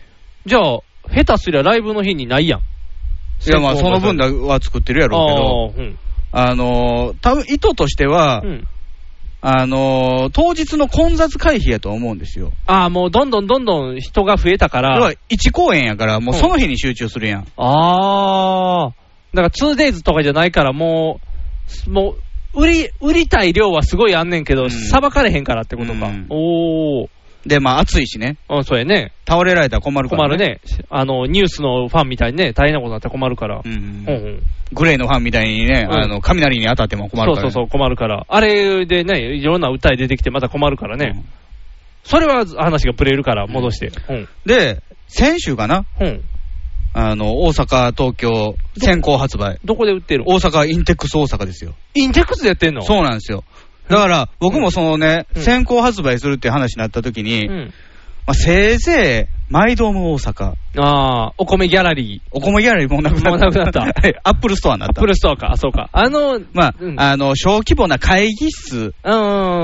じゃあ、下手すりゃライブの日にないやん。いやまあ先そ行の販売分だは作ってるやろうああ、うん。けど、あのー、多分意図としては、うんあのー、当日の混雑回避やと思うんですよ。ああ、もうどんどんどんどん人が増えたか要らは、1公演やから、もうその日に集中するやん。ああ、だから 2days とかじゃないから、もう、もう、売り、売りたい量はすごいあんねんけうど、んさばかれへんからってことか。うんおー、で、まあ暑いしね、あそうやね。倒れられたら困るか困ら、るね。あの、ニュースのファンみたいにね、大変なことになったら困るから。うんうんうんグレーのファンみたいにね、うんあの雷に当たっても困そるうから、そうそう、困るから。あれでね、いろんな歌い出てきて、また困るからね。うんそれは話がブレるから、戻して。うん。で、先週かな、うん。あの大阪、東京、先行発売、どこで売ってる大阪、インテックス大阪ですよ、インテックスでやってんのそうなんですよ、だから僕もそのね、うん先行発売するって話になった時に、うん。まあ、せいぜい、マイドーム大阪、ああ、お米ギャラリー。お米ギャラリーもうなくなった、もうなくなったはい <laughs> アップルストアになアっッたプ、ルストアか、あそうか。あの、まあうんあの小規模な会議室、う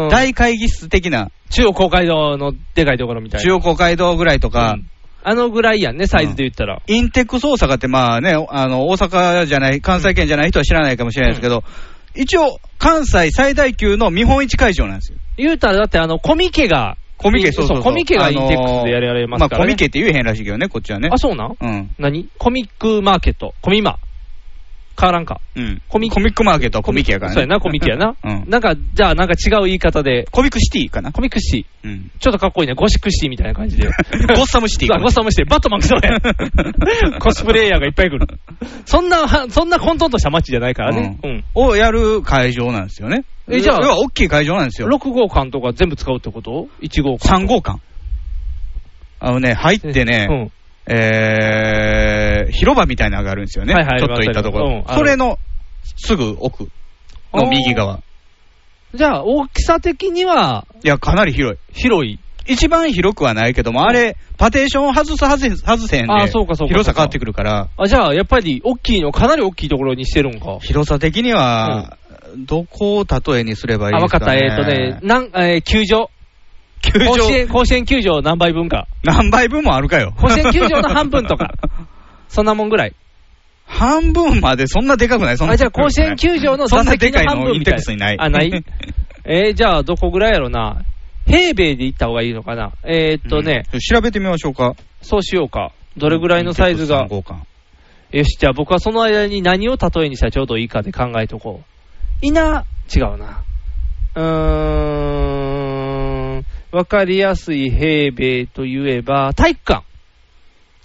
ん。大会議室的な、中央公会堂のでかいところみたいな。中央公会堂ぐらいとか。うんあのぐらいやんね、サイズで言ったら。インテックス大阪って、まあね、あの大阪じゃない、関西圏じゃない人は知らないかもしれないですけど、一応、関西最大級の見本市会場なんですよ。言うたら、だってあの、コミケが、コミケ、そそううそそううそう。コミケがインテックスでやられあのーますからねまあ、コミケって言えへんらしいけどね、こっちはね。あ、そうなんうん。何コミックマーケット。コミマ。変わらんか。うん。コミコミックマーケットはコミケやからね。。そうやな、コミケやなうん。なんか、じゃあなんか違う言い方で、コミックシティかな。コミックシうん。ー。ちょっとかっこいいね。ゴシックシーみたいな感じで。 <laughs> ゴッサムシティ。そうゴッサムシティ。バットマン来そう <laughs> やコスプレイヤーがいっぱい来る。そんな、はそんな混沌とした街じゃないからね。ううんん。をやる会場なんですよね。えじゃあ要は大きい会場なんですよ。 6号館とか全部使うってこと ?1 号館。 3号館。あのね、入ってね、えー、広場みたいなのがあるんですよね、はいはいちょっと行ったところわ、かるうんそれのすぐ奥の右側、うん。じゃあ、大きさ的には、いや、かなり広い、広い。一番広くはないけども、あれ、パテーション外す、外せ外せへんで、あそうかそうか広さ変わってくるから、あ、じゃあ、やっぱり、大きいの、かなり大きいところにしてるんか。広さ的には、どこを例えにすればいいあ、でわすか、かった。ね、えっ、とね、 <laughs> なん、えー球場。球甲子場、園、甲子園球場何倍分か。何倍分もあるかよ、甲子園球場の半分とか、そんなもんぐらい。 <laughs> 半分までそんなでかくない、そんなあ、じゃあ、甲子園球場のそ座んなで席のかい半の、分インみテッたいクスにない、<laughs> あ、ない。えー、じゃあ、どこぐらいやろな。平米で行った方がいいのかな。えー、っとね、うん、調べてみましょうか。そうしようか。どれぐらいのサイズが。交換。よし、じゃあ僕はその間に何を例えにしたらちょうどいいかで考えとこう。いな、違うな。うーん、わかりやすい平米といえば、体育館。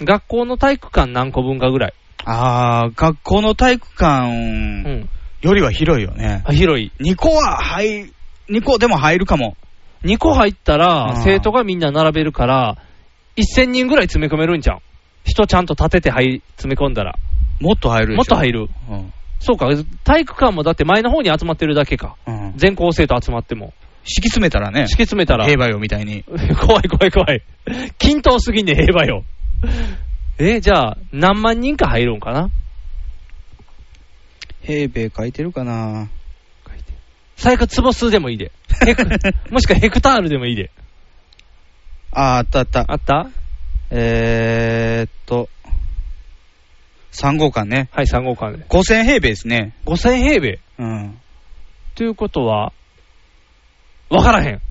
学校の体育館何個分かぐらい。あー、学校の体育館うん。よりは広いよね。あ広い。 2個は入、2個でも入るかも。 2個入ったらう、ん生徒がみんな並べるから、1000人ぐらい詰め込めるんじゃん。人ちゃんと立てて入り詰め込んだら。もっと入るでしょもっと入る。うん。そうか、体育館もだって前の方に集まってるだけか。うん。全校生徒集まっても。敷き詰めたらね、敷き詰めたら。平和よみたいに。 <laughs> 怖い怖い怖い。均等すぎんね、平 <laughs> 和よ。え、じゃあ、何万人か入るんかな平米書いてるかな最悪、坪数でもいいで。<laughs> ヘクもしくはヘクタールでもいいで。あー、あったあった。あったえーっと、3号館ね。はい、3号館で。 5000平米ですね。 5000平米。うん。ということは、わからへん。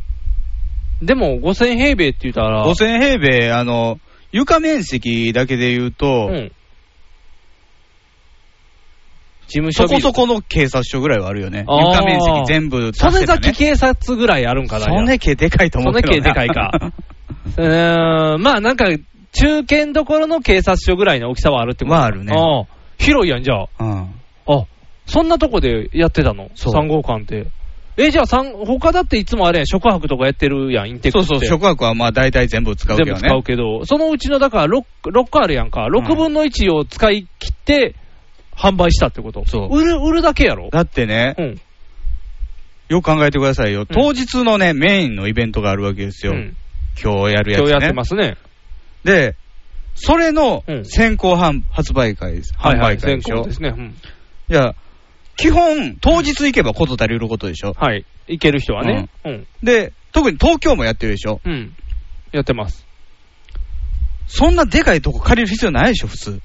でも、5000平米って言ったら、 5000平米、あの、床面積だけで言うと、うん。事務所そビこそルこの警察署ぐらいはあるよね。あー床面積全部足曽せ根ば崎ね。警察ぐらいあるんかな。じゃあそね系でかいと思うけどそね系でかいか。うーん、まあなんか、中堅どころの警察署ぐらいの大きさはあるってことはあるねああ広いやん、じゃあ。 <laughs> うん。あ、そんなとこでやってたのそう ?3 号館って。え、じゃあ三、他だっていつもあれやん、宿泊とかやってるやん、インテックそっうて。そう、食泊はまあ大体全部使うけど全部ね。使うけど、そのうちのだから 6, 6個あるやんか、6分の1を使い切って販売したってこと、そう売る売るだけやろ、だってねう、ん、よく考えてくださいよ。当日のね、メインのイベントがあるわけですよ。うん今日やるやつ今ね。日やってますね、で、それのうん先行販発売会です。はい販はい、売会先でしょ。行ですね、うんじゃあ、基本、当日行けばこと足りることでしょ。はい、行ける人はね、うん、で、特に東京もやってるでしょ。うん、やってます、そんなでかいとこ借りる必要ないでしょ、普通。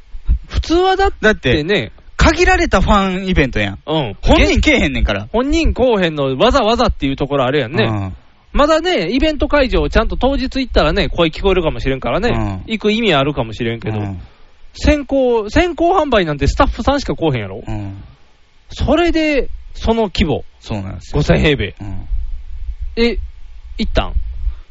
普通はだっだってて、ね、限られたファンイベントやん。うん、本げ人けえへんねんから。本人こうへんのわざわざっていうところあるやんね、まだね、イベント会場、ちゃんと当日行ったらね、声聞こえるかもしれんからね、うん行く意味あるかもしれんうけん。ど、先行、先行販売なんてスタッフさんしか来おへんやろ。うん。うん。それで、その規模、そうなんですよ。 5000平米。うん。え、行ったん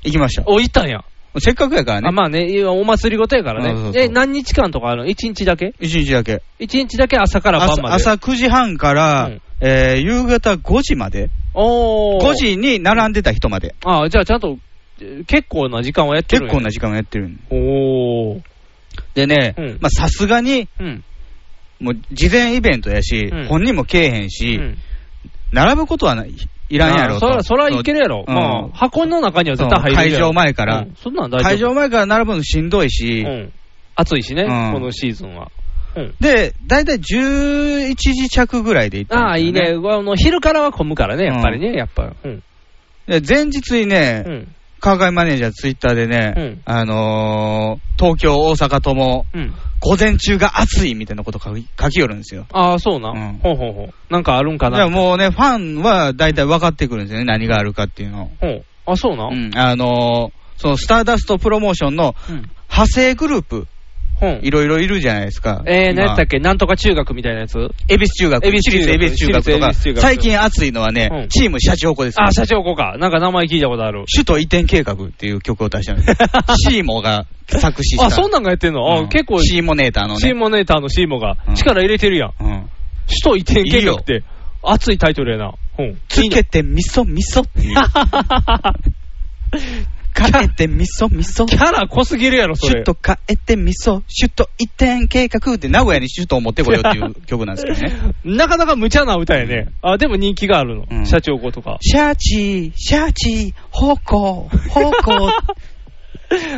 行きましょお、行ったんや。う。せっかくやからあね。まあね、いやお祭りごとやかうらんそうね。そうえ、何日間とかあるの ?1 日だけ一日だけ。 ?1 日だけ朝から晩朝まで。朝9時半から、うんえー夕方5時まで。おー。 5。時に並んでた人まで。あじゃあちゃんと、えー結構な時間はやってる結んや構な時間をやってるんおー。でね、うんまあさすがに、うん。もう事前イベントやし、うん本人もけえへんし、うん並ぶことはないいらんやあろそら、と。そらいけるやろ。うんまあ、箱の中には絶対入るやろ。そう会場前からうんそんなん大丈夫。会場前から並ぶのしんどいし、うん。暑いしね、うんこのシーズンは。うん。で、だいたい11時着ぐらいで行ったああ、んいいですよ、ね。あの昼からは混むからね、やっぱりね、やっぱ。うん。で前日にね、うん。川上マネージャーツイッターでね、うんあのー東京、大阪とも、うん。午前中が暑いみたいなこと書き書き寄るんですよ。ああ、そうな、うんほうほうほう。なんかあるんかだからな。もうね、ファンは大体分かってくるんですよね、何があるかっていうのを。ほう。あ、そうな、うん、あのーそのスターダストプロモーションのうん派生グループ、ほういろいろいるじゃないですか。えー、何やったっけけなんとか中学みたいなやつ恵比寿中学、恵比寿中学私立恵比寿中学と私立恵比寿中か、学最近熱いのはね、うんチームシャチホコですよあ、社長こうか。なんか名前聞いたことある。首都移転計画っていう曲を出したん <laughs> です。シーモが作詞した。あ、そんなんがやってんの、うあ、ん結構、シーモネーターのね。シーモネーターのシーモがうん力入れてるやん。うん。首都移転計画って、熱いタイトルやな。ほう。つけてみそみそっていう。かけてみそみそ。キャラ濃すぎるやろ、そ首れ。都変えてみそ。首都移転計画って名古屋に首都を持ってこようっていう曲なんですけどね。 <laughs> なかなか無茶な歌やね。あ、でも人気があるの。うん社長子とか。シャチ、シャチ、方向、方向。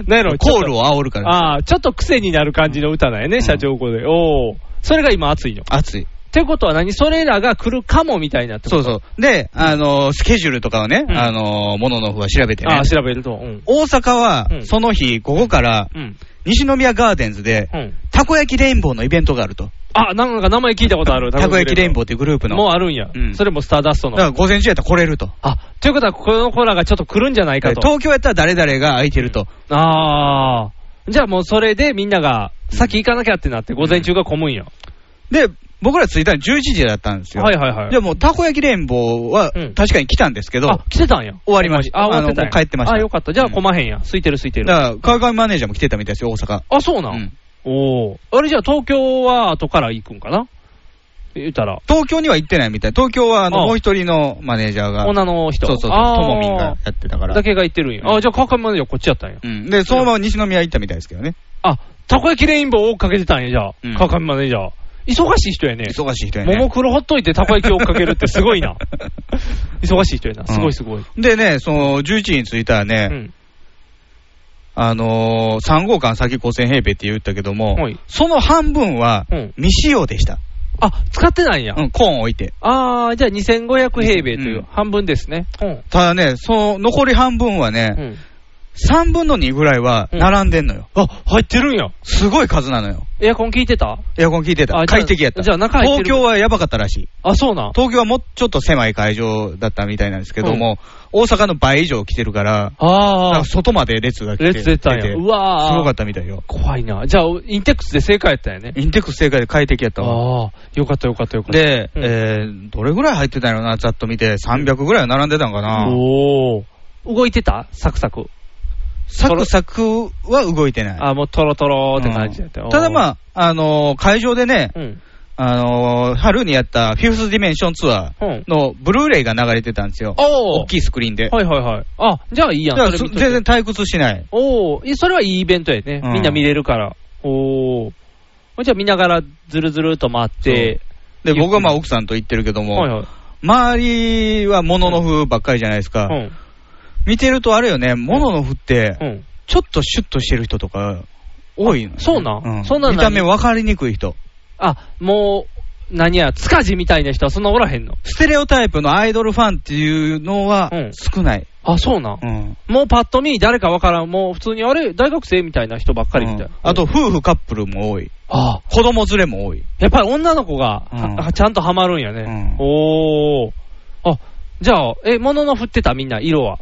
なんやろ、ちょコーっとルを煽るから。ああ、ちょっと癖になる感じの歌なんやね、ん社長子で。おお、それが今熱いの。熱い。ってことは何それらが来るかもみたいなってこそとうそう。で、あのースケジュールとかをね、うんあのーもののふは調べてあねあ、。調べると。うん。大阪はう、んその日、午後から、うん。西宮ガーデンズで、うん。たこ焼きレインボーのイベントがあると。あ、なんか名前聞いたことある。たこ焼きレインボーーっていうグループの。もうあるんやう。んそれもスターダストだからの。午前中やったら来れると。あ、ということは、この子らがちょっと来るんじゃないかと。東京やったら誰々が空いてると。ああ。じゃあもうそれでみんなが、先行かなきゃってなって、午前中が混むんよ。で、僕ら着いたの11時だったんですよ。はいはいはいでもう、たこ焼き連棒は確かに来たんですけど、あ、来てたんや。終わりました。あ、終わってたんあやのもう帰ってました。あ、よかった。じゃあ混まへんや。空いてる空いてる。だから、川上マネージャーも来てたみたいですよ、大阪。あ、そうなん、おお。あれじゃあ東京は後から行くんかな言ったら。東京には行ってないみたい。東京は、あの、あもう一人のマネージャーが。女の人。そうそうそう、あーともみんがやってたから。だけが行ってるんや。あ、じゃあ川上マネージャーこっちやったんや。うんで、そのまま西宮行ったみたいですけどね。あ、たこ焼きレインボーを追っかけてたんや、じゃあ。うん川上マネージャー。忙しい人やね。忙しい人やももね。クロほっといてたこ焼きを追っかけるってすごい <laughs> な。忙しい人やな。すごいすごい。でね、その、11時に着いたらね、うんあのー、3号館先5000平米って言ったけども、はいその半分はうん未使用でした。あ、使ってないんや。うん、コーン置いて。あー、じゃあ2500平米という半分ですね。うん。ただね、その残り半分はね、うん。 3分の2ぐらいは並んでんのよ。あ、入ってるんや。すごい数なのよ。エアコン効いてたエアコン効いてたあ。じゃあ快適やった。じゃあ中入ってる東京はやばかったらしい。あ、そうなん。東京はもうちょっと狭い会場だったみたいなんですけども、大阪の倍以上来てるから、あなんあか、外まで列が来て列出たん出や。てうわすー。ごかったみたいよ。怖いな。じゃあ、インテックスで正解やったんやね。インテックス正解で快適やったわ。ああ、よかったよかったよかった。で、えーどれぐらい入ってたんやろな、ざっと見て、300ぐらいは並んでたんかな。おお。動いてたサクサク。サクサクは動いてない。あ、もうトロトロって感じだったうよ。んただあ、まあ、あのー会場でね、うん。あのー春にやったフィフスディメンションツアうーん。のブルーレイが流れてたんですよ。おお大きいスクリーンで。はいはいはい。あ、じゃあいいやだん。からそれそ見と全いて然退屈しない。おお、いそれはいいイベントやね。うんみんな見れるから。おお。じゃあ見ながらずるずるっと回って。で、僕はまあゆっ奥さんと行ってるけどくりはいも、はい。周りはモノノフばっかりじゃないですか。うん。見てるとあれよね、モノノフって、うん。ちょっとシュッとしてる人とか、多いのね、そうなんうそんなん見なたい目分かりにくい人。あ、もう、何や、塚地みたいな人はそんなおらへんの。ステレオタイプのアイドルファンっていうのはうん少ない。あ、そうなんう。んもうパッと見、誰かわからん。もう普通に、あれ、大学生みたいな人ばっかりみたいな。うんあと、夫婦カップルも多い。ああ子供連れも多い。やっぱり女の子が、うんははちゃんとハマるんやね。うおー。あ、じゃあ、え、ものの振ってたみんな、色は。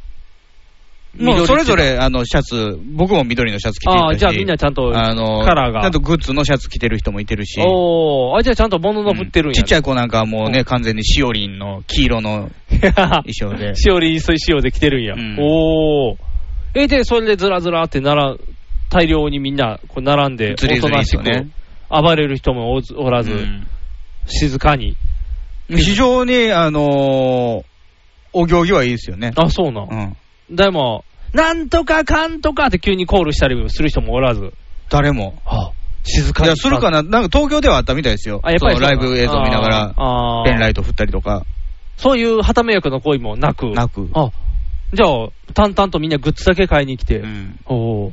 もう緑それぞれ、あの、シャツ、僕も緑のシャツ着てたし。ああ、じゃあみんなちゃんと、あのカラーがちゃんとグッズのシャツ着てる人もいてるし。おー。あ、じゃあちゃんとものの振ってるんや、ねうんちっちゃ <laughs> い子なんかはもうね、完全にしおりんの黄色の衣装 <laughs> でしおり水仕様で来てるんや。うんおー。え、で、それでずらずらってなら、大量にみんな、こう、並んで、ずりずりですよねおとなしく暴れる人もおずおらず、うん静かに。非常に、あのーお行儀はいいですよね。あ、そうなんう。ん。でも、なんとかかんとかって急にコールしたりする人もおらず。誰も。静いかに。や、するかななんか東京ではあったみたいですよ。あやっぱりそそうのなライんブ映像見ながあらー、ペンライト振ったりとか、そういう旗迷惑の行為もなく。なく。あ、じゃあ、淡々とみんなグッズだけ買いに来て。うんおー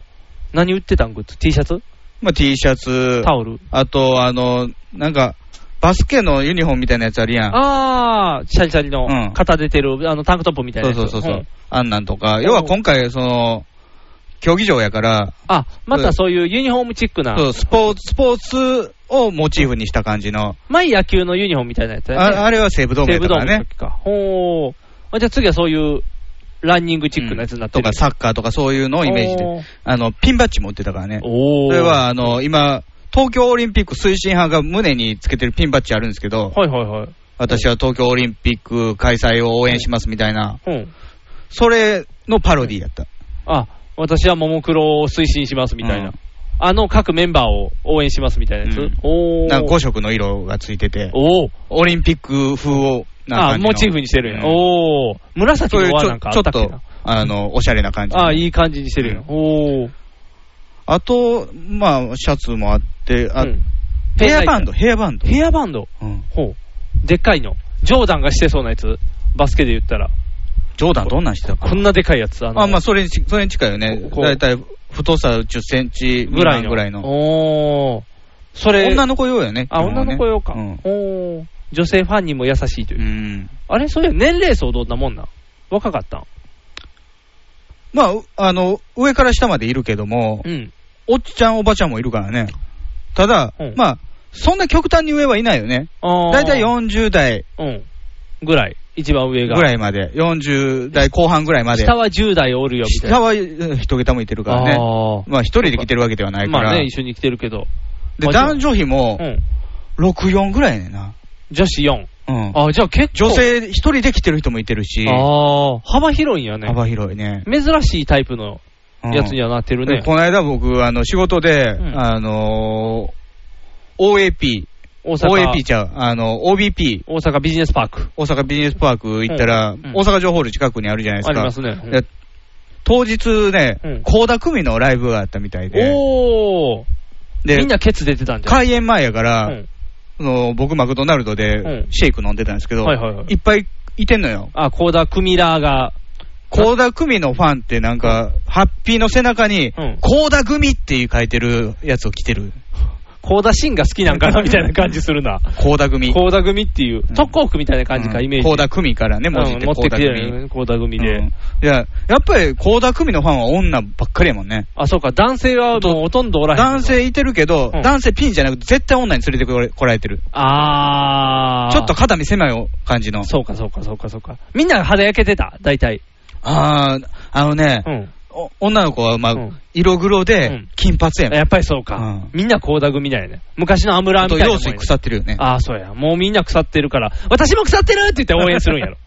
何売ってたんグッズ ?T シャツまあ、T シャツ、タオルあと、あの、なんか、バスケのユニフォームみたいなやつあるやん。あー、シャリシャリうの、ん肩出てる、あの、タンクトップみたいなそうやつ。そうそうそう、んあんなんとか、要は今回、その競技場やから、あ、またそういうユニフォームチックな。そうスポーツスポーツをモチーフにした感じの、前野球のユニフォームみたいなやつ、ね、ああれは西武ドームや西っ武たかドーらムのね時。か。ほー。あじゃあ次はそういう、ランニングチックなやつになってとる。かサッカーとかそういうのをイメージおーで、あのピンバッジも売ってたからね、おー。それはあの今、東京オリンピック推進派が胸につけてるピンバッジあるんですけど、はいはいはい。私は東京オリンピック開催を応援しますみたいな、うん。それのパロディやった。あ、私はももクロを推進しますみたいうな。んあの各メンバーを応援しますみたいなやつ。うんおー。なんか5色の色がついてて、おー。オリンピック風をなあ、感じのモチーフにしてるんや。うんおー。紫そういのう輪ちなょんかちあょっったっけなと。あのおしゃれな感じのあ、いい感じにしてるんや。うんおー。あと、まあ、シャツもあって、あうんヘアバンド、。ヘアバンド、ヘアバンド。うんほう。でっかいの。ジョーダンがしてそうなやつ。バスケで言ったら。ジョーダン、どんなんしてたか、こんなでかいやつ。あのあまあそれにそれに近いよね、こうだいたい太さ10センチぐぐららいいのぐの。らいの、おー。それ。女の子用よね、あ、女の子用か。基本はねおー。女性ファンにも優しいというう。んうんあれそういや、年齢層どんなもんなん若かったんまあうあの、上から下までいるけども、うん。おっちゃん、おばちゃんもいるからね、ただうん、まあ、そんな極端に上はいないよね、あーだいたい40代うん。ぐらい、一番上が。ぐらいまで、40代後半ぐらいまで。下は10代おるよみたいな。下はうん一桁もいてるからねあー。まあ一人で来てるわけではないかまら。あね、一緒に来てるけど。で、まあじゃあ男女比も、6、4ぐらいやねんな。女子4。うん。あ、じゃあ結女構。性一人で来てる人もいてるし。ああ、幅広いんやね。幅広いね。珍しいタイプのやつにはなってるねで。この間僕、あの、仕事で、あのー、OAP。大阪 OAP ちゃう。あの、OBP。大阪ビジネスパーク。大阪ビジネスパーク行ったら、うんうん大阪城ホール近くにあるじゃないですあか。りますね。で当日ねうん、倖、田來未のライブがあったみたいで、おー。でみんなケツ出てたんじゃん。開演前やから、うんその僕、マクドナルドでうんシェイク飲んでたんですけど、はいはいはいっぱいいてんのよ。あ、コーダクミラーが。倖田來未のファンってなんか、ハッピーの背中に、ん倖田來未っていう書いてるやつを着てる。コーダシンが好きなんかなみたいな感じするな。倖田來未。コーダ組っていう、特攻組みたいな感じか、イメージ。倖田來未からね、文字うっんて持って倖き田て來る未。ね、コーダ組うんで。いや、やっぱり倖田來未のファンは女ばっかりやもんね。あ、そうか、男性はもうほとんどおらへん。男性いてるけど、うん男性ピンじゃなくて、絶対女に連れてこれこられてる。あー。ちょっと肩身狭い感じの。そうか、そうか、そうか、そうか。みんな肌焼けてた、大体。あー、あのね、うん。お女の子は、まあ、色黒で、金髪やん。やっぱりそうか。みんな高田組だよね。昔のアムラーあみたと、いなもん用や。水腐ってるよね。ああ、そうや。もうみんな腐ってるから、私も腐ってるって言って応援するんや <laughs> ろ。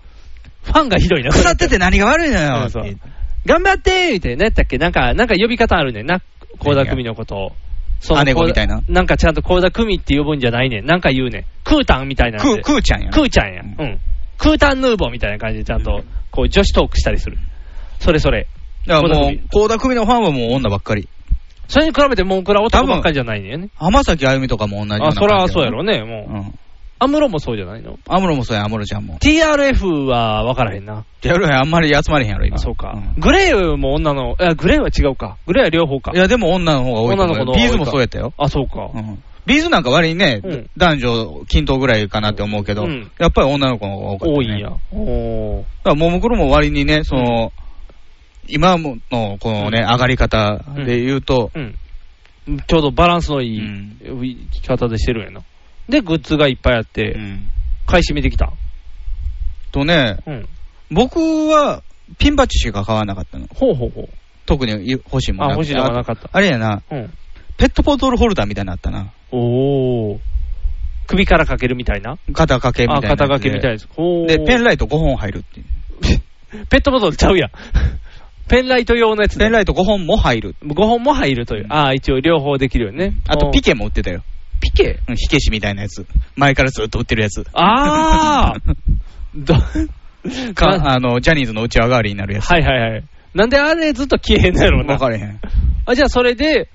ファンがひどいな。腐ってて何が悪いのうよん。そう頑張ってーって、何やったっけなんか、なんか呼び方あるねんな。高田組のことを。姉子みたいななんかちゃんと高田組って呼ぶんじゃないねん。なんか言うねん。クータンみたいなんクで。ー、クーちゃんやん。クーちゃんや。うん。クータンヌーボーみたいな感じでちゃんと、こう女子トークしたりする。それそれ。だからもう倖田來未、倖田來未のファンはもう女ばっかり。それに比べて、もうこれは男ばっかりじゃないねんね。浜崎あゆみとかも同じような感あ、じそらそうやろね。ね、もう。うん。アムロもそうじゃないのアムロもそうや、アムロちゃんも。 ?TRF は分からへんな。やるやん、あんまり集まれへんやろ、今。そうか。グレーも女の、いや、グレーは違うか。グレーは両方かい。や、でも女の方が多いと思う女よ。の子の方が多いビかーズもそうやったよ。あ、そうか。うんビーズなんか割にね、うん男女均等ぐらいかなって思うけど、うんやっぱり女の子の方が多かった、ね。多いんや。おー。だから、ももクロも割にね、その、今ものこのね、上がり方で言うと、うん。ちょうどバランスのいい、生き方でしてるんやな。で、グッズがいっぱいあって、買い占めてきた。とね、うん。僕はピンバッジしか買わなかったの。ほうほうほう。特に欲しいもんあ、なく欲てしいのがなかった。あれやな、うん。ペットボトルホルダーみたいなのあったな。おー。首からかけるみたいな。肩掛けみたあ、いなやつで。肩掛けみたいです。ほー。で、ペンライト5本入るっていう。ペットボトルちゃうやん。 <laughs> ペンライト用のやつ、ペンね。ライト5本も入る。 5本も入るという。ああ、一応両方できるよね。あと、ピケ。ケも売ってたよ。ピケうん火消しみたいなやつ。前からずっと売ってるやつ。ああ <laughs> ど、 <laughs> かまあの、ジャニーズの内輪代わりになるやつ。はいはいはい。なんであれずっと消えへんのやろう分な。かれへん。あ、じゃあそれで、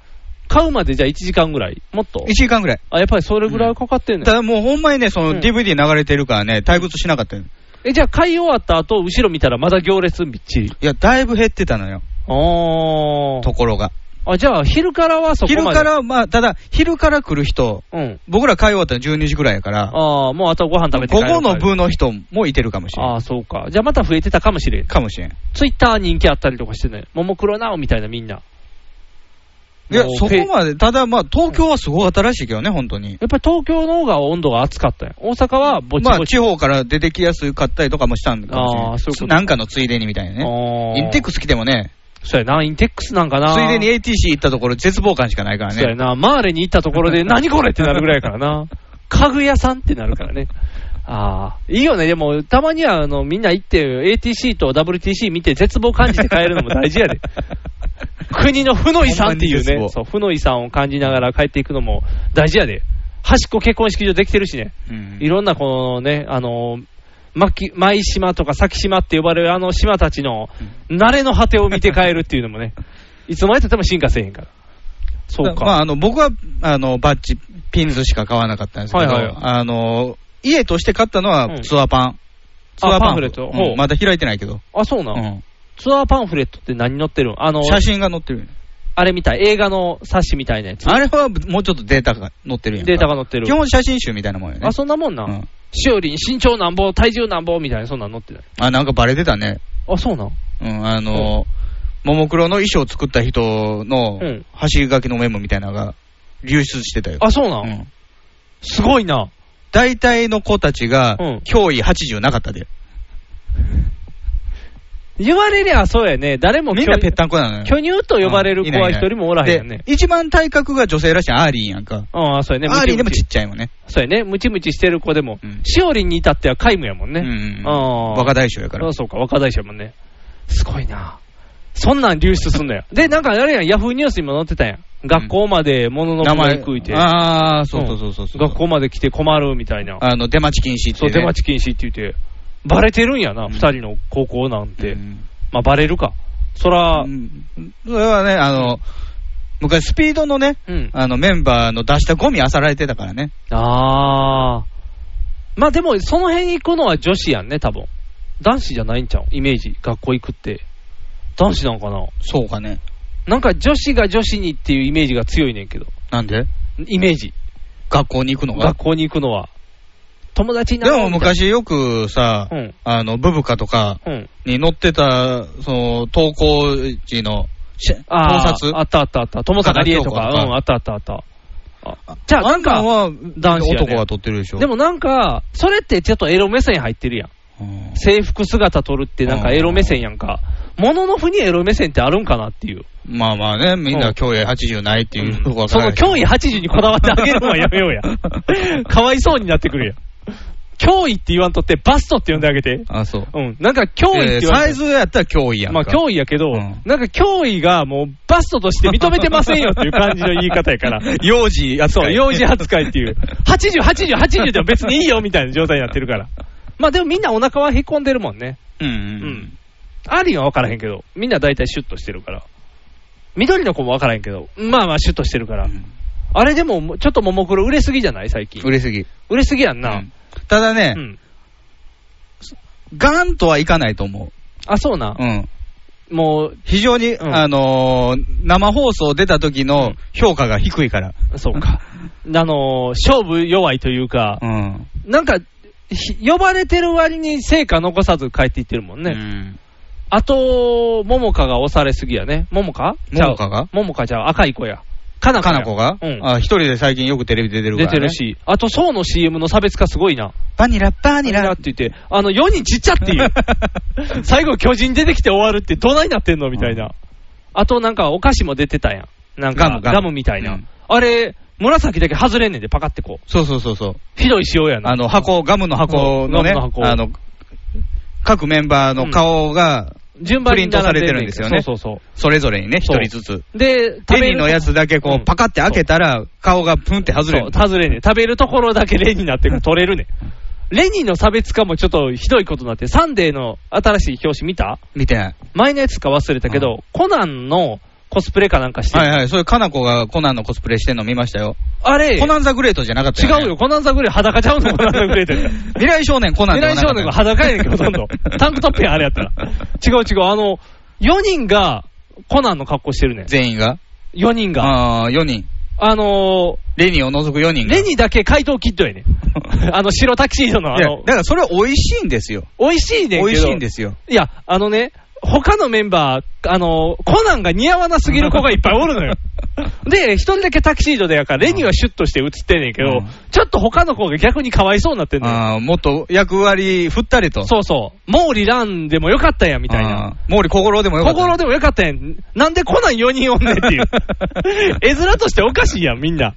買うまでじゃあ1時間ぐらいもっと1時間ぐらい。あ、やっぱりそれぐらいかかってんねただもうほんまにね、そうんの DVD 流れてるからね、退屈しなかったよ。え、じゃあ買い終わった後、後ろ見たらまだ行列びっちり。いや、だいぶ減ってたのよ、あところが。あ。あ、じゃあ昼からはそこまで。昼か。ら、まあ、ただ、昼から来る人、うん。僕ら買い終わったの12時ぐらいやから、ああ、もうあとはご飯食べて午帰る後の部の人もいてるかもしれん。ああ、そうか。じゃあまた増えてたかもしれん。かもしれん。いツイッター人気あったりとかしてね。ももクロなおみたいなみんな。やもう、そフェこまで、ただまあ、東京はすごかったらしいけどね、本当に。やっぱり東京の方が温度が暑かったよ。大阪はぼちまあ、ぼち。地方から出てきやすかったりとかもしたんかもしれんあーそういうことなんかのついでにみたいなね。あーインテックス来てもね、そうやな、インテックスなんかな。ついでに ATC 行ったところ、絶望感しかないからそうやね。な、マーレに行ったところ <laughs> で、何これってなるぐらいやからな。家具屋さんってなるからね。ああ、いいよね。でも、たまには、あの、みんな行って、ATC と WTC 見て、絶望感じて帰るのも大 <laughs> 事やで。国の負の遺産っていほうんまねに絶望、そう、負の遺産を感じながら帰っていくのも大事やで。端っこ結婚式場できてるしね。うんいろんなこのね、あの、巻舞島とか先島って呼ばれるあの島たちの慣れの果てを見て帰るっていう <laughs> のもね、いつまでたっても進化せえへんから。そうか。まあ、あの僕はあのバッジ、ピンズしか買わなかったんですけど、はいはいあの家として買ったのうんはツアーパン。ツアーパパンンフレットうんほうまだ開いてないけど、あ、そうなうの、んツアーパンフレットって何載ってるんあの、写真が載ってる。あれみたい、映画の冊子みたいなやつ。あれはもうちょっとデータが載ってるやんかデータが載ってる基本写真集みたいなもんよねあ、。そんなもんな。うんしおりん、身長なんぼ、体重なんぼみたいな、そんなん載ってない。あなんかバレてたね。あ、そうなんうん、あの、ももクロの衣装を作った人のうん走り書きのメモみたいなのが流出してたよ。あ、そうなん、うんすごいな。大体の子たちが、脅威80なかったで。言われりゃそうやね。誰もみんなぺったんこなのよ。巨乳と呼ばれる子は一人もおらへんよね。で一番体格が女性らしいアーリーやんか。ああ、そうやね。アーリーでもちっちゃいももんね。そうやね。ムチムチしてる子でも。しおりんに至っては皆無やもんね。ああ若大将やからああそうか、若大将やもんね。すごいな。そんなん流出すんだよ。で、なんかあれやん、ヤフーニュースにも載ってたやん。学校まで物の名前前食いて。ああ、そうそうそうそうそう。学校まで来て困るみたいな。あの、出待ち禁止って、ね。そう、出待ち禁止って言って、バレてるんやな、二人の高校なんて。まあ、バレるか。そら、それはね、あの、昔スピードのね、あのメンバーの出したゴミ漁られてたからね。ああ。まあでも、その辺行くのは女子やんね、多分。男子じゃないんちゃうイメージ。学校行くって。男子なんかなそうかね。なんか女子が女子にっていうイメージが強いねんけど。なんでイメージ。学校に行くのが学校に行くのは。友達になでろもうみたいな昔よくさ、あの、ブブカとかうん。に乗ってた、その、投稿時の、し盗あー撮あったあったあった。友坂理恵と高か。田京子とうかん、あったあったあった。あじゃあ、なんか、男子やね男が撮ってるでしょ。でもなんか、それってちょっとエロ目線入ってるやん。制服姿撮るってなんかエロ目線やんか。もののふにエロ目線ってあるんかなっていう。まあまあね、みんな脅威80ないっていうとこわかそらのない脅威80にこだわってあげるのはやめ <laughs> ようや。かわいそうになってくるやん。脅威って言わんとって、バストって呼んであげて。あ、そう。うん。なんか脅威って言わんとサイズやったら脅威やんまか。あ脅威やけど、なんか脅威がもうバストとして認めてませんよっていう感じの <laughs> 言い方やから。幼児扱そう、幼児扱いって <laughs> いう。80、80、80でも別にいいよみたいな状態になってるから。まあでもみんなお腹はへこんでるもんね。うんうん。アーリンは分からへんけど、みんな大体シュッとしてるから。緑の子も分からへんけど、まあまあシュッとしてるから。あれでも、ちょっとももクロ売れすぎじゃない最近。売れすぎ。売れすぎやんな。ただね、うんガンとはいかないと思う。あ、そうな。うん。もう、非常に、あのー生放送出た時の評価が低いから。そうか。あのー勝負弱いというか、うん。なんか、ひ呼ばれてる割に成果残さず帰っていってるもんね。あと、桃花が押されすぎやね。桃花桃花がちゃう桃花ちゃう。赤い子や。かなこかやなこが、うんあ一人で最近よくテレビ出てるから、出ね。てる。し。あと、層の CM の差別化すごいな。バニラ、バニラって言って、あの、4人ちっちゃって <laughs> いう。最後、巨人出てきて終わるってどないなってんのみたいな。あと、なんか、お菓子も出てたやん。なんガか、ガムムガムみたいな。あれ、紫だけ外れんねんで、パカってこう。そうそうそうそう。ひどい仕様やな。あの、箱、ガムの箱のね、ガムの箱あの、各メンバーの顔が、順番プリにントされてるん並んでんねんですよね。そうそうそうそれぞれにね、一そう人ずつ。で、レ食べニーるのやつだけこう、パカって開けたら、顔がプンって外れそうる。外れねん食べるところだけレニーになってる取れ <laughs> るねんレニーの差別化もちょっとひどいことになって、サンデーの新しい表紙見た見てない。前のやつか忘れたけど、コナンのコスプレかなんかしてるはいはい、そういうかなこがコナンのコスプレしてんの見ましたよ。あれ、コナンザグレートじゃなかったよ、ね。違うよ、 <laughs> コナンザグレート裸ちゃうの、コナンザグレートやった未来少年コナン <laughs> 未では来なか少った年が裸やねんけど、ほと <laughs> んど。 <laughs> タンクトップやん、あれやったら。違う違う、あの、4人がコナンの格好してるねん。全員が4人が。ああ、4人。あのレニーを除く4人ー、が。レニーだけ怪盗キッドやね <laughs> ん。あの、白タキシードの、あいやの、だからそれは美味しいんですよ。美味しいねんけど。美味しいんですよ。いや、あのね、他のメンバー、あの、コナンが似合わなすぎる子がいっぱいお <laughs> るのよ。で、一人だけタキシードでやから、レニーはシュッとして映ってんねんけど、ちょっと他の子が逆にかわいそうになってんのよ。ああ、もっと役割振ったりと。そうそう。毛利蘭でもよかったやん、みたいな。あー。毛利心でもよかった。心でもよかったやん。なんでコナン4人おんねんって <laughs> いう。絵面としておかしいやん、みんな。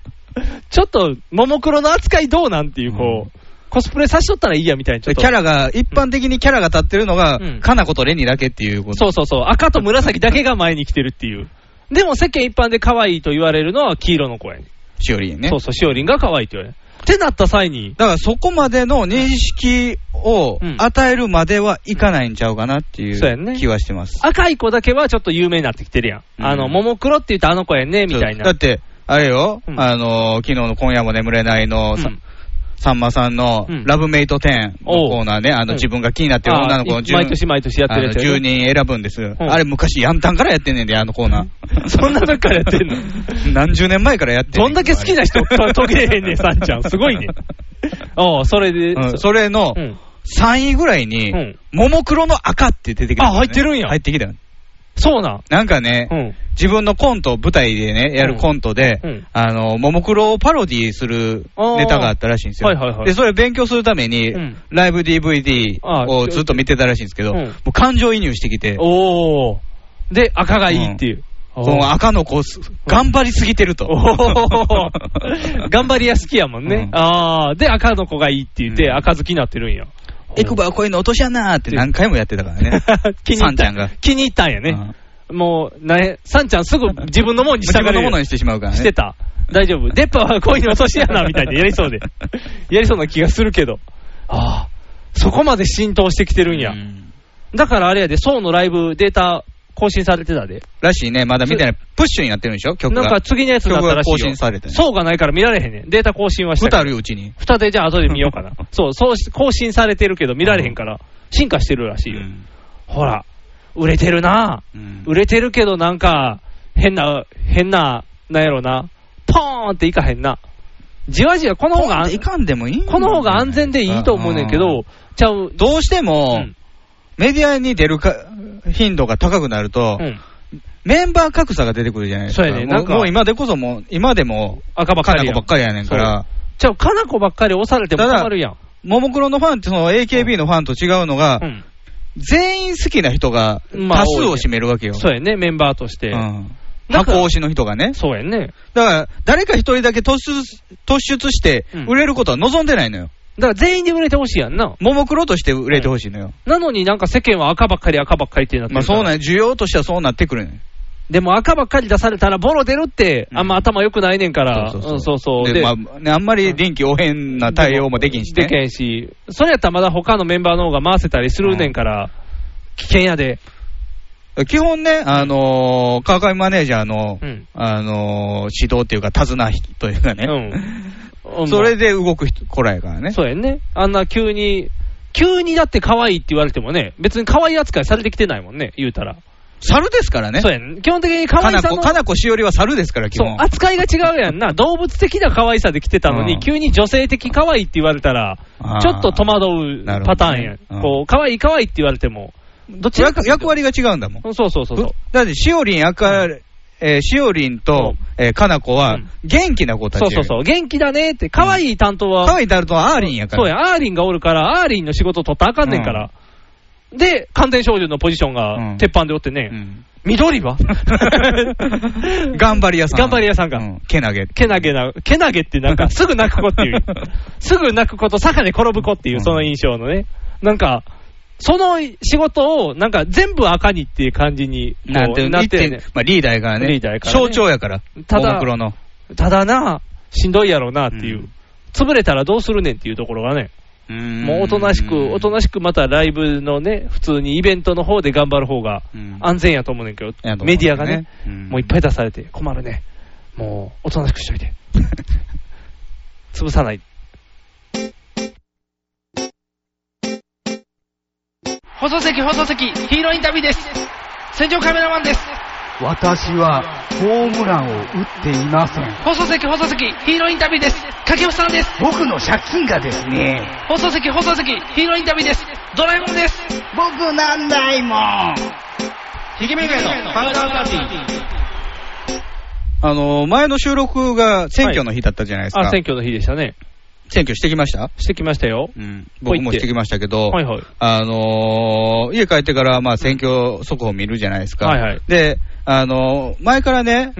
ちょっと、ももクロの扱いどうなんっていう、こう、コスプレさしとったらいいや、みたいな。ちょっとキャラが、一般的にキャラが立ってるのが、かなことレニーだけっていうこと。そうそうそう、赤と紫だけが前に来てるっていう。でも世間一般で可愛いと言われるのは黄色の子やねしおりんね。そうそう、しおりんが可愛いって言われる。ってなった際に、だからそこまでの認識を与えるまではいかないんちゃうかなっていそうやんうね気はしてます。赤い子だけはちょっと有名になってきてるやん。あの、ももクロって言ったあの子やんね、みたいな。だって、あれよ、あの、昨日の今夜も眠れないの、ささんまさんのラブメイト10のコーナーね、あのうん自分が気になってる女の子あのー10毎年毎年やってるやつあやのね10人選ぶんです。あれ昔ヤンタンからやってんねんで、あのコーナー。そん <laughs> な時からやってんの <laughs> 何十年前からやってんどねんだけ好きな <laughs> 人と途切れへんねん、さんちゃん。すごいね。おうそれで、うんそれのうん3位ぐらいに、ももクロの赤って出てきた、あ入ってるんや入ってきたよ。そうなん。なんかね、自分のコント、舞台でね、やるコントで、あの、ももクロをパロディするネタがあったらしいんですよ。あーはいはいはいで、それを勉強するために、ライブ DVD をずっと見てたらしいんですけど、もう感情移入してきて。おー。で、赤がいいっていう。この赤の子、す頑張りすぎてると。 <laughs> 頑張りや好きやもんね。ああ、で、赤の子がいいって言って、赤好きになってるんや。エクバはこういうの落としやなーって何回もやってたから <laughs> ね。気にサ入っンちたゃんが。気に入ったんやね。もう、なえ、サンちゃん <laughs> すぐ自分のものに従自う。分のものにしてしまうからね。してた。大丈夫。デッパはこういうの落としやな、みたいなや <laughs> りそうで。やりそうな気がするけど。ああ、そこまで浸透してきてるんや。だからあれやで、ソウのライブデータ更新されてたで。らしいね、まだ見てない。プッシュになってるんでしょ曲が。なんか次のやつになったらしいよ。曲が更新されてね。そうがないから見られへんねん。データ更新はした二けど。あるようちに。蓋でじゃあ後で見ようかな。そう、そうし更新されてるけど見られへんから、進化してるらしいよ。ほら、売れてるな、売れてるけどなんか、変な、変な、なんやろな。ポーンっていかへんな。じわじわ、この方が安、いかんでもいいこの方が安全でいいと思うねんけど、ちゃう。どうしても、メディアに出るか頻度が高くなると、メンバー格差が出てくるじゃないですか。そうやねもなんかもう今でこそもう、今でも、赤ばっかりやカナんコばっかりやねんから。ちゃう、かなこばっかり押されてもただ困るやん。ももクロのファンって、その AKB のファンと違うのが、全員好きな人がまあ多数を占めるわけよ。そうやね、メンバーとして。うんだから箱推しの人がね。そうやね。だから、誰か一人だけ突出突出して、売れることは望んでないのよ。だから全員で売れてほしいやんな。ももクロとして売れてほしいのよ。なのになんか世間は赤ばっかり赤ばっかりってなってまあるからそうなんや需要としてはそうなってくるね。でも赤ばっかり出されたらボロ出るって、あんま頭良くないねんから。うんそうそう。で、まあ、ね、あんまり臨機応変な対応もできんしでね。けんし、それやったらまだ他のメンバーの方が回せたりするねんから、危険やで。基本ね、あのー川上マネージャーの、うんあのー指導っていうか、手綱というかね、うん <laughs> それで動く人、こらやからね。そうやんね。あんな急に、急にだって可愛いって言われてもね、別に可愛い扱いされてきてないもんね、言うたら。猿ですからね。そうやん。基本的に可か愛なさこ、のかなこしおりは猿ですから、基そう本。扱いが違うやんな。動物的な可愛さで来てたのに、うん急に女性的可愛いって言われたらあー、ちょっと戸惑うなるほパタどーンやねん。こう、可愛い可愛いって言われても、どっちらか役役割が違うんだもん。そうそうそうそう。だって、しおりん、あか、えーしおりんと、えーかなこは、元気な子たちそやけうそど。うそう。元気だねって、可愛い担当は、可愛いだるとアーリンやから。そうやん、アーリンがおるから、アーリンの仕事取ったらあかんねんから。で、完全少女のポジションが鉄板でおってね、緑は <laughs> 頑張り屋さん。頑張り屋さんが。けなげ。けなげな、けなげってな <laughs> んか、すぐ泣く子っていう、すぐ泣く子と坂で転ぶ子っていう、その印象のね、なんか、その仕事を、なんか全部赤にっていう感じにこうなんていうなの、ってるね一点まあ、リーダーやからね。リーダーやからね象徴やから。ただももクロの。ただな、しんどいやろうなっていう、潰れたらどうするねんっていうところがね、もうおとなしく、おとなしくまたライブのね、普通にイベントの方で頑張る方が安全やと思うねんけど、やと思うねメディアがね、うんもういっぱい出されて困るね、もうおとなしくし <laughs> といて、潰さない。放送席放送席ヒーローインタビューです戦場カメラマンです私はホームランを打っていません。放送席放送席ヒーローインタビューです掛布さんです僕の借金がですね、放送席放送席ヒーローインタビューですドラえもんです僕なんないもんひげめがのパウダーパーティーあのー、前の収録が選挙の日だったじゃないですか。あ、選挙の日でしたね。選挙してきましたしてきましたよ。僕もしてきましたけど、はいはい。あのー家帰ってから、まあ、選挙速報見るじゃないですか。はいはいで、あのー前からね、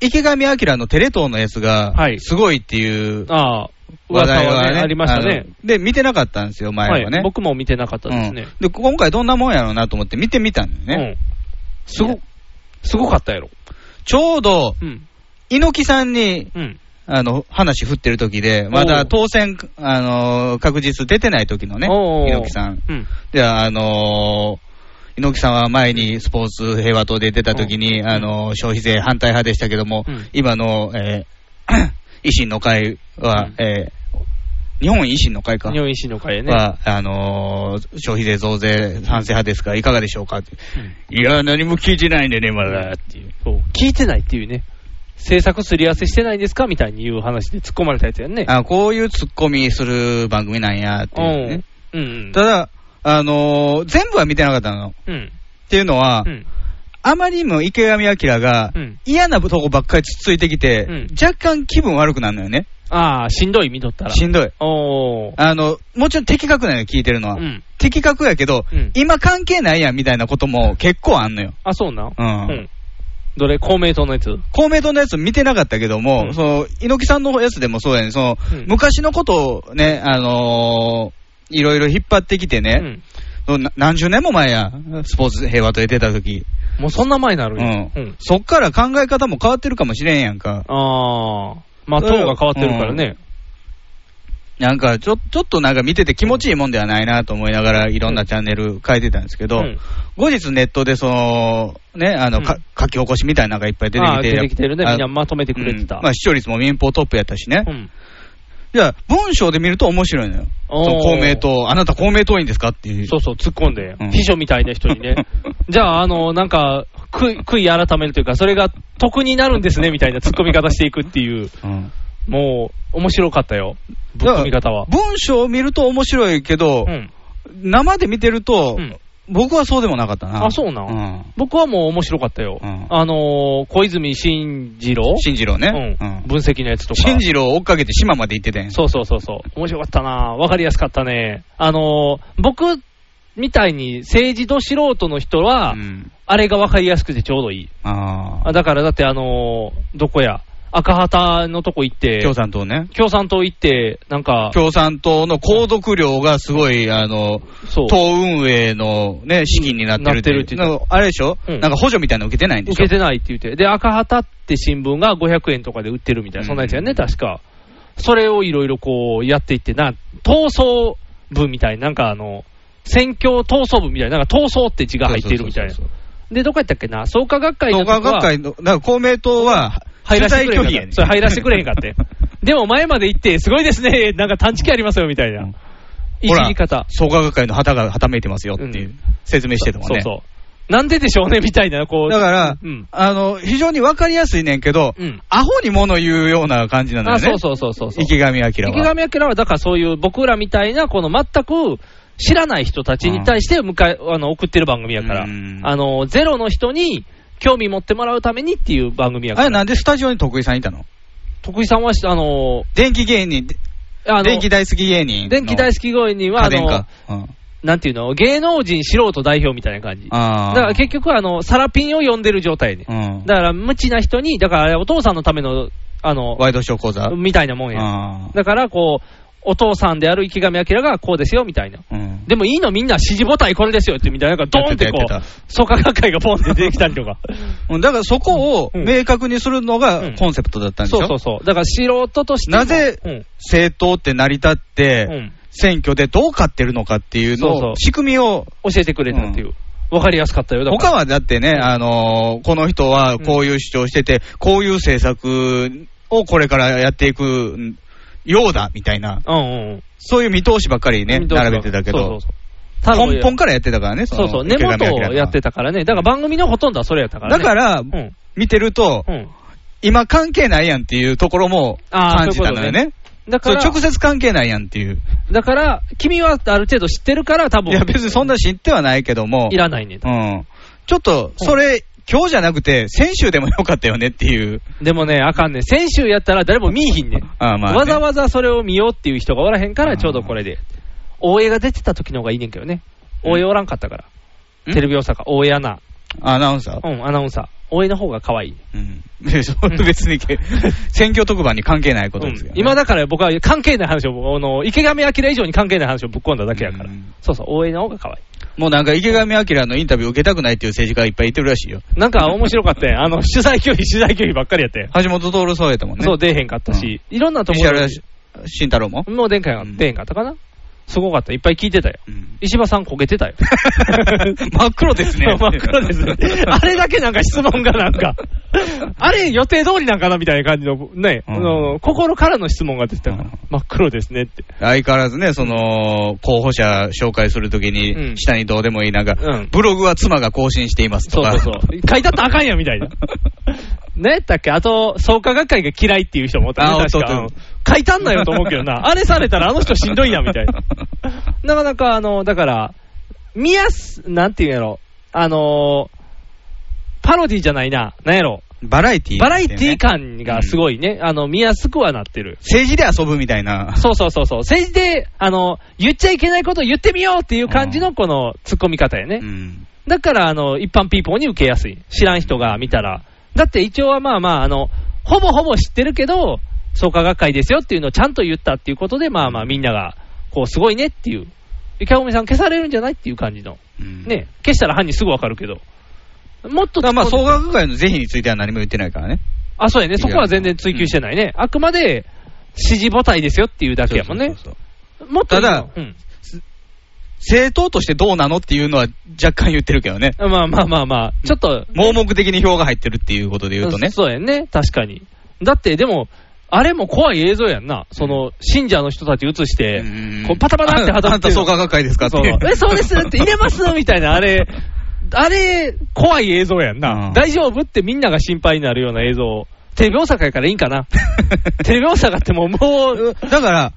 池上彰のテレ東のやつが、すごいっていうああ、話題噂ははね、ねありましたねあので、見てなかったんですよ、前はね。はい僕も見てなかったですね。で今回どんなもんやろうなと思って見てみたんだよね。すご、すごかったやろ。ちょうど、うん猪木さんに、んあの、話振ってる時で、まおだう当選、あの、確実出てない時のね、おう猪木さん。うん。で、あのー猪木さんは前にスポーツ平和党で出た時に、あのー消費税反対派でしたけども、今の、えー <coughs> 維新の会は、えー日本維新の会か。日本維新の会ね。は、あのー消費税増税賛成派ですが、いかがでしょうかって、いや、何も聞いてないんでね、まだっていう。そう聞いてないっていうね。制作すり合わせしてないんですかみたいに言う話で突っ込まれたやつやんね。あこういうツッコミする番組なんやっていうね。うん。ただ、あのー全部は見てなかったの。うん。っていうのは、あまりにも池上彰が嫌なとこばっかりつっついてきて、若干気分悪くなるのよね。ああ、しんどい、見とったら。しんどい。おー。あの、もちろん的確なのよ、聞いてるのは。ん的確やけど、今関係ないやんみたいなことも結構あんのよ。あ、そうなんうんうん。どれ公明党のやつ公明党のやつ見てなかったけども、その猪木さんのやつでもそうやねその、昔のことをね、あのーいろいろ引っ張ってきてね、そのな何十年も前や、スポーツ平和と出てた時もうそんな前になるうんやうん。そっから考え方も変わってるかもしれんやんか。ああ、まあ、党が変わってるからね。なんかちょ、ちょっとなんか見てて気持ちいいもんではないなと思いながら、いろんなチャンネル変えてたんですけど、うん後日ネットでその、ね、あの、か書き起こしみたいなのがいっぱい出てあきあて、出てきてるね。あみんなまとめてくれてた。まあ、視聴率も民放トップやったしね。んじゃあ、文章で見ると面白いのよ。そおーの公明党、あなた公明党員ですかっていう。そうそう、突っ込んで、秘書みたいな人に <laughs> ね。じゃあ、あの、なんか、悔い悔い改めるというか、それが得になるんですね、みたいな突っ込み方していくっていう。もう、面白かったよ。ぶっ込み方は。文章を見ると面白いけど、生で見てると、僕はそうでもなかったな。あ、そうなん、僕はもう面白かったよ。あのー、小泉進次郎進次郎ねうん。分析のやつとか。進次郎を追っかけて島まで行ってたやん。そうそうそうそう。面白かったなわかりやすかったね。あのー、僕みたいに政治ど素人の人は、あれがわかりやすくてちょうどいい。ああだからだってあのー、どこや、赤旗のとこ行って、共産党ね。共産党行って、なんか、共産党の皇族量がすごい、あの、そう党運営のね、資金になってるってなってるって言っなてんかあれでしょ、うんなんか補助みたいなの受けてないんでし受ょけてないって言って、で、赤旗って新聞が500円とかで売ってるみたいな、そんなやつやね、確か。それをいろいろこうやっていって、な、闘争部みたいな、なんかあの、選挙闘争部みたいな、なんか闘争って字が入ってるみたいな。で、どこやったっけな、創価学会の創とこは価学会の、だから公明党は、入らせてくれへん取材か拒否やっねた。それ入らせてくれへん <laughs> かって。でも前まで行って、すごいですね、 <laughs> なんか探知機ありますよ、みたいな。いじり方。創価学会の旗がはためいてますよっていう説明してたもんね。そうそう。なんででしょうね、みたいな、こう。だから、うん。あの、非常にわかりやすいねんけど、アホに物言うような感じなんだよね。あそうそうそうそうそう池上彰池は。上彰は、だからそういう僕らみたいな、この全く知らない人たちに対して向かいあの送ってる番組やから、あの、ゼロの人に興味持ってもらうためにっていう番組やあかれら、なんでスタジオに徳井さんいたの徳井さんは、あの、電気芸人、であの電気大好き芸人。電気大好き声には、家あ電のか、。うんなんていうの、芸能人素人代表みたいな感じ。あーだから結局、あの、サラピンを呼んでる状態で。うんだから、無知な人に、だからあれお父さんのための、あの、ワイドショー講座。みたいなもんあや。だから、こう、お父さんである池上彰がこうですよ、みたいな。うんでもいいのみんな指示ボタンこれですよってみたいな、なんかドーンってこやってたやっう、創価学会がポンって出てきたりと <laughs> か。うんだからそこを明確にするのがコンセプトだったんでしょ、そうそうそう。だから素人としても。なぜうん政党って成り立って、選挙でどう勝ってるのかっていうのをそうそう仕組みを教えてくれたっていう。わかりやすかったよ。だから他はだってね、あのーこの人はこういう主張してて、こういう政策をこれからやっていくんようだみたいな、うんうん。そういう見通しばっかりね、見通しばっか並べてたけそうどそう、そう根本からやってたからね、そうそう、根元をやってたたからね、だから番組のほとんどはそれやったからだね。から、見てると、うん今関係ないやんっていうところもあー感じたのよそういうねこ。だからそう直接関係ないやんっていう。だから、君はある程度知ってるから、多い分や、別にそんな知ってはないけども。いらないね。うん。ちょっと、それ、今日じゃなくて、先週でもよかったよねっていう。でもね、あかんね、先週やったら誰も見いひんねん。あーまあねわざわざそれを見ようっていう人がおらへんから、ちょうどこれで。大江が出てた時の方がいいねんけどね。大江おらんかったから。テレビ大阪、大江アナ。アナウンサーうん、アナウンサー。大江の方が可愛い。そう別にけ、選挙特番に関係ないことですよ。今だから僕は関係ない話を、あの、池上彰以上に関係ない話をぶっ込んだだけやから。そうそう、大江の方が可愛い。もうなんか池上彰のインタビュー受けたくないっていう政治家がいっぱいいてるらしいよ。なんか面白かったよ。あの、取材拒否、取材拒否ばっかりやって。橋本徹そうやったもんね。そう、出えへんかったし、いろんなとこ石ろ原に。慎太郎ももう出えへんか出えへんかったかな。すごかった。いっぱい聞いてたよ。石破さん焦げてたよ。 <laughs> 真っ黒ですね <laughs> 真っ黒で <laughs> すね。あれだけなんか質問がなんか、あれ予定通りなんかなみたいな感じの、ね、あの心からの質問が出てたから。真っ黒ですねって。相変わらずね、その、候補者紹介するときうに、ん下にどうでもいい、なんかうん、ブログは妻が更新していますとそうか。そうそう。書いてあったらあかんやんみた <laughs> いな。何やったっけあと、創価学会が嫌いっていう人もおったねあおっと確っかとうん書いたんなよと思うけ <laughs> どな。あれされたらあの人しんどいやんみたいな。なかなか、あの、だから、見やす、なんていうんやろ、あのーパロディじゃないな、なんやろ。バラエティバラエティ感がすごいね、あの、見やすくはなってる。政治で遊ぶみたいな。そうそうそうそう。政治で、あの、言っちゃいけないことを言ってみようっていう感じのこの突っ込み方やね。だから、あの、一般ピーポーに受けやすい。知らん人が見たら。だって一応はまあまあ、あの、ほぼほぼ知ってるけど、創価学会ですよっていうのをちゃんと言ったっていうことで、まあまあみんなが、こう、すごいねっていう。でキャオメさん消されるんじゃないっていう感じの。ね、消したら犯人すぐわかるけど。もっとだからまあ、総額外の是非については何も言ってないからね。あ、そうやね。そこは全然追求してないね。あくまで、支持母体ですよっていうだけやもんね。もっとただ、うん政党としてどうなのっていうのは若干言ってるけどね。まあまあまあまあ、ちょっと。盲目的に票が入ってるっていうことで言うとね。そうやんね。確かに。だって、でも、あれも怖い映像やんな。その、信者の人たち映して、こうパタパタってあ旗あんた創価学会ですかってそういう。え、そうですって入れますみたいな、<laughs> あれ、あれ、怖い映像やんな。大丈夫ってみんなが心配になるような映像。テレビ大阪やからいいん <laughs> かな。テレビ大阪ってもう、も <laughs> う、だから、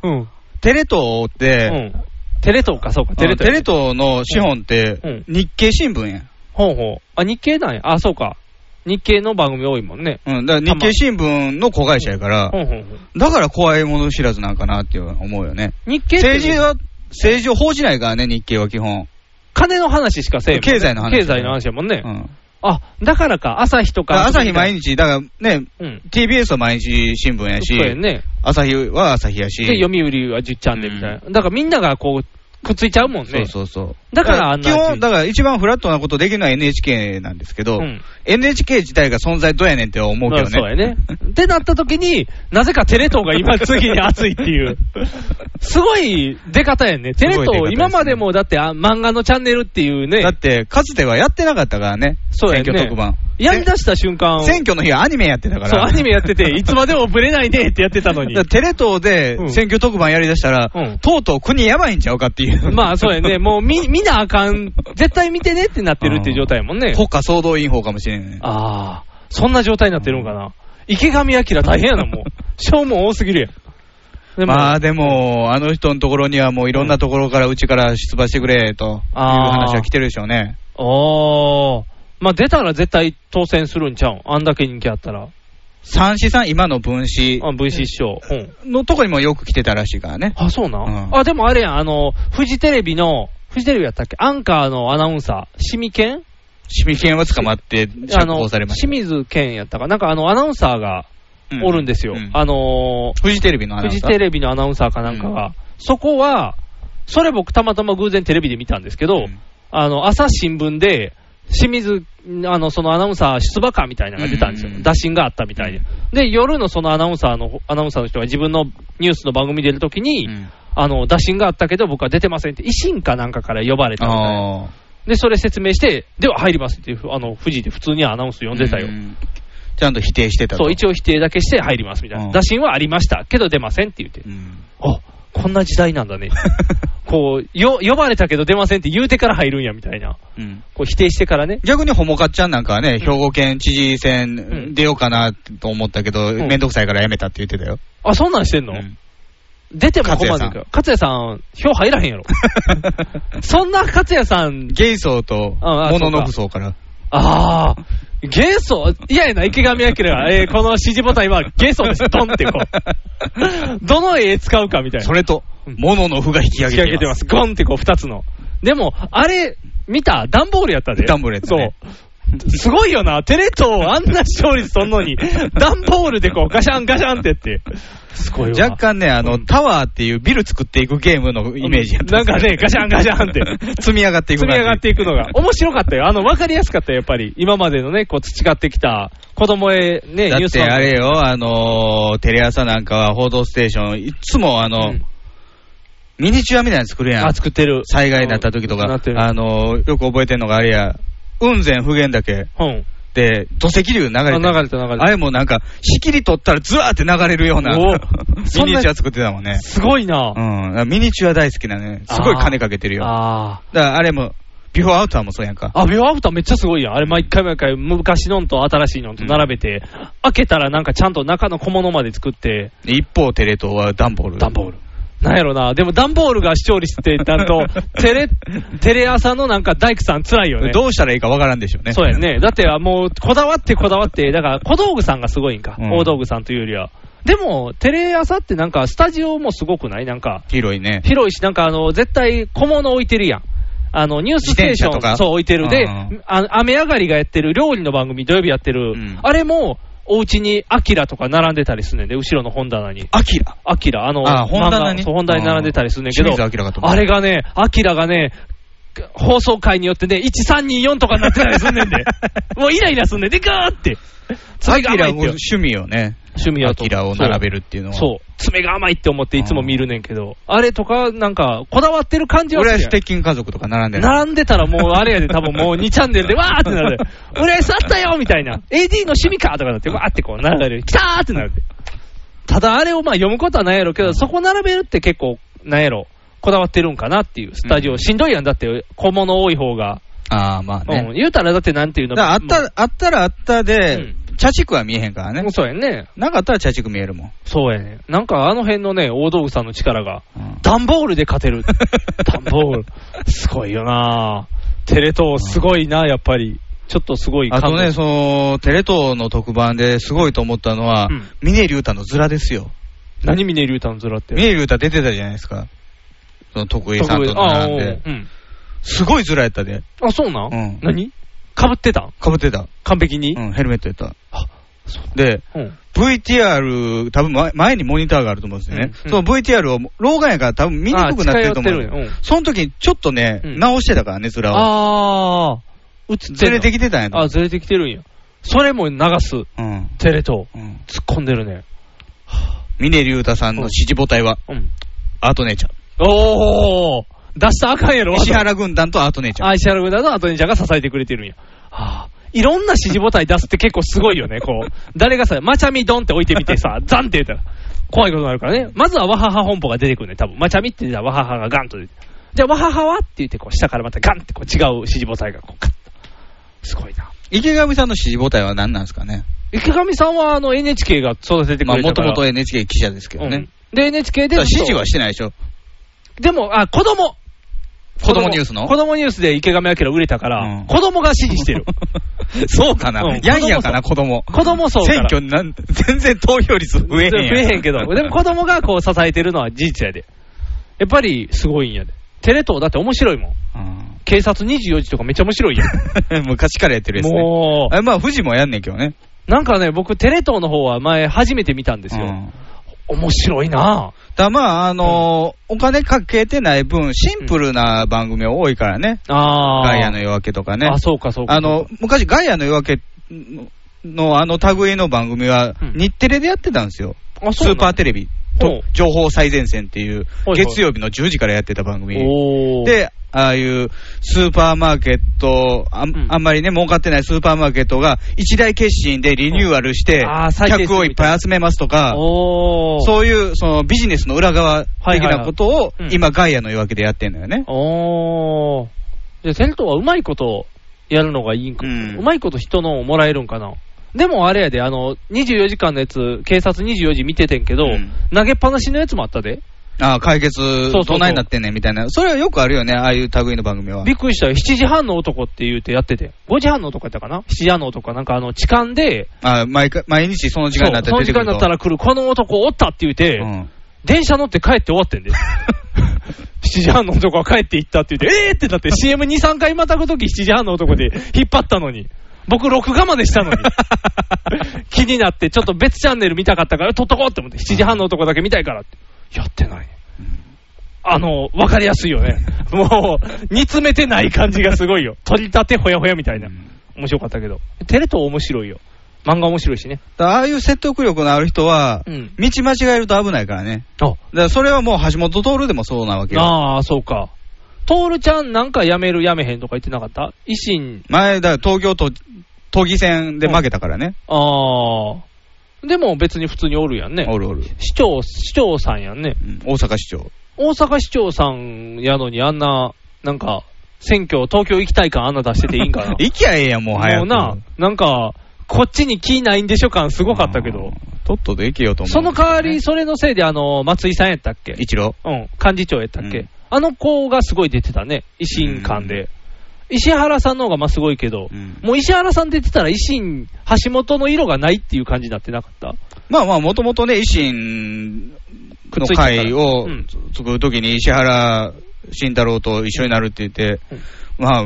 テレ東って、テレ東か、そうか、テレ東テレ東の資本って、日経新聞や。ほうほう。あ、日経なんや。あ、そうか。日経の番組多いもんね。うん、だから日経新聞の子会社やから、ほうほうほうだから怖いもの知らずなんかなっていう思うよね。日経って政治は、政治を報じないからね、日経は基本。金の話しかせえへんもんね経済の話。経済の話やもんね。うん。あ、だからか、朝日とだか。から朝日毎日、だからね、TBS は毎日新聞やしそうや、ね。朝日は朝日やし。で、読売は10チャンネルみたいな。だからみんながこう、くっついちゃうもんね。そうそうそう。だからあんな基本、だから一番フラットなことできるのは NHK なんですけど、NHK 自体が存在どうやねんって思うけどね。そうやね。ってなった時に、なぜかテレ東が今 <laughs> 次に熱いっていう。すごい出方やね。テレすごい出方東、ですね今までもだってあ漫画のチャンネルっていうね。 <laughs> だって、かつてはやってなかったからね。そうやね選挙特番。やり出した瞬間。選挙の日はアニメやってたから。そう、アニメやってて、いつまでもブレないねってやってたの <laughs> にだ。からテレ東で選挙特番やりだしたら、とうとう国やばいんちゃうかっていう。 <laughs> まあそうやね、もう見見なあかん、絶対見てねってなってるっていう状態やもんね。国家総動員法かもしれんね。ああ、そんな状態になってるんかな。池上彰大変やな、もう。賞も多すぎるやん。でもまあでも、あの人のところにはもういろんなところからうちから出馬してくれというあー話は来てるでしょうね。ああ、まあ出たら絶対当選するんちゃうんあんだけ人気あったら。三子さん、今の分子あ、分子師匠。のとこにもよく来てたらしいからね。あ、そうなん、あ、でもあれやん、あの、フジテレビの、フジテレビやったっけアンカーのアナウンサー、シミケンシミケンは捕まってあ釈の、放されました。清水健やったかなんかあの、アナウンサーがおるんですよ。あのーフジテレビのアナウンサーフジテレビのアナウンサーかなんかが。そこは、それ僕たまたま偶然テレビで見たんですけど、あの、朝新聞で、清水、あの、そのアナウンサー出馬かみたいなのが出たんですよ。打診があったみたいで。で、夜のそのアナウンサーの、アナウンサーの人が自分のニュースの番組出るときに、あの、打診があったけど僕は出てませんって、維新かなんかから呼ばれたみたいな。で、それ説明して、では入りますっていう、あの、富士で普通にアナウンス読んでたよ。ちゃんと否定してたと。そう、一応否定だけして入りますみたいな。打診はありましたけど出ませんって言って。 <laughs> あ、こんな時代なん <laughs> だね。こう、よ、呼ばれたけど出ませんって言うてから入るんやみたいな。うんこう否定してからね。逆にホモカッちゃんなんかはね、兵庫県知事選出ようかなと思ったけど、めんどくさいからやめたって言ってたよ。あ、そんなんしてんの、出ても困るんだけど。勝也さん、票入らへんやろ。 <laughs> そんな勝也さん。 <laughs> ゲイ層と、モノノフ層から。ああ、ゲソいややな、池上彰は、えーこの指示ボタンはゲソです、ドンってこう。 <laughs> どの絵使うかみたいな。それと、モノノフが引き上げていますます。ゴンってこう、二つの。でも、あれ、見た段ボールやったで。段ボールやった、そう。すごいよな。テレ東あんな視聴率とん <laughs> のに、段ボールでこう、ガシャンガシャンってって。すごいわ若干ね、あの、タワーっていうビル作っていくゲームのイメージやったなんかね、ガシャンガシャ <laughs> ンって。積み上がっていく感積じみ上がっていくのが。面白かったよ。あの、わかりやすかったよ、やっぱり。今までのね、こう、培ってきた子供へね、だニューっスて番組あれよ、あのーテレ朝なんかは報道ステーション、いつもあの、ミニチュアみたいなの作るやん。あ作ってる。災害になった時とか、あのーよく覚えてんのがあれや、雲仙普賢岳うん。で土石流流れてあ流れた流れたあれもなんか、仕切り取ったらズワーって流れるような、<laughs> ミおニチュア作ってたもんね。すごいな。うん。ミニチュア大好きなね、すごい金かけてるよ。あだからあれも、ビフォーアウターもそうやんか。あ、ビフォーアフターめっちゃすごいやん。あれ毎回毎回昔のんと新しいのんと並べて、開けたらなんかちゃんと中の小物まで作って、一方テレ東は段ボール。段ボール。なんやろな、でも段ボールが視聴率ってな <laughs> ると、テレ、テレ朝のなんか大工さん辛いよね。どうしたらいいかわからんでしょうね。そうやね。だってあもう、こだわってこだわって、だから小道具さんがすごいんか。うん大道具さんというよりは。でも、テレ朝ってなんか、スタジオもすごくないなんか、広いね。広いし、なんかあの、絶対小物置いてるやん。あの、ニュースステーショ自転車とかン、そう置いてる。で、うんあ雨上がりがやってる料理の番組、土曜日やってる。あれも、お家にアキラとか並んでたりすんねんで、後ろの本棚に。アキラアキラ、あの、あ本棚に漫画そう本棚に並んでたりすんねんけど、うん清水アキラかと思っあたれがね、アキラがね、放送回によってね、1、3、2、4とかになってたりすんね <laughs> んで。もうイライラすんねんで、ガーって。ア爪がキ甘いラってもよ。趣味をね、趣味アキラを並べるっていうのは。そう。爪が甘いって思っていつも見るねんけど、あれとか、なんか、こだわってる感じは俺すはるスやんテッキング家族とか並んでる。並んでたらもうあれやで、多分もう2チャ <laughs> ンネルでわーってなる。俺やったよみたいな。AD の趣味かとか <laughs> なって、わーってこう並べる。きたーってなるで。ただあれをまあ読むことはないやろうけど、そこ並べるって結構、なんやろ、こだわってるんかなっていう。スタジオ、しんどいやん。だって小物多い方が。ああ、まあうん。ね。言うたらだってなんていうのだからあったら、あったらあったで、茶畜は見えへんからね。そうやね。なかったら茶畜見えるもん。そうやね。なんかあの辺のね、大道具さんの力が、段ボールで <laughs> 勝てる。段ボール。すごいよなぁテレ東すごいな、やっぱり。ちょっとすごいあと感動ね、その、テレ東の特番ですごいと思ったのは、峰竜太のズラですよ。何峰竜太のズラって。峰竜太出てたじゃないですか。その徳井さんと並んで特。別すごいズラやったで。あ、うん。あ、そうなん、何かぶってたんかぶってた。完璧にうん、ヘルメットやった。で、うん。 VTR、多分前前にモニターがあると思うんですよね。うんその VTR を、老眼やから多分見にくくなってると思うあ近寄ってるんやうんその時にちょっとね、直してたからね、ズラを。あー、映ってんのずれてきてたんやとあ、ずれてきてるんや。それも流す。うん。テレ東。うん。突っ込んでるね。峰竜太さんの指示母体は、うん。アート姉ちゃん。おー出したらあかんやろ、石原軍団とアート姉ちゃん。あ、石原軍団の後にちゃんが支えてくれてるんや。はあ、いろんな指示ボタン出すって結構すごいよね、こう。誰がさ、マチャミドンって置いてみ <laughs> てさ、ザンって言ったら、怖いことになるからね。まずはワハハ本舗が出てくるね、多分。マチャミって言ったらワハハがガンと出てじゃあワハハはって言って、こう、下からまたガンってこう違う指示ボタンがこう、カッと。すごいな。池上さんの指示母体は何なんですかね。池上さんはあの NHK が育ててまくあ、れもとたから。もと NHK 記者ですけどね。で、だ NHK かでら。指示はしてないでしょ。でも、あ、子供。子供ニュースの子供ニュースで池上彰売れたから、子供が支持してる。 <laughs> そうかな、うんやんやかな、子供。子供層か選ら。挙なん、全然投票率増えへんやん。増えへん <laughs> けど、でも子供がこう支えてるのは事実やで。やっぱりすごいんやで。テレ東だって面白いもん。警察24時とかめっちゃ面白いや <laughs> ん。昔からやってるやつね。もう。まあ、富士もやんねんけどね。なんかね、僕テレ東の方は前初めて見たんですよ。面白いなぁ。だまあ、あのーお金かけてない分、シンプルな番組多いからね。あーガイアの夜明けとかね。あ、そうかそうか。あの、昔、ガイアの夜明けののあの類の番組は、日テレでやってたんですよ。あそうスなのーパーテレビほとう情報最前線っていうほいほ、い月曜日の10時からやってた番組。おーで、ああいうスーパーマーケットあん、あんまりね、儲かってないスーパーマーケットが一大決心でリニューアルしてんあー、再結成客をいっぱい集めますとか、おーそういうそのビジネスの裏側はい的はいはいなことをうん、今、ガイアの夜明けでやってんのよね。 <laughs> おー。じゃあテレ東はうまいことやるのがいいんか、うまいこと人のをもらえるんかな。でもあれやで、あの、24時間のやつ、警察24時見ててんけど、投げっぱなしのやつもあったで。ああ解決、そうそうそうどないなってんねんみたいな、それはよくあるよね、ああいう類の番組は。びっくりしたよ。7時半の男って言うてやってて。5時半の男やったかな ?7 時半の男かなんかあの、痴漢で、あ毎回毎日その時間になったそうらそ出ての時くる間になとったら来る、この男おったって言うて、電車乗って帰って終わってん <laughs> で。7時半の男は帰って行ったって言って、えーってなって CM2、3回またぐとき7時半の男で引っ張ったのに。僕、録画までしたの <laughs> に。気になって、ちょっと別チャンネル見たかったから、撮っとこうって思って、7時半の男だけ見たいからって。やってないね。あの、わかりやすいよね。もう、煮詰めてない感じがすごいよ。取り立てほやほやみたいな。面白かったけど。テレ東面白いよ。漫画面白いしね。だからああいう説得力のある人は、うん道間違えると危ないからね。あだからそれはもう橋本徹でもそうなわけよ。ああ、そうか。トールちゃんなんかやめるやめへんとか言ってなかった維新、前、だから東京都、都議選で負けたからね。ああ。でも別に普通におるやんね。おるおる。市長、市長さんやんね。大阪市長。大阪市長さんやのにあんな、なんか、選挙、東京行きたい感あんな出してていいん <laughs>。かな行きゃええやん、もう早もく。うな、なんか、こっちに気ないんでしょ感すごかったけど、とっとと行けよと思う。その代わり、それのせいで、あの、松井さんやったっけ一郎。うん、幹事長やったっけ、あの子がすごい出てたね、維新館で。石原さんの方がまあすごいけど、もう石原さん出てたら維新、橋本の色がないっていう感じになってなかったまあまあ、もともとね、維新の会を作るときに、石原慎太郎と一緒になるって言って、まあ、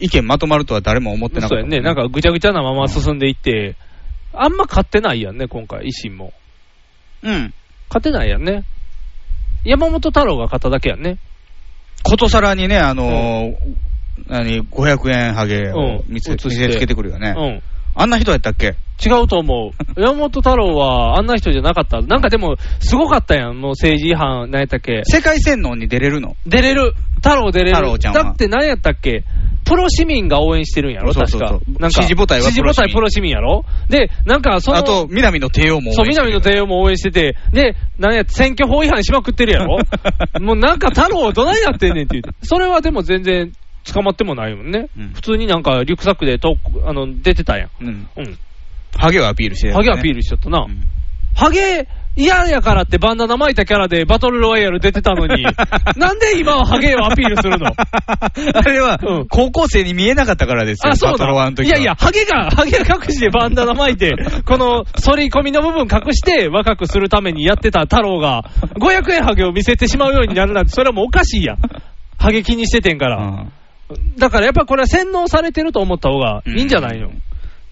意見まとまるとは誰も思ってなそかっうやた。んね、なんかぐちゃぐちゃなまま進んでいって、あんま勝ってないやんね、今回、維新も。うん。勝てないやんね。山本太郎が勝っただけやんね。ことさらにね、あのー何、500円ハゲを見せ,、うん映して見せつけてくるよね。うん。あんな人やったっけ違うと <laughs> 思う。山本太郎はあんな人じゃなかった。なんかでも、すごかったやん。もう政治違反、何やったっけ。世界洗脳に出れるの出れる。太郎出れる。太郎ちゃんはだって何やったっけ。プロ市民が応援してるんやろ、そう確そうそうか。なんか支持母体はプロ市民支持母体プロ市民やろ。で、なんかその。あと、南の帝王も応援してそう、る南の帝王も応援してて、で、なんや、選挙法違反しまくってるや <laughs> ろもうなんか太郎どないなってんねんって言う。それはでも全然捕まってもないもんね。普通になんかリュックサックでとあの出てたやん。うん。うん。ハゲはアピールしてる、ハゲアピールしちゃったな。ハゲ嫌やからってバンダナ巻いたキャラでバトルロワイヤル出てた <laughs> のに、なんで今はハゲをアピールするの <laughs> あれは、高校生に見えなかったからですよ、あ、そうバトロワだ。ンの時いはやいや、ハゲが、ハゲ隠しでバンダナ巻いて、この反り込みの部分隠して若くするためにやってた太郎が、500円ハゲを見せてしまうようになるなんて、それはもうおかしいやん。ハゲ気にしててんから。だからやっぱこれは洗脳されてると思った方がいいんじゃないの、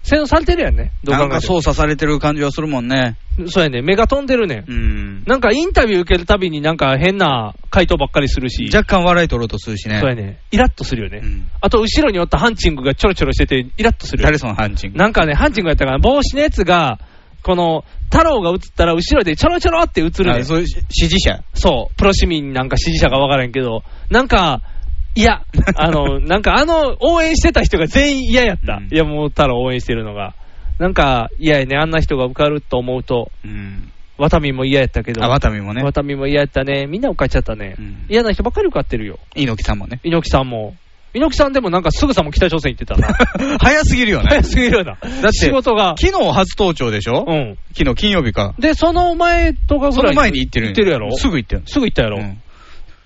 洗脳されてるやんね。どう考なえんてもか操作されてる感じはするもんね。そうやね、目が飛んでるね。うん。なんかインタビュー受けるたびになんか変な回答ばっかりするし。若干笑い取ろうとするしね。そうやね。イラッとするよね。あと、後ろにおったハンチングがちょろちょろしてて、イラッとする。誰そのハンチングなんかね、ハンチングやったから、帽子のやつが、この、太郎が映ったら後ろでちょろちょろって映るねあ。そういうし支持者。そう、プロ市民なんか支持者がわからんけど、なんか、いや、<laughs> あの、なんかあの、応援してた人が全員嫌やった。いや、もう太郎応援してるのが。なんか、嫌やね、あんな人が受かると思うと。ワタミも嫌やったけど。あワタミもねワタミも嫌やったね。みんな受かっちゃったね。嫌な人ばっかり受かってるよ。猪木さんもね。 <laughs> 猪木さんも。猪木さんでもなんかすぐさま北朝鮮行ってたな。早すぎるよね。早すぎるよな。だって、仕事が。昨日初登頂でしょうん。昨日金曜日か。で、その前とかぐらいその前に行ってるん行ってるやろすぐ行ってる。すぐ行ったやろ。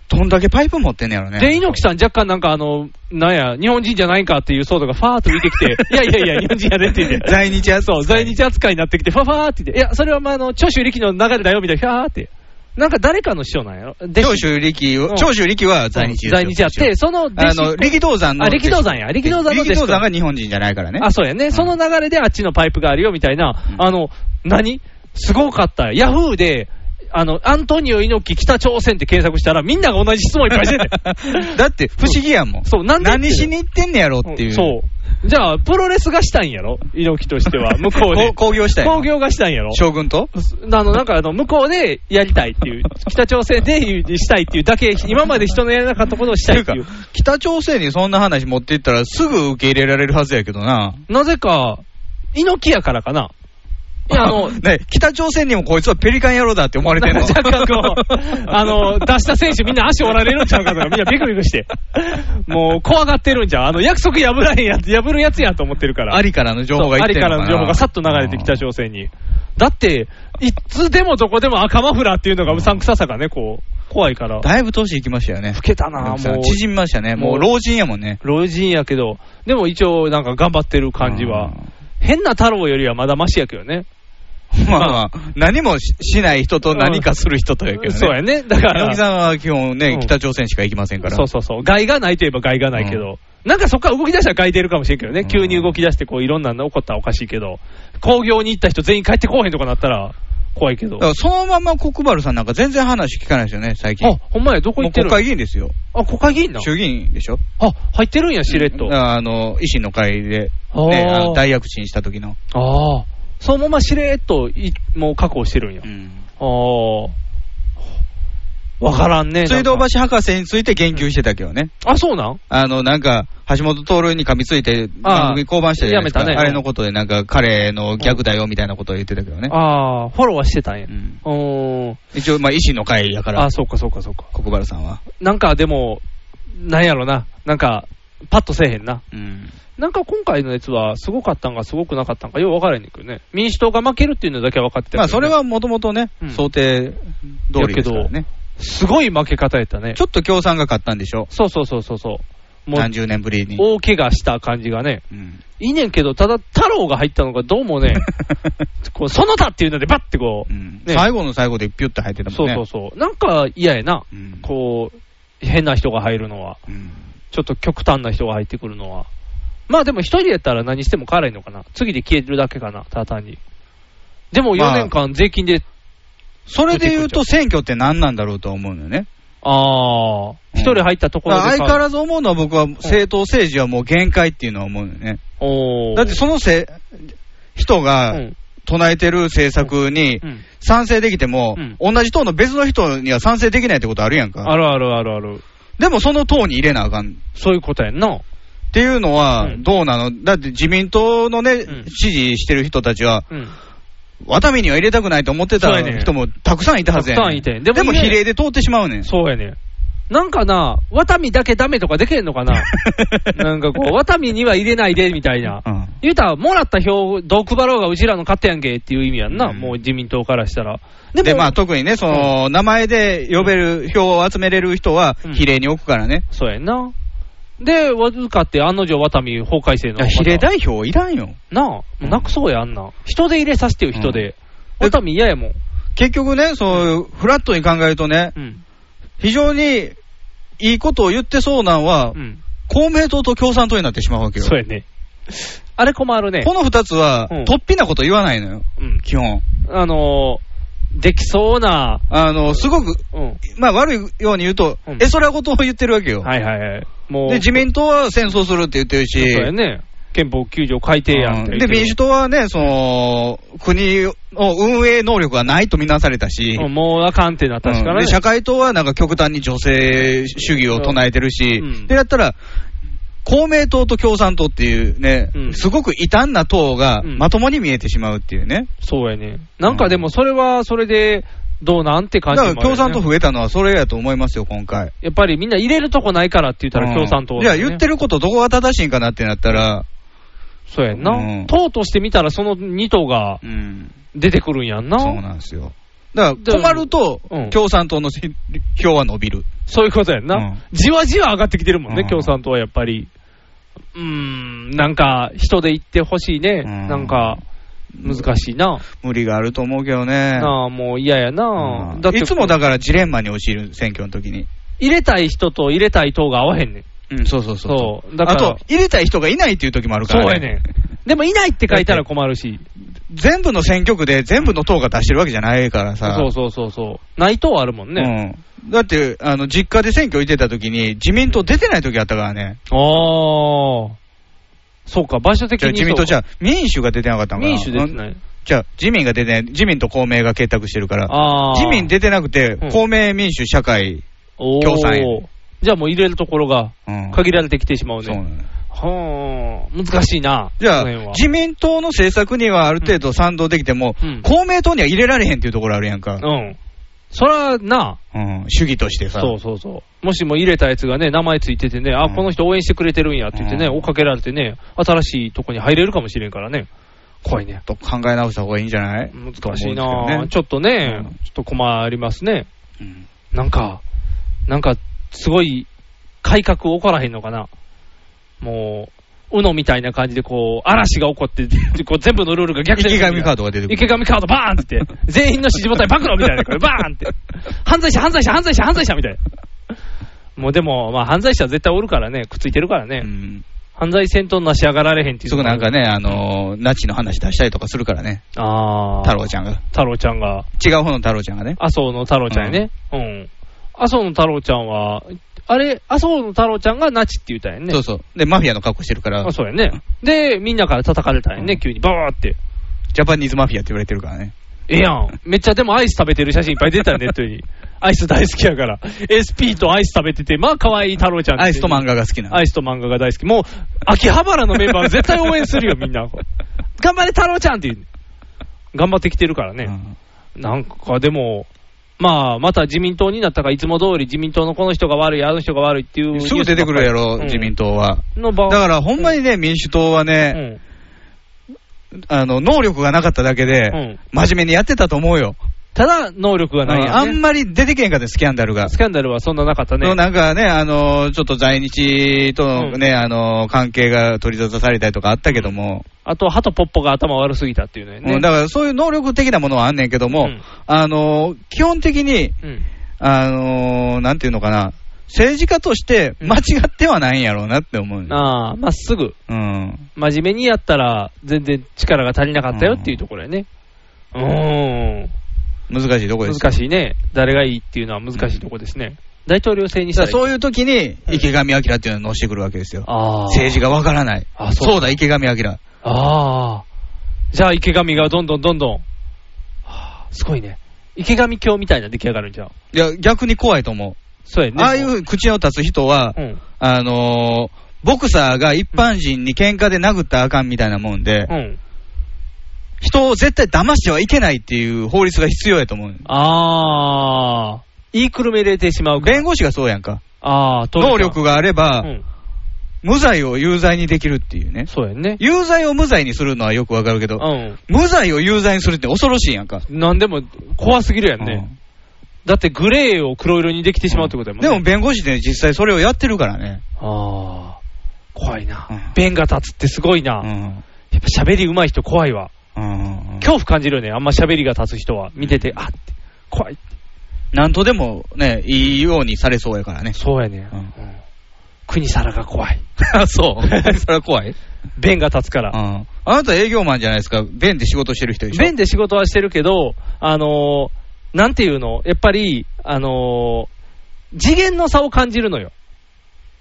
どんだけパイプ持ってんねやろね。で、猪木さん、若干なんか、あの、なんや、日本人じゃないんかっていう騒動がファーっと見てき <laughs> て、いやいやいや、日本人やでって言って、在日扱い。そう、在日扱いになってきて、ファファーって言って、いや、それはまあ、あの、長州力の流れだよ、みたいな、ファーって。なんか誰かの師匠なんやろ弟子長州力を、うん長州力は在日ですよ在日やって、その弟子あの、力道山の。あ、力道山や、力道山の弟子力道山が日本人じゃないからね。あ、そうやね。その流れであっちのパイプがあるよみたいな、あの、何すごかった。ヤフーで、あの、アントニオ猪木北朝鮮って検索したら、みんなが同じ質問いっぱいしてて。 <laughs> だって、不思議やもん。そう、なんで何しに行ってんねやろっていう。そう。じゃあ、プロレスがしたいんやろ猪木として <laughs> は。向こうで。こう興行したい興行がしたいんやろ将軍とあの、なんかあの、向こうでやりたいっていう。北朝鮮でしたいっていうだけ、今まで人のやらなかったことをしたいっていう。北朝鮮にそんな話持っていったらすぐ受け入れられるはずやけどな。なぜか、猪木やからかな。いや、あの、 <laughs> ね、北朝鮮にもこいつはペリカン野郎だって思われてんの。 <laughs> 若干こう、 <laughs> あの、出した選手みんな足折られるんちゃうかとか、みんなビクビクして。もう怖がってるんじゃん。あの、約束破らへんやつ、破るやつやと思ってるから。ありからの情報がいってんのかなそうありからの情報がさっと流れて北朝鮮に。だって、いつでもどこでも赤マフラーっていうのがうさんくささがね、こう、怖いから。だいぶ年いきましたよね。老けたなもう縮みましたね。もう老人やもんね。老人やけど、でも一応なんか頑張ってる感じは。変な太郎よりはまだマシやけどね。まあまあ、何もししない人と何かする人とやけどね。そうやねだから猪木さんは基本ね、北朝鮮しか行きませんから。そうそうそう。害がないといえば害がないけど。なんかそこから動き出したら害出るかもしれんけどね。急に動き出して、こう、いろんなの起こったらおかしいけど。工業に行った人全員帰ってこうへんとかなったら、怖いけどだか。らそのまま国原さんなんか全然話聞かないですよね、最近。あ、ほんまや、どこ行ってるもう国会議員ですよ。あ、国会議員な衆議院でしょあ、入ってるんや、しれっと。あの、維新の会で、あーね、あの大躍進した時の。ああ。そのまましれっとい、もう確保してるんや。ああ。わからんね。水道橋博士について言及してたけどね。あ、そうなんあの、なんか、橋本徹に噛みついて、番組降板したじゃないですか。やめたあねれのことで、なんか、彼の逆だよみたいなことを言ってたけどね。ああ、フォローはしてたんや。うーん。一応、まあ、維新の会やから。あ、そうかそうかそうか。国原さんは。なんかでも、なんやろな、なんか、パッとせえへんな。うん。なんか今回のやつは、すごかったんか、すごくなかったんか、よう分からへんねんけどね。民主党が負けるっていうのだけは分かってたまあ、それははもともとね、想定通りですからね。すごい負け方やったね。ちょっと共産が勝ったんでしょ。そうそうそうそうそう。もう何十年ぶりに。大怪我した感じがね、 <laughs> いいねんけど、ただ、太郎が入ったのがどうもね、こうその他っていうので、ばってこう、ね最後の最後でピュッと入ってたもんね。そうそうそう、なんか嫌やな、こう、変な人が入るのは、ちょっと極端な人が入ってくるのは、まあでも、一人やったら何しても変わらへんのかな、次で消えるだけかな、ただ単に。でもま4あ年間、税金で、それで言うと選挙って何なんだろうとは思うのよね。ああ、一人入ったところだからで変相わ変わる、らず思うのは僕は政党政治はもう限界っていうのは思うよね。おーだってそのせ人が唱えてる政策に賛成できても、同じ党の別の人には賛成できないってことあるやんか。あるあるあるある。でもその党に入れなあかん。そういうことやんな。っていうのはどうなの、だって自民党のね、支持してる人たちは、うんワタミには入れたくないと思ってそうたやねん人もたくさんいたはずやねたくさんいてんででもも比例で通ってしまうねん。そうやねなんかな、ワタミだけダメとかできへんの <laughs> かななんかこう、ワタミには入れないでみたいな。言うたら、もらった票、どう配ろうがうちらの勝手やんけっていう意味やんな、もう自民党からしたら。でまあ、特にね、その、名前で呼べる、票を集めれる人は、比例に置くからね。そうやんな。で、わずかって案の定、ワタミ法改正の。いや比例代表いらんよ。なあ、もうなくそうや、あんな。人で入れさせてよ、人で。ワタミ嫌やもん。結局ね、そういう、フラットに考えるとね、非常にいいことを言ってそうなんは、公明党と共産党になってしまうわけよ。そうやね。あれ困るね。この二つは、突飛なこと言わないのよ、基本。あのー、できそうな。あの、すごく、まあ悪いように言うと、えそらことを言ってるわけよ。はいはいはい。もうで、自民党は戦争するって言ってるし、そうやね。憲法9条改定やんってうん言っで、てる民主党はね、その、国の運営能力がないとみなされたし、うんもうあかんってなったしからうんでね。社会党はなんか極端に女性主義を唱えてるし、で、やったら、公明党と共産党っていうね、すごく異端な党がまともに見えてしまうっていうね。そうやね。なんかでもそれはそれで、どうなんって感だじかもあらるよね共産党増えたのはそれやと思いますよ、今回。やっぱりみんな入れるとこないからって言ったら共産党うんだいや、よね言ってることどこが正しいんかなってなったら、そうやんな。党として見たらその2党が出てくるんやんな。そうなんですよ。だから困ると、共産党のせ票は伸びる。そういうことやんな。じわじわ上がってきてるもんね、共産党はやっぱり。うーん、なんか人で行ってほしいね。なんか、難しいな。無理があると思うけどね。なあ、もう嫌やな。だっていつもだからジレンマに陥る、選挙の時に。入れたい人と入れたい党が合わへんねん。うん、そうそうそうそそうだからあと、入れたい人がいないっていう時もあるから、そうやねん。でもいないって書いたら困るし。全部の選挙区で全部の党が出してるわけじゃないからさ。そうそうそうそう。ない党あるもんね。うん。だって、あの、実家で選挙行ってた時に、自民党出てない時あったからね。ああ。そうか、場所的じゃあに。自民党じゃあ民主が出てなかったのかな民主出てないうんじゃあ自民が出てない、自民と公明が結託してるからあー、自民出てなくてん、公明、民主、社会、おー共産やじゃあもう入れるところがん限られてきてしまうね。そうなのはあ、難しいな。じゃあその辺は、自民党の政策にはある程度賛同できても、公明党には入れられへんっていうところあるやんか。うん。そらな、うん、主義としてさ。そうそうそう。もしも入れたやつがね、名前ついててね、あ、この人応援してくれてるんやって言ってね、追っかけられてね、新しいとこに入れるかもしれんからね。怖いね。と考え直した方がいいんじゃない難しいと思うんですけどな、ねちょっとね、ちょっと困りますね。うんなんか、なんか、すごい、改革起こらへんのかな。もう、うのみたいな感じで、こう、嵐が起こって、 <laughs> こう全部のルールが逆転池上カードが出てくる池上カードバーンってって、全員の支持ボタン暴露みたいな、これバーンって。犯罪者、犯罪者、犯罪者、犯罪者みたいな。もうでも、まあ犯罪者は絶対おるからね、くっついてるからね。犯罪戦闘なし上がられへんっていう。すぐなんかね、あのー、拉致の話出したりとかするからね。あ太郎ちゃんが。太郎ちゃんが。違う方の太郎ちゃんがね。麻生の太郎ちゃんやね。うん。麻生の太郎ちゃんは、あれ、麻生の太郎ちゃんがナチって言ったんやね。そうそう。で、マフィアの格好してるから。あそうやね。で、みんなから叩かれたんやね、急に、バーって。ジャパニーズマフィアって言われてるからね。ええやん。めっちゃでもアイス食べてる写真いっぱい出たよ、ネッ <laughs> トに。アイス大好きやから。SP とアイス食べてて、まあ可愛い太郎ちゃんアイスと漫画。画が好きな。アイスと漫画が大好き。もう、秋葉原のメンバー絶対応援するよ、みんな。頑張れ太郎ちゃんって言う。頑張ってきてるからね。なんかでも、まあ、また自民党になったから、いつも通り自民党のこの人が悪い、あの人が悪いっていうニュースすぐ出てくるやろ、うん自民党は。の場だからほんまにね、民主党はね、あの能力がなかっただけで、真面目にやってたと思うよ。ただ、能力がないうんあんまり出てけんかで、スキャンダルが。スキャンダルはそんななかったね。そうなんかね、あのちょっと在日との、ねあの関係が取り沙汰されたりとかあったけども、あと、ハトポッポが頭悪すぎたっていうね。うんだからそういう能力的なものはあんねんけども、あの基本的に、うんあのなんていうのかな、政治家として間違ってはないんやろうなって思う、ああ、まっすぐ、うん、真面目にやったら、全然力が足りなかったよっていうところやね。うーん。難しいとこですよ難しいね。誰がいいっていうのは難しいとこですね。大統領制にしただかららそういう時に池上彰っていうのを乗してくるわけですよ、あー政治がわからない、あそそううだ、池上彰、ああ。じゃあ池上がどんどんどんどん。はあ、すごいね。池上教みたいな出来上がるんじゃん。いや、逆に怖いと思う、そうやね。ああいう口の立つ人は、うんあのーボクサーが一般人に喧嘩で殴ったらあかんみたいなもんで、うん。人を絶対騙してはいけないっていう法律が必要やと思う。ああ。言いくるめれてしまう弁護士がそうやんか。ああ、能力があれば、ん無罪を有罪にできるっていうね。そうやね。有罪を無罪にするのはよくわかるけど、うん。無罪を有罪にするって恐ろしいやんか。なんでも怖すぎるやんね。だってグレーを黒色にできてしまうってことやもんね。でも弁護士で実際それをやってるからね。ああ。怖いな。弁が立つってすごいな。やっぱ喋り上手い人怖いわ。恐怖感じるよね。あんま喋りが立つ人は。見てて、あって。怖いって。なんとでもね、いいようにされそうやからね。 <laughs> そうやね。うん国皿が怖い。 <laughs> そう。それは怖い。弁が立つから。うんあなた営業マンじゃないですか。弁で仕事してる人でしょ。弁で仕事はしてるけど、あのーなんていうの、やっぱり、あのー次元の差を感じるのよ。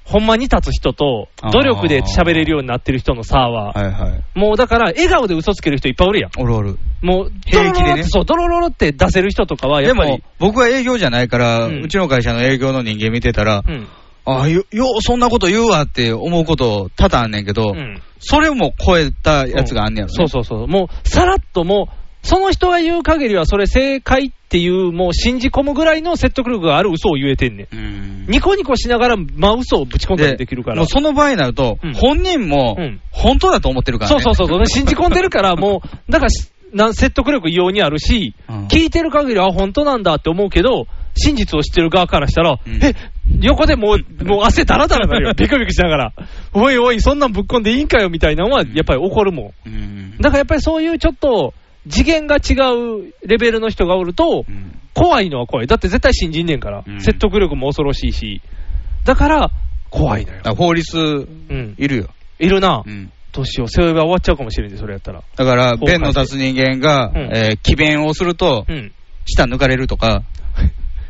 ほんまに立つ人と、努力で喋れるようになってる人の差は。はいはい。もうだから、笑顔で嘘つける人いっぱいおるやん。おるおる。もう、平気でねドロロロってそう、ドロロロって出せる人とかは、やでっぱり。も、僕は営業じゃないから、うちの会社の営業の人間見てたら、うんああ、よ、ようそんなこと言うわって思うこと多々あんねんけど、んそれも超えたやつがあんねやろ、ねそうそうそう、もうさらっともう、その人が言う限りはそれ正解っていう、もう信じ込むぐらいの説得力がある嘘を言えてんねん。ニコニコしながら真嘘をぶち込んだりできるから。もうその場合になると、本人も本当だと思ってるから、そうねそ <laughs> うそうそう、信じ込んでるから、もう、だからしなん説得力異様にあるし、聞いてる限りは本当なんだって思うけど、真実を知ってる側からしたら、え横でもう、もう汗だらだらなるよ、ビクビクしながら、おいおい、そんなんぶっこんでいいんかよみたいなのは、やっぱり怒るもん。だからやっぱりそういうちょっと、次元が違うレベルの人がおると、怖いのは怖い。だって絶対信じんねんから、説得力も恐ろしいし。だから、怖いのよ。法律いるよ。いるな。うん年を背負えば終わっちゃうかもしれんで、それやったら。だから、後悔して弁の立つ人間が、うんえー、詭弁をすると、うん。舌抜かれるとか、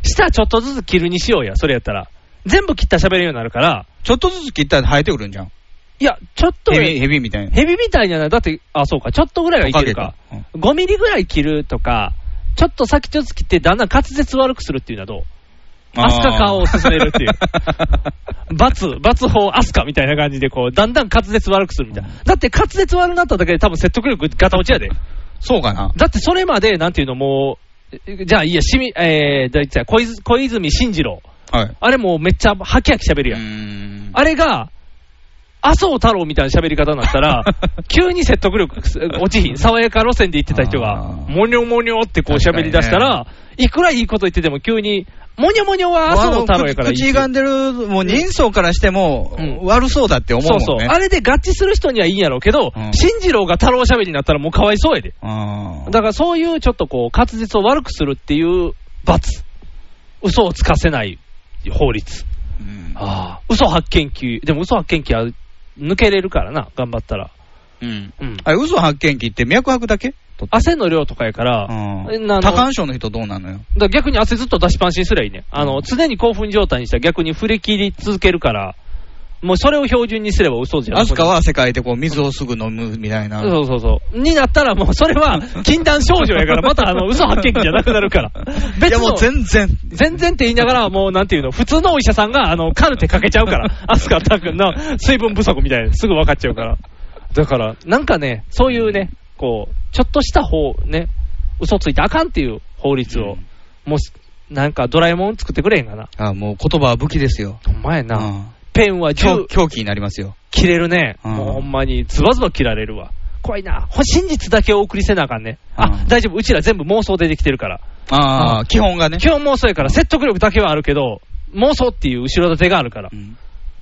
舌ちょっとずつ切るにしようや、それやったら。全部切ったら喋れるようになるから、ちょっとずつ切ったら生えてくるんじゃん。いや、ちょっと、ヘビ、ヘビみたいな。ヘビみたいにはなだって、あ、そうか、ちょっとぐらいはいけるか。5ミリぐらい切るとか、ちょっと先ちょっと切って、だんだん滑舌悪くするっていうのはどうあーアスカ化を進めるっていう。 <laughs> 罰、罰法アスカみたいな感じで、こう、だんだん滑舌悪くするみたいな。だって滑舌悪くなっただけで多分説得力ガタ落ちやで。 <laughs> そうかな。だってそれまで、なんていうの、もう、えじゃあ、いいや、しみ、えー、だいたい小泉小泉進次郎。はい。あれもうめっちゃハキハキ喋るやん。あれが、麻生太郎みたいな喋り方になっ <laughs> たら、急に説得力落ちひん。爽やか路線で言ってた人が、もにょもにょってこう喋り出したら、いくらいいこと言ってても急に、もにょもにょは麻生太郎やからいい口。口がんでる、もう人相からしても、悪そうだって思うもそんうね。そう。あれで合致する人にはいいんやろうけど、進次郎が太郎喋りになったらもうかわいそうやで。だからそういうちょっとこう、滑舌を悪くするっていう罰。嘘をつかせない法律。ああ。嘘発見器。でも嘘発見器は抜けれるからな、頑張ったら。うん。あれ、嘘発見器って脈拍だけ汗の量とかやから、えなあの多汗症の人どうなのよ。だから逆に汗ずっと出しっぱなしにすりゃいいね。あの、常に興奮状態にしたら逆に振り切り続けるから、もうそれを標準にすれば嘘じゃん。アスカは世界でこう水をすぐ飲むみたいな。そうそうそう。になったらもうそれ <laughs> は禁断症状やから、またあの嘘発見器じゃなくなるから。別のいやもう全然。全然って言いながら、もうなんていうの、普通のお医者さんがあのカルテかけちゃうから、 <laughs> アスカタ君の水分不足みたいな、すぐ分かっちゃうから。だから、なんかね、そういうね、こう、ちょっとした方、ね、嘘ついてあかんっていう法律を、もう、なんかドラえもん作ってくれへんかな。あもう言葉は武器ですよ。ほんまやな。うんペンは狂銃、狂気になりますよ。切れるね。うんもうほんまにズバズバ切られるわ。怖いな。ほ真実だけお送りせなあかんね。あ、大丈夫。うちら全部妄想出てきてるから。あうあ、ん基本がね。基本妄想やから説得力だけはあるけど、妄想っていう後ろ盾があるから。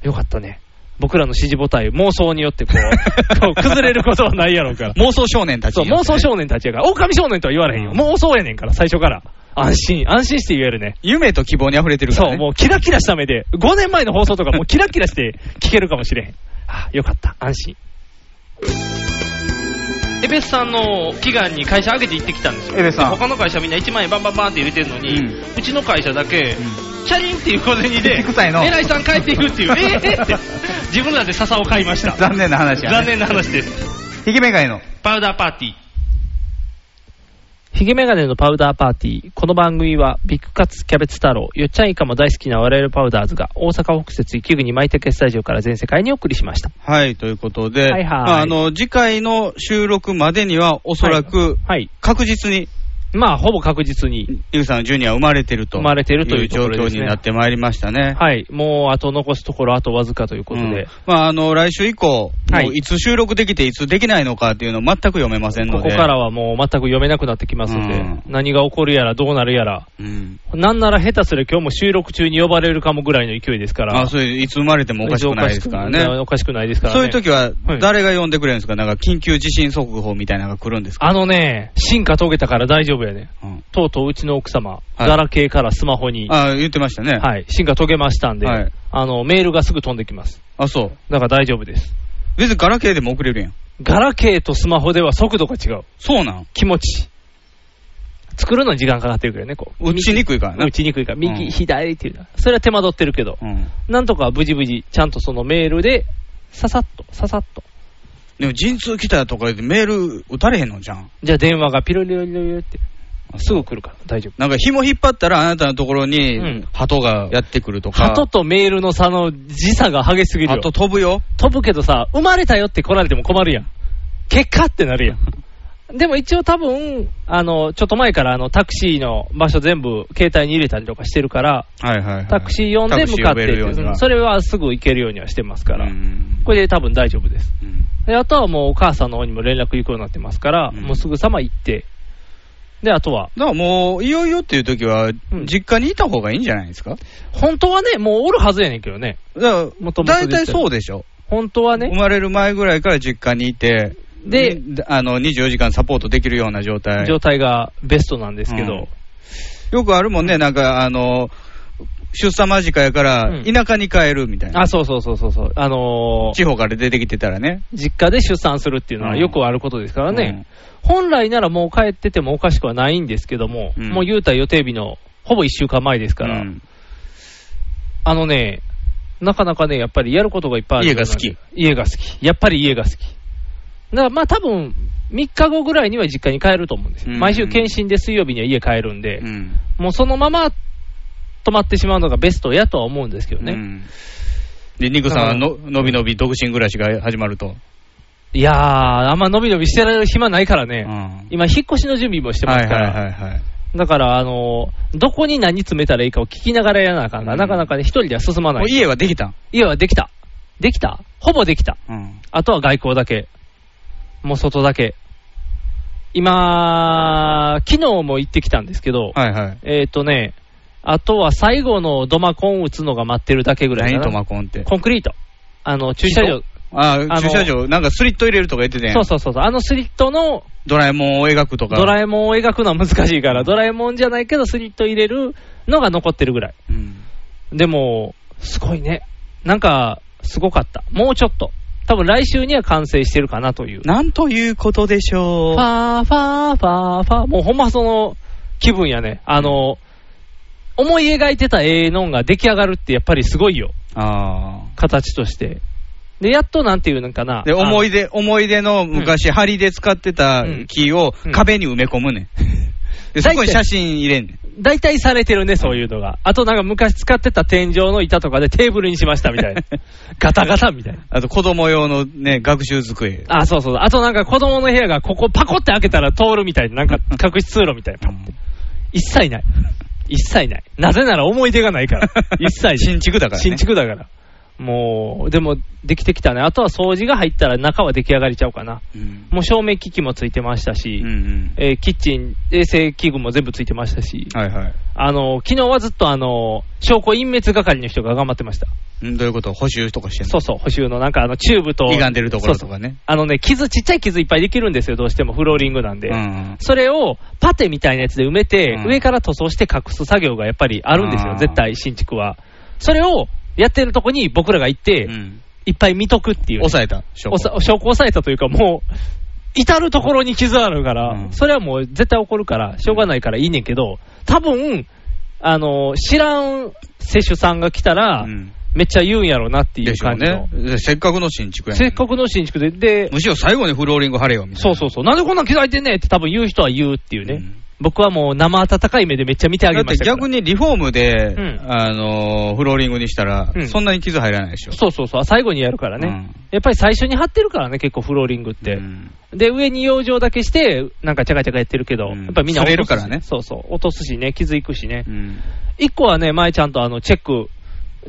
よかったね。僕らの支持母体、妄想によってこ <laughs> う、こう崩れることはないやろ <laughs> うから。妄想少年たちそにう、よ妄ってね、想少年たちやから。狼少年とは言われへんよ。妄想やねんから、最初から。安心、安心して言えるね。夢と希望に溢れてるから、そう、ね。もうキラキラした目で、5年前の放送とかもうキラキラして聞けるかもしれへん。あ、よかった、安心。エベスさんの祈願に会社上げて行ってきたんですよ。エベスさんで他の会社みんな1万円バンバンバンって入れてるのに、うちの会社だけ、チャリンっていう小銭で、臭いの偉いさん帰っていくっていう、えーって、自分らで笹を買いました。残念な話やね残念な話です。ヒゲメガネのパウダーパーティー。ヒゲメガネのパウダーパーティー。この番組は、ビッグカツキャベツ太郎、よっちゃんイカも大好きな我々パウダーズが、大阪北節雪国舞竹スタジオから全世界にお送りしました。はい、ということで、はいはいまああの次回の収録までには、おそらく、確実に、まあ、ほぼ確実に、ゆうさんのジュニア生まれてると生まれてるというと状ころ況ですねになってまいりましたね。はい、もう、あと残すところ、あとわずかということで。まあ、あの来週以降、はいもういつ収録できて、いつできないのかっていうの、全く読めませんのここで、からはもう全く読めなくなってきますんで、うん何が起こるやらどうなるやら、うんなんなら下手すりゃ今日も収録中に呼ばれるかもぐらいの勢いですから、あそういういつ生まれてもおかしくないですからね。おかしくないですからね。そういう時は、誰が呼んでくれるんですか、なんか緊急地震速報みたいなのが来るんですか、あのね、進化遂げたから大丈夫やね。うんとうとううちの奥様、はいガラケーからスマホに、あ言ってましたね、はい、進化遂げましたんで、はいあの、メールがすぐ飛んできます。あそう、だから大丈夫です。別にガラケーでも送れるやん、ガラケーとスマホでは速度が違う。そうなん気持ち。作るのに時間かかってるけどね、こう。打ちにくいからな打ちにくいから、右、うん左っていうのはそれは手間取ってるけど、うんなんとか無事無事、ちゃんとそのメールで、ささっと、ささっと。でも陣痛来たとか言って、メール打たれへんのじゃん、じゃあ電話がピロリロリロリって、すぐ来るから大丈夫。なんか紐引っ張ったら、あなたのところにん鳩がやってくるとか、鳩とメールの差の時差が激しすぎるよ。鳩飛ぶよ、飛ぶけどさ、生まれたよって来られても困るやん。結果ってなるやん。でも一応多分、あの、ちょっと前からあのタクシーの場所全部携帯に入れたりとかしてるから、はいはいはい、タクシー呼んで向かってっていう、うんそれれはすぐ行けるようにはしてますから、これで多分大丈夫です。であとはもうお母さんの方にも連絡行くようになってますから、もうすぐさま行って、で、あとは、だからもう、いよいよっていう時は、実家にいた方がいいんじゃないですか、本当はね、もうおるはずやねんけどね。だとかもとら、大で体すよそうでしょ、本当はね生まれる前ぐらいから実家にいて、でにあの24時間サポートできるような状態。状態がベストなんですけど、うんよくあるもんね、なんか、あの、出産間近やから、田舎に帰るみたいな。あ、そうそうそうそうそう、あのー地方から出てきてたらね。実家で出産するっていうのはうんよくあることですからね、本来ならもう帰っててもおかしくはないんですけども、うんもう言うたら予定日のほぼ1週間前ですから、あのね、なかなかね、やっぱりやることがいっぱいある家が好き。家が好き。やっぱり家が好き。だからまあ多分、3日後ぐらいには実家に帰ると思うんですよ。うん毎週検診で水曜日には家帰るんで、うん。もうそのまま泊まってしまうのがベストやとは思うんですけどね。うんで、ニクさんはの、のびのび独身暮らしが始まると。いやー、あんまのびのびしてられる暇ないからね、今、引っ越しの準備もしてますから、はいはいはいはい。だから、あのーどこに何詰めたらいいかを聞きながらやらなあかんが、なかなかね、一人では進まなも。いう家はできたん家はできた。できたほぼできた。うん。あとは外交だけ。もう外だけ。今、昨日も行ってきたんですけど、はいはい。えっ、ー、とね、あとは最後のドマコン打つのが待ってるだけぐらいか何なとマコンって。コンクリート。あの、駐車場。ああのあ、駐車場、なんかスリット入れるとか言ってたやん。そうそうそうそう。あのスリットのドラえもんを描くとか。ドラえもんを描くのは難しいから、ドラえもんじゃないけど、スリット入れるのが残ってるぐらい。でも、すごいね。なんか、すごかった。もうちょっと。多分来週には完成してるかなという。なんということでしょう。ファーファーファーファー。もうほんまその気分やね。あの、思い描いてたええのんが出来上がるってやっぱりすごいよ。あ形として。で、やっとなんていうのかな。で、思い出。出、思い出の昔、針で使ってた木を壁に埋め込むねん。でそこに写真入れんねん。大体されてるね、そういうのが。あとなんか昔使ってた天井の板とかでテーブルにしましたみ <laughs> たいな。ガタガタみたいな。あと子供用のね、学習机。あ、そうそう。あとなんか子供の部屋がここパコって開けたら通るみたいな、なんか隠し通路みたいな。パッて一切ない。一切ない。なぜなら思い出がな <laughs> いから。一切ない新築だからね新築だから。もう、でも、できてきたね。あとは掃除が入ったら中は出来上がりちゃうかな。うんもう照明機器もついてましたし、うんえーキッチン、衛生器具も全部ついてましたし、うん。はいはい。あの、昨日はずっとあの、証拠隠滅係の人が頑張ってました。うんどういうこと補修とかしてんのそうそう、補修のなんかあの、チューブと。歪んでるところとそうそかうね。あのね、傷、ちっちゃい傷いっぱいできるんですよ、どうしても。フローリングなんで。うん。それをパテみたいなやつで埋めて、うん上から塗装して隠す作業がやっぱりあるんですあよ、ー絶対、新築は。それをやってるとこに僕らが行って、うん。いっぱい見とくっていう、抑えた。証拠おさ証拠を抑えたというか、もう、至るところに傷あるから、それはもう絶対起こるから、しょうがないからいいねんけど、多分あの知らん接種さんが来たら、うんめっちゃ言うんやろうなっていでうしょう感じのね。。でせっかくの新築やせねっんかくの新築で、で、むしろ最後にフローリング張れよ、みたいそうそうそう、なんでこんなん刻いてんねんって多分言う人は言うっていうね、僕はもう生温かい目でめっちゃ見てあな。だげっまてしたから逆にリフォームで、うんあのーフローリングにしたら、うんそんなに傷入らないでしょ。そうそうそう、最後にやるからね、やっぱり最初に張ってるからね、結構フローリングって。で、上に養生だけして、なんかちゃかちゃかやってるけど、やっぱみんさな落とすれるからねそうそう、落とすしね、傷いくしね。うん。一個はね、前ちゃんとあの、チェック、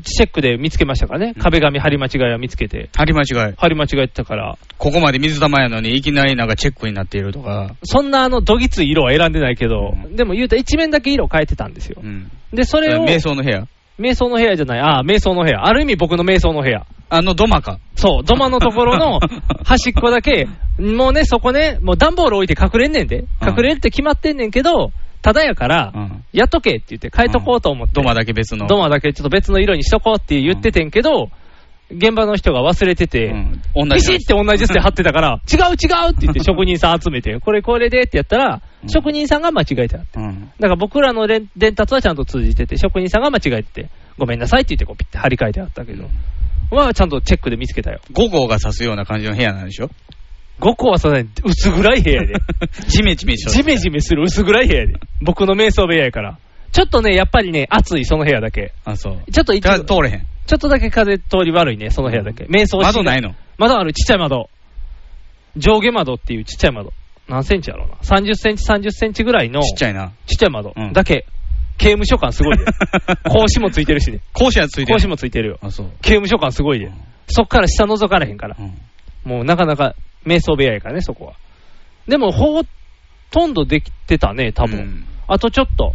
チェックで見つけましたからね、壁紙貼り間違いは見つけて、張り間違い。貼り間違えてたから、ここまで水玉やのに、いきなりなんかチェックになっているとか。そんなあの、どぎつい色は選んでないけど、でも言うと一面だけ色変えてたんですよ。うん。で、それを、瞑想の部屋。瞑想の部屋じゃない、ああ、瞑想の部屋、ある意味僕の瞑想の部屋。あの土間か。そう、土間のところ <laughs> の端っこだけ、もうね、そこね、もう段ボール置いて隠れんねんで、隠れるって決まってんねんけど、ただやから、やっとけって言って、変えとこうと思って、土間だけ別の。土間だけちょっと別の色にしとこうって言っててんけど、現場の人が忘れてて、同ビじシって同じですって貼ってたから、違う違うって言って職人さん集めて、これこれでってやったら、職人さんが間違えてあって。うん。だから僕らの連伝達はちゃんと通じてて、職人さんが間違えてて、ごめんなさいって言ってこうピッて貼り替えてあったけど、まあちゃんとチェックで見つけたよ。 5号が刺すような感じの部屋なんでしょ5個はさ、薄暗い <laughs> 部屋で。ジメジメしょ。ジメジメする薄暗い部屋で。僕の瞑想部屋やから。ちょっとね、やっぱりね、暑い、その部屋だけ。あ、そう。ちょっと一か部通れへん。ちょっとだけ風通り悪いね、その部屋だけ。瞑想し窓ないの窓ある、ちっちゃい窓。上下窓っていうちっちゃい窓。何センチやろうな。30センチ、30センチぐらいの。ちっちゃいな。ちっちゃい窓だけ。刑務所感すご <laughs> いで。格子もついてるしね。校舎ついてる。格子もついてるよ。あ、そう。刑務所感すごいで。そっから下覗かれへんから。もうなかなか瞑想部屋やからね、そこは。でも、ほとんどできてたね、多分。あとちょっと。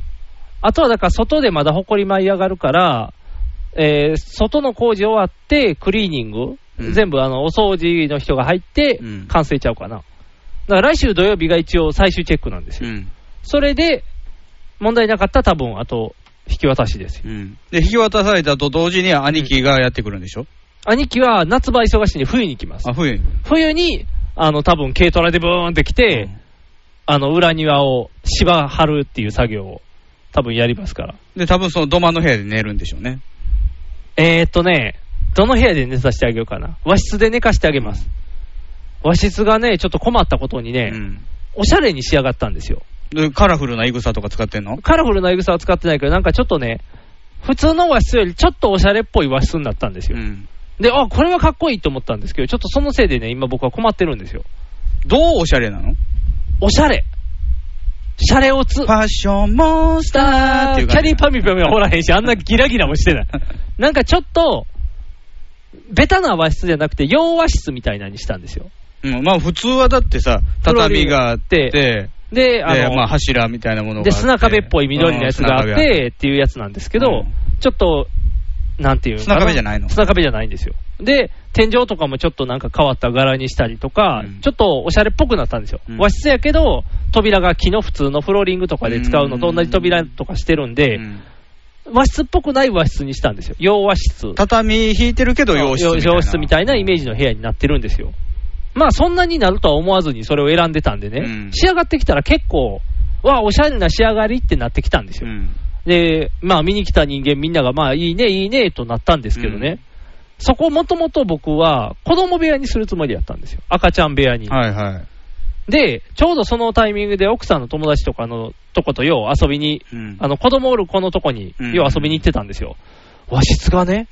あとはだから外でまだ埃舞い上がるから、えー外の工事終わって、クリーニング、全部あのお掃除の人が入って、完成ちゃうかな。だから来週土曜日が一応最終チェックなんですよ。それで、問題なかったら多分、あと、引き渡しですよ。で、引き渡されたと同時に兄貴がやってくるんでしょ兄貴は夏場忙しいんで冬に来ます。あ、冬に。冬に、あの、多分軽トラでブーンって来て、あの、裏庭を芝張るっていう作業を、多分やりますから。で、多分その土間の部屋で寝るんでしょうね。えー、っとね、どの部屋で寝させてあげようかな。和室で寝かしてあげます。和室がね、ちょっと困ったことにね、おしゃれに仕上がったんですよ。でカラフルなイグサとか使ってんのカラフルなグサは使ってないけど、なんかちょっとね、普通の和室よりちょっとおしゃれっぽい和室になったんですよ。で、あ、これはかっこいいと思ったんですけど、ちょっとそのせいでね、今僕は困ってるんですよ。どうおしゃれなのおしゃれ。シャレオツ。ファッションモンスターっていうキャ感じリーパミュパミュはおらへんし、あんなギラギラもして <laughs> ない。なんかちょっと、ベタな和室じゃなくて、洋和室みたいなのにしたんですよ。うん、まあ普通はだってさ、畳があって、で、で、あの、まあ柱みたいなものがあって。で、砂壁っぽい緑のやつがあっうん、て、っていうやつなんですけど、ちょっと、なんていうのか砂壁じゃないの砂壁じゃないんですよ。で、天井とかもちょっとなんか変わった柄にしたりとか、ちょっとおしゃれっぽくなったんですよ。うん和室やけど、扉が木の普通のフローリングとかで使うのと同じ扉とかしてるんで、和室っぽくない和室にしたんですよ。洋和室。畳引いてるけど洋室みたいな洋室みたいなイメージの部屋になってるんですよ。まあそんなになるとは思わずにそれを選んでたんでね、仕上がってきたら結構、わあ、おしゃれな仕上がりってなってきたんですよ。で、まあ見に来た人間みんなが、まあいいね、いいねとなったんですけどね、そこをもともと僕は子供部屋にするつもりだったんですよ。赤ちゃん部屋に。はいはい。で、ちょうどそのタイミングで奥さんの友達とかのとことよう遊びに、あの子供おる子のとこにうんよう遊びに行ってたんですよ。和室がね、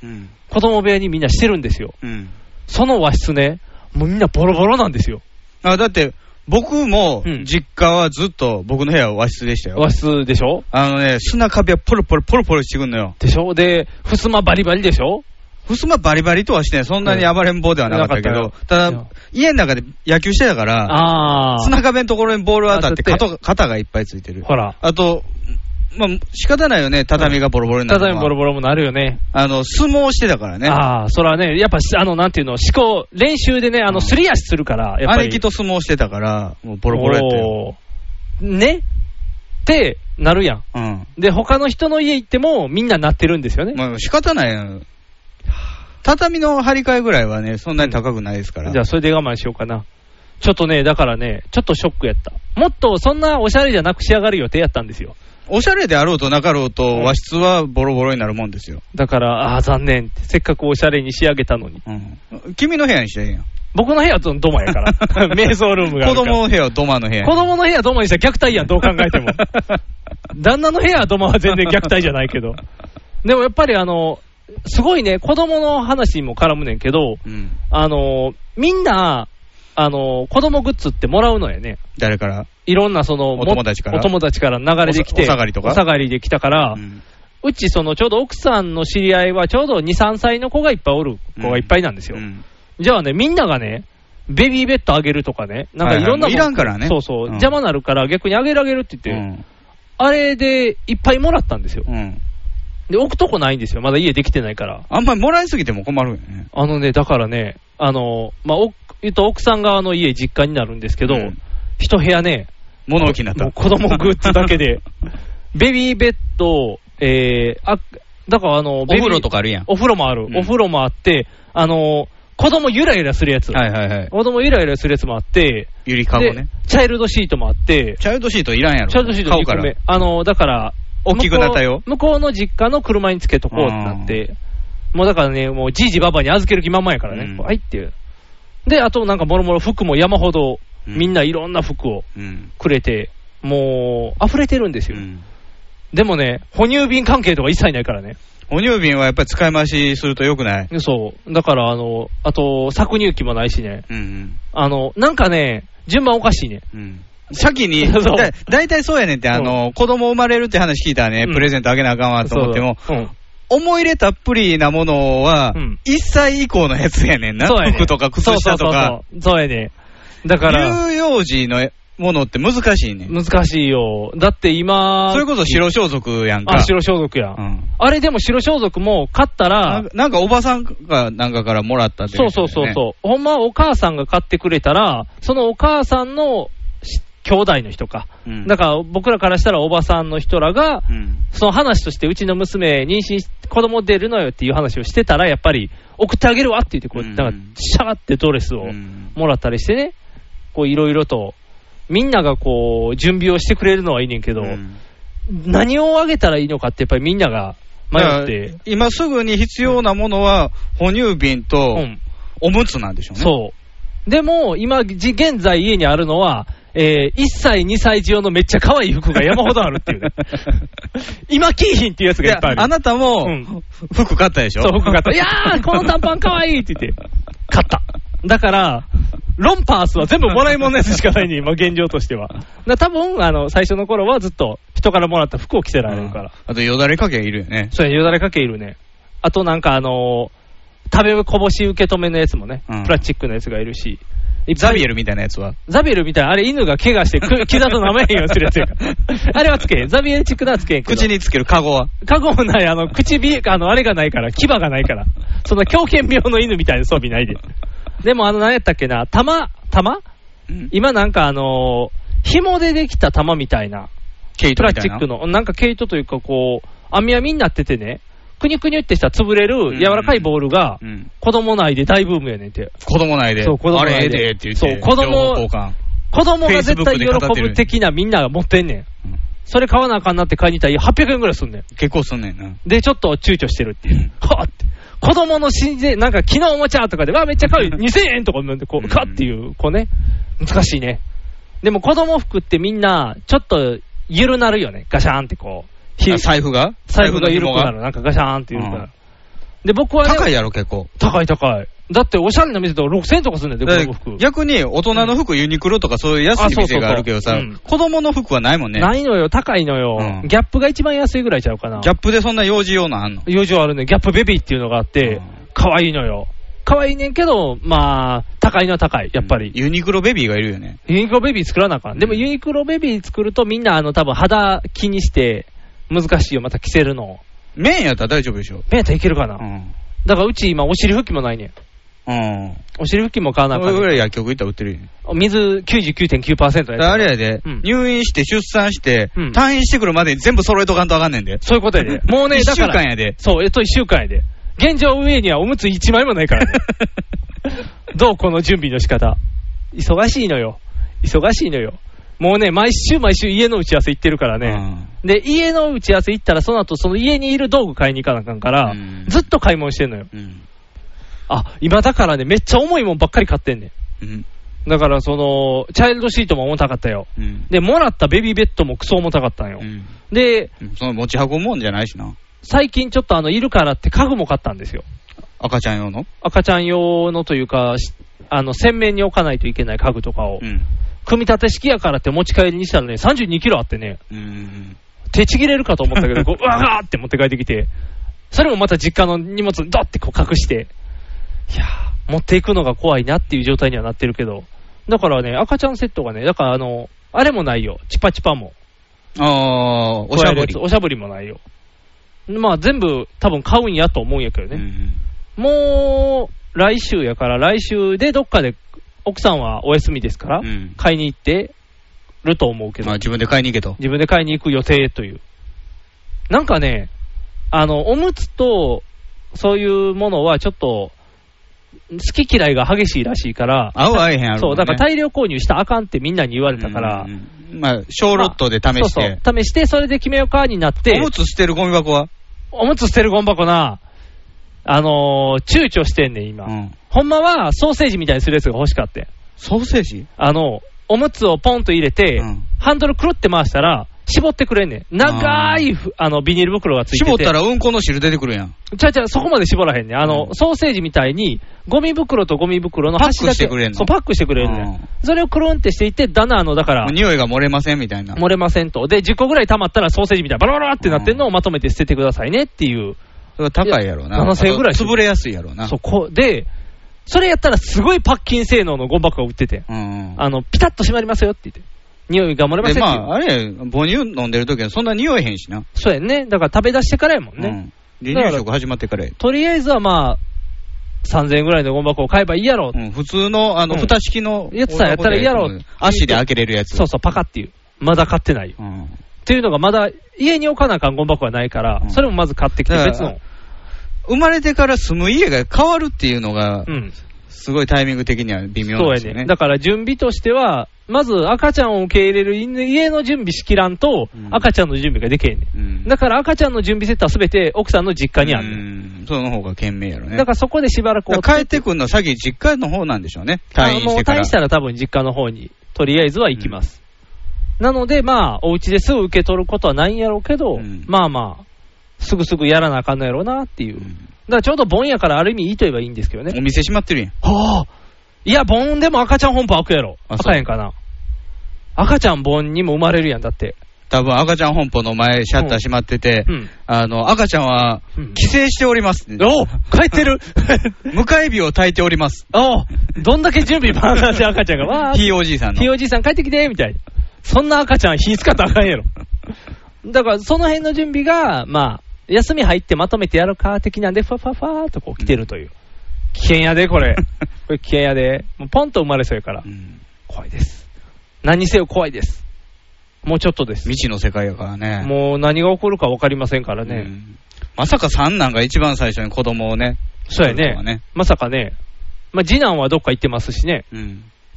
子供部屋にみんなしてるんですよ。うん。その和室ね、もうみんなボロボロなんですよ。あ、だって、僕も実家はずっと僕の部屋は和室でしたよ。和室でしょあのね、砂カビはポロポロポロポロしてくんのよ。でしょで、襖バリバリでしょ襖バリバリとはしてない、そんなに暴れん坊ではなかったけうんなどか、ただ、家の中で野球してたから、ああ。砂壁のところにボール当たって当た肩肩がいっぱいついてる。ほら。あと、まあ、仕方ないよね、畳がボロボロになるのは畳ボロボロもなるよね。あの、相撲してたからね。ああ、それはね、やっぱ、あの、なんていうの、思考、練習でね、あの、すり足するから、やっぱり。兄貴と相撲してたから、もうボロボロやったよ。おーねってなるやん。うん。で、他の人の家行っても、みんななってるんですよね。まあ、仕方ないよ。畳の張り替えぐらいはね、そんなに高くないですから。じゃあ、それで我慢しようかな。ちょっとね、だからね、ちょっとショックやった。もっとそんなおしゃれじゃなく仕上がる予定やったんですよ。おしゃれであろうとなかろうと、和室はボロボロになるもんですよ。だから、ああ、残念って。せっかくおしゃれに仕上げたのに。君の部屋にしたらいいやん。僕の部屋はドマやから。 <laughs> 瞑想ルームがあ子るから。供の部屋は土間の部屋に子供の部屋ドマにしたら虐待やん、どう考えても。 <laughs> 旦那の部屋ドマは全然虐待じゃないけど。でもやっぱりあの、すごいね、子供の話にも絡むねんけど、うん。あの、みんな、あの、子供グッズってもらうのよね。誰からいろんなその、お友達からお友達から流れできて。おお下がりとかお下がりできたから、うちその、ちょうど奥さんの知り合いは、ちょうど2、3歳の子がいっぱいおる子がいっぱいなんですよ。じゃあね、みんながね、ベビーベッドあげるとかね、なんかいろんなはいはいもうもいらんからねそうそうう、ん邪魔なるから逆にあげるあげるって言って、あれでいっぱいもらったんですよ。で、置くとこないんですよ。まだ家できてないから。あんまりもらいすぎても困るよね。あのね、だからね、あの、まあ、お言うと奥さん側の家、実家になるんですけど、一部屋ね、物置になったもう子供グッズだけで、ベビーベッド、えー、あ、だからあの、<laughs> おお風呂とかあるやんお風呂もある、うんお風呂もあって、あの、子供ゆらゆらするやつ。はいはいはい。子供ゆらゆらするやつもあって、ゆりかごねで。チャイルドシートもあって、チャイルドシートいらんやろ。チャイルドシート買2うか個ら目。。あの、だから、大きくなったよ向こう向こうの実家の車につけとこうってなって、もうだからね、もうじいじばばに預ける気満々やからね、こうはいっていう。で、あとなんかもろもろ服も山ほど、みんないろんな服をうん。くれて、もう、溢れてるんですよ。でもね、哺乳瓶関係とか一切ないからね。哺乳瓶はやっぱり使い回しすると良くない。そう。だから、あの、あと、搾乳機もないしね。うんあの、なんかね、順番おかしいね。うん。先に、 <laughs> そうだだいたいそうやねんって、あの、子供生まれるって話聞いたらね、プレゼントあげなあかんわと思っても、うん思い入れたっぷりなものは、1歳以降のやつやねんな。そうやね服とか靴下とか。そうそうそうそうそうやねだから、乳幼児のものって難しいね。難しいよ。だって今、それこそ白装束やんか。あ、白装束や、あれでも白装束も買ったら、なんかおばさんがなんかからもらったっていそうそうそうそう、ほんまはお母さんが買ってくれたら、そのお母さんのし兄弟の人か、うんだから僕らからしたらおばさんの人らが、その話として、うちの娘、妊娠し、子供出るのよっていう話をしてたら、やっぱり、送ってあげるわって言って、こう、なんか、シャーってドレスをもらったりしてね、こう、いろいろと、みんながこう、準備をしてくれるのはいいねんけど、何をあげたらいいのかって、やっぱりみんなが迷だっからて、今すぐに必要なものは、哺乳瓶とおむつなんでしょうね。そう。でも、今、じ現在家にあるのは、えー1歳、2歳児用のめっちゃ可愛い服が山ほどあるっていう <laughs> ね。今、キーヒンっていうやつがいっぱいある。あなたも、服買ったでしょそう、服買った。いやー、この短パン可愛いって <laughs> 言って、買った。だから、ロンパースは全部もらい物のやつしかないね、 <laughs> 今、現状としては。だから多分、あの、最初の頃はずっと人からもらった服を着せられるから。あと、よだれかけいるよね。そうや、よだれかけいるね。あとなんかあのー食べこぼし受け止めのやつもね、プラスチックのやつがいるし。ザビエルみたいなやつはザビエルみたいな、あれ犬が怪我して <laughs> く、膝と舐めへんようにするやつや <laughs> から。あれはつけへん。ザビエルチックのはつけへんけど。口につけるカゴはカゴもない、あの、口び、あの、あれがないから、牙がないから。その狂犬病の犬みたいな装備ないで。でもあの、何やったっけな、玉玉今なんかあのー紐でできた玉みたいな。毛糸プラみスたいチなックの、なんか毛糸というか、こう、網網になっててね、くにゅくにゅってした潰れる柔らかいボールが、子供内で大ブームやねんて。子供内で。そう子供あ内れでええでって言って。そう子情供報交換。子供が絶対 Facebook 喜で語ってぶる的なみんなが持ってんねん。それ買わなあかんなって買いに行ったら800円ぐらいすんねん。結構すんねんな。で、ちょっと躊躇してるっていう。はぁって。子供の心で、なんか昨日おもちゃとかで、わあめっちゃ可愛い2000円とかなんで、こう、かっていう、こうね。難しいね。でも子供服ってみんな、ちょっと、ゆるなるよね。ガシャーンってこう。ひあ財布が財布が緩く紐なる。なんかガシャーンっていうから。で、僕はね、高いやろ、結構。高い高い。だっておしゃれな店とか6000円とかすんねんで、子供服。逆に大人の服、ユニクロとかそういう安い店があるけどさ、あそうそう子供の服はないもんね。ないのよ、高いのよ、ギャップが一番安いぐらいちゃうかな。ギャップでそんな用事用なんあんの養生あるね、ギャップベビーっていうのがあって、可愛いのよ。可愛いねんけど、まあ、高いのは高い、やっぱり。ユニクロベビーがいるよね。ユニクロベビー作らなあかん。でもユニクロベビー作るとみんな、あの、多分肌気にして、難しいよ、また着せるの。麺やったら大丈夫でしょ。目やったらいけるかな。だからうち今、お尻拭きもないねん。うん。お尻拭きも買わなあそかれんねぐん。らい薬局行ったら売ってるよね。水99.9%やあれやで、入院して出産して、退院してくるまでに全部揃えとかんとあかんねんで。そういうことやで。 <laughs> もうね、 1だ週から。間やで。そう、えっと、1週間やで。現状上にはおむつ1枚もない <laughs> からね。どうこの準備の仕方。忙しいのよ。忙しいのよ。もうね、毎週毎週家の打ち合わせ行ってるからね。で、家の打ち合わせ行ったら、その後、その家にいる道具買いに行かなあかんから、ずっと買い物してんのよ。あ、今だからね、めっちゃ重いもんばっかり買ってんねん。うん。だから、その、チャイルドシートも重たかったよ。うん。で、もらったベビーベッドもクソ重たかったんよ。で、その持ち運ぶもんじゃないしな。最近ちょっとあの、いるからって家具も買ったんですよ。赤ちゃん用の。赤ちゃん用のというか、しあの、洗面に置かないといけない家具とかを。組み立て式やからって持ち帰りにしたらね、32キロあってね、手ちぎれるかと思った <laughs> けど、こう、うわーって持って帰ってきて、それもまた実家の荷物にドッてこう隠して、いやー、持っていくのが怖いなっていう状態にはなってるけど、だからね、赤ちゃんセットがね、だからあの、あれもないよ、チパチパも。ああ、おしゃぶり加えるやつ。おしゃぶりもないよ。まあ全部多分買うんやと思うんやけどね。もう、来週やから、来週でどっかで、奥さんはお休みですから、買いに行ってると思うけど。まあ自分で買いに行けと。自分で買いに行く予定という。なんかね、あの、おむつと、そういうものはちょっと、好き嫌いが激しいらしいから、合う合えへんあるもんねそう、だから大量購入したらあかんってみんなに言われたから、まあ、小ロットで試しそうて。そう試して、それで決めようかになって、おむつ捨てるゴミ箱はおむつ捨てるゴミ箱な、あのー躊躇してんねん、今、ほんまはソーセージみたいにするやつが欲しかって。ソーセージあの、おむつをポンと入れて、ハンドルくるって回したら、絞ってくれんねん。長いふあのビニール袋がついてて。絞ったらうんこの汁出てくるやん。ちゃうちゃう、そこまで絞らへんねん。あの、ソーセージみたいに、ゴミ袋とゴミ袋の端パックだけ。してくれんのそう、パックしてくれんねん。それをくるんってしていって、だな、あの、だから、匂いが漏れませんみたいな。漏れませんと。で、10個ぐらい溜まったらソーセージみたいな、バラバラってなってんのをまとめて捨ててくださいねっていう。それは高いやろうな。 7000円ぐらいあと潰れやすいやろうな。そうこうで、それやったらすごいパッキン性能のゴミ箱が売ってて、あの、ピタッと閉まりますよって言って。匂いが漏れませんっで、ていうまあ、あれ、母乳飲んでる時はそんな匂いへんしな。そうやんね。だから食べ出してからやもんね。離乳食始まってからや。とりあえずはまあ、3000円ぐらいのゴミ箱を買えばいいやろ。普通の、あの、蓋式の。やつさんやったらいいやろ。足で開けれるやつ。そうそう、パカっていう。まだ買ってないよ。っていうのがまだ、家に置かなあかんゴミ箱がないから、それもまず買ってきてだから別の。生まれてから住む家が変わるっていうのが、んすごいタイミング的には微妙そなんでうやすよねね。だから準備としては、まず赤ちゃんを受け入れる家の準備しきらんと、赤ちゃんの準備ができへんね、ん。だから赤ちゃんの準備セットはすべて奥さんの実家にある、ねうんその方が賢明やろね。だからそこでしばらくだから帰ってくるのは先実家の方なんでしょうね。あ退院もしうてか退ら院し。たら多分実家の方に、とりあえずは行きます。なので、まあ、お家ですぐ受け取ることはないんやろうけど、まあまあ、すぐすぐやらなあかんのやろうなっていう。だからちょうど盆やからある意味いいと言えばいいんですけどね。お店閉まってるやん。はあいや、盆でも赤ちゃん本舗開くやろ。開かへんかな。赤ちゃん盆にも生まれるやん、だって。多分赤ちゃん本舗の前、シャッター閉まってて、あの、赤ちゃんは、帰省しております。お帰ってる迎え火を焚いております。 <laughs> おどんだけ準備万端で赤ちゃんが、わーってひいおじいさんの。ひいおじいさん帰ってきてみたいな。そんな赤ちゃん火使ったらあかんやろ。だから、その辺の準備が、まあ、休み入ってまとめてやろうか、的なんで、ファファファーっとこう来てるという。危険やで、こ <laughs> れ。これ危険やで。もうポンと生まれそうやから。怖いです。何にせよ怖いです。もうちょっとです。未知の世界やからね。もう何が起こるか分かりませんからね。まさか三男が一番最初に子供をね。そう作やるとねはね。まさかね。まあ、次男はどっか行ってますしね。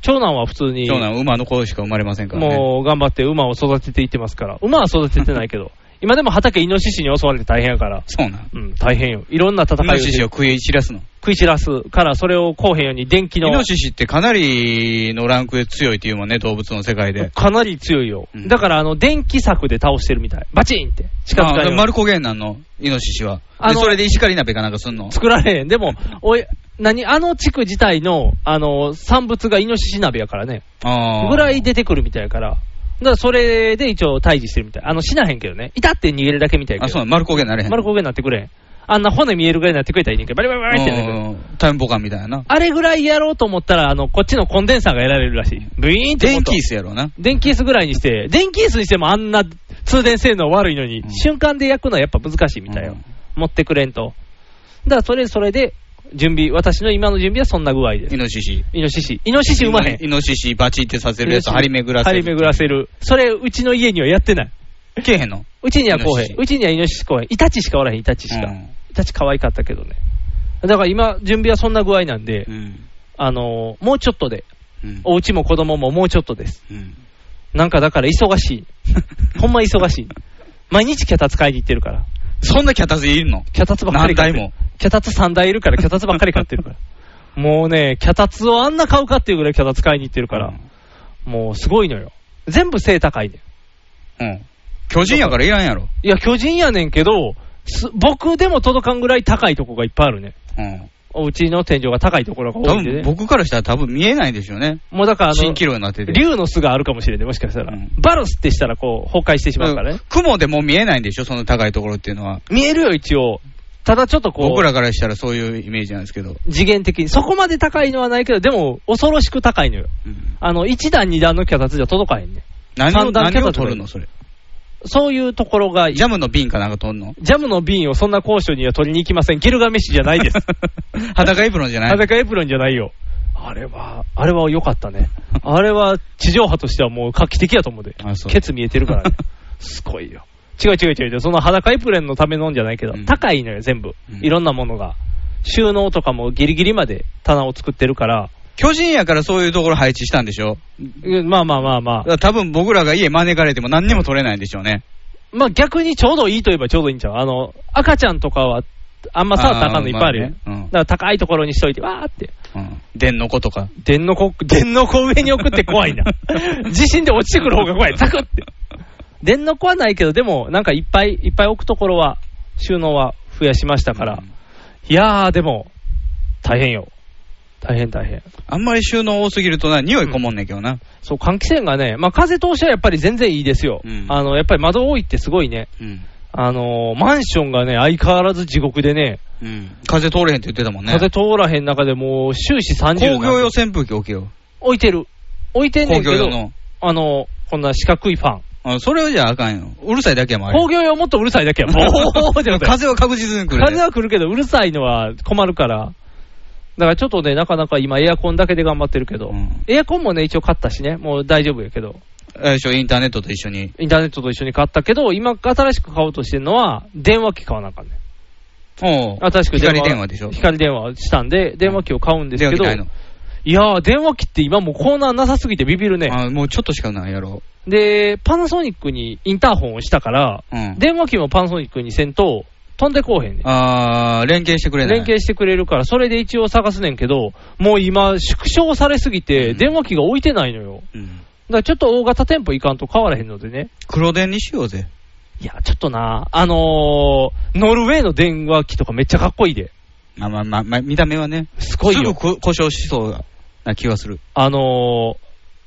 長男は普通に。長男、馬の子しか生まれませんからね。もう頑張って馬を育てていってますから、馬は育ててない <laughs> けど、今でも畑、イノシシに襲われて大変やから、そうなん。うん、大変よ、いろんな戦いイをノしシシをて食い散らすの。食い散らすから、それをこうへんように電気イの、ノシシってかなりのランクで強いっていうもんね、動物の世界で。かなり強いよ、だからあの電気柵で倒してるみたい、バチンって、 <laughs> 近づかあれでる丸焦げになんの、イノシシは。あでのそれで石狩鍋かなんかすんの作られへん、でも、おい何、あの地区自体の、あの、産物がイノシシ鍋やからね。あーぐらい出てくるみたいやから。だからそれで一応退治してるみたい。あの、死なへんけどね。いたって逃げるだけみたいやけど。あそう丸焦げになれへん <laughs> 丸焦げになってくれへん。あんな骨見えるぐらいになってくれたらいいねんけど、バリバリバリってなるけどタイムボカンみたいな。あれぐらいやろうと思ったら、あの、こっちのコンデンサーが得られるらしい。ブイーンって。電気椅子やろうな。電気椅子ぐらいにして、電気椅子にしてもあんな通電性能悪いのに、瞬間で焼くのはやっぱ難しいみたいよ。持ってくれんと。だからそれ、それで、準備、私の今の準備はそんな具合です。イノシシ。イノシシ。イノシシうまへん。イノシシバチってさせるやつ、イノシ張りシ巡らせ張る。り巡らせる。それ、うちの家にはやってない。けえへんのうちにはイこうノシへん。うちにはイノシシこうへん。イタチしかおらへん、イタチしか。イタチ可愛かったけどね。だから今、準備はそんな具合なんで、あのーもうちょっとで、お家も子供ももうちょっとです。なんかだから忙しい。ほんま忙しい。毎日脚立買いに行ってるから。 <laughs> そんな脚立いるの脚立ばっかり買ってる何台も。脚立3台いるから、脚立ばっかり買って <laughs> るから。もうね、脚立をあんな買うかっていうぐらい脚立買いに行ってるから、もうすごいのよ。全部背高いねんうん。巨人やからいらんやろ。いや、巨人やねんけど、す僕でも届かんぐらい高いとこがいっぱいあるね。うん。お家の天井が高いところが多多いんで分ね。僕からしたら多分見えないでしょうね。もうだからあ蜃の、気楼になってて。竜の巣があるかもしれない、もしかしたら。バロスってしたらこう、崩壊してしまうからね。雲でもう見えないんでしょ、その高いところっていうのは。見えるよ、一応。ただちょっとこう、僕らからしたらそういうイメージなんですけど。次元的に。そこまで高いのはないけど、でも、恐ろしく高いのよ。あの、1段、2段の脚立じゃ届かへんね。何を三段何脚を立取るの、それ。そういうところが、ジャムの瓶かなんか取んのジャムの瓶をそんな交渉には取りに行きません。ゲルガメッシュじゃないです。裸エプロン <laughs> じゃない裸エプロンじゃないよ。あれは、あれは良かったね。あれは地上波としてはもう画期的やと思うで。ケツ見えてる <laughs> からね。すごいよ。違う違う違う違う。その裸エプレンのためのんじゃないけど、高いのよ、全部。いろんなものが。収納とかもギリギリまで棚を作ってるから。巨人やからそういうところ配置したんでしょまあまあまあまあ。多分僕らが家招かれても何にも取れないんでしょうね。まあ逆にちょうどいいといえばちょうどいいんちゃうあの、赤ちゃんとかは、あんま触ったらあかんのいっぱいあるよ。あーまあねうんだから高いところにしといて、わーって。電の子とか。電の子、電の子上に置くって怖 <laughs> いな。地震で落ちてくる方が怖い。ザクって。電の子はないけど、でも、なんかいっぱいいっぱい置くところは、収納は増やしましたから。いやー、でも、大変よ。大変大変。あんまり収納多すぎるとな、匂いこもんねんけどな。そう、換気扇がね、まあ風通しはやっぱり全然いいですよ。あの、やっぱり窓多いってすごいね。うん。あのーマンションがね、相変わらず地獄でね、うん。風通れへんって言ってたもんね。風通らへん中でもう終始30工業用扇風機置けよ。置いてる。置いてんねんけ工ど業用の、あの、こんな四角いファン。あそれはじゃああかんよ。うるさいだけやもんあれ工業用もっとうるさい <laughs> だけや。ボーってことや風は確実に来る。風は来るけど、うるさいのは困るから。だからちょっとね、なかなか今エアコンだけで頑張ってるけど、エアコンもね、一応買ったしね、もう大丈夫やけど。えしょインターネットと一緒に。インターネットと一緒に買ったけど、今新しく買おうとしてるのは、電話機買わなあかんね。おう新しく光電話でしょ光電話したんで、電話機を買うんですけど、電話機ないのいやー、電話機って今もうコーナーなさすぎてビビるね。もうちょっとしかないやろ。で、パナソニックにインターホンをしたから、うん電話機もパナソニックにせんと、飛んでこうへんねん。あー、連携してくれない。連携してくれるから、それで一応探すねんけど、もう今、縮小されすぎて、電話機が置いてないのよ。うんだからちょっと大型店舗行かんと変わらへんのでね。黒電にしようぜ。いや、ちょっとな、あのー、ノルウェーの電話機とかめっちゃかっこいいで。まあまあまあ、まあ見た目はね。すごいよすぐこ故障しそうな気はする。あのー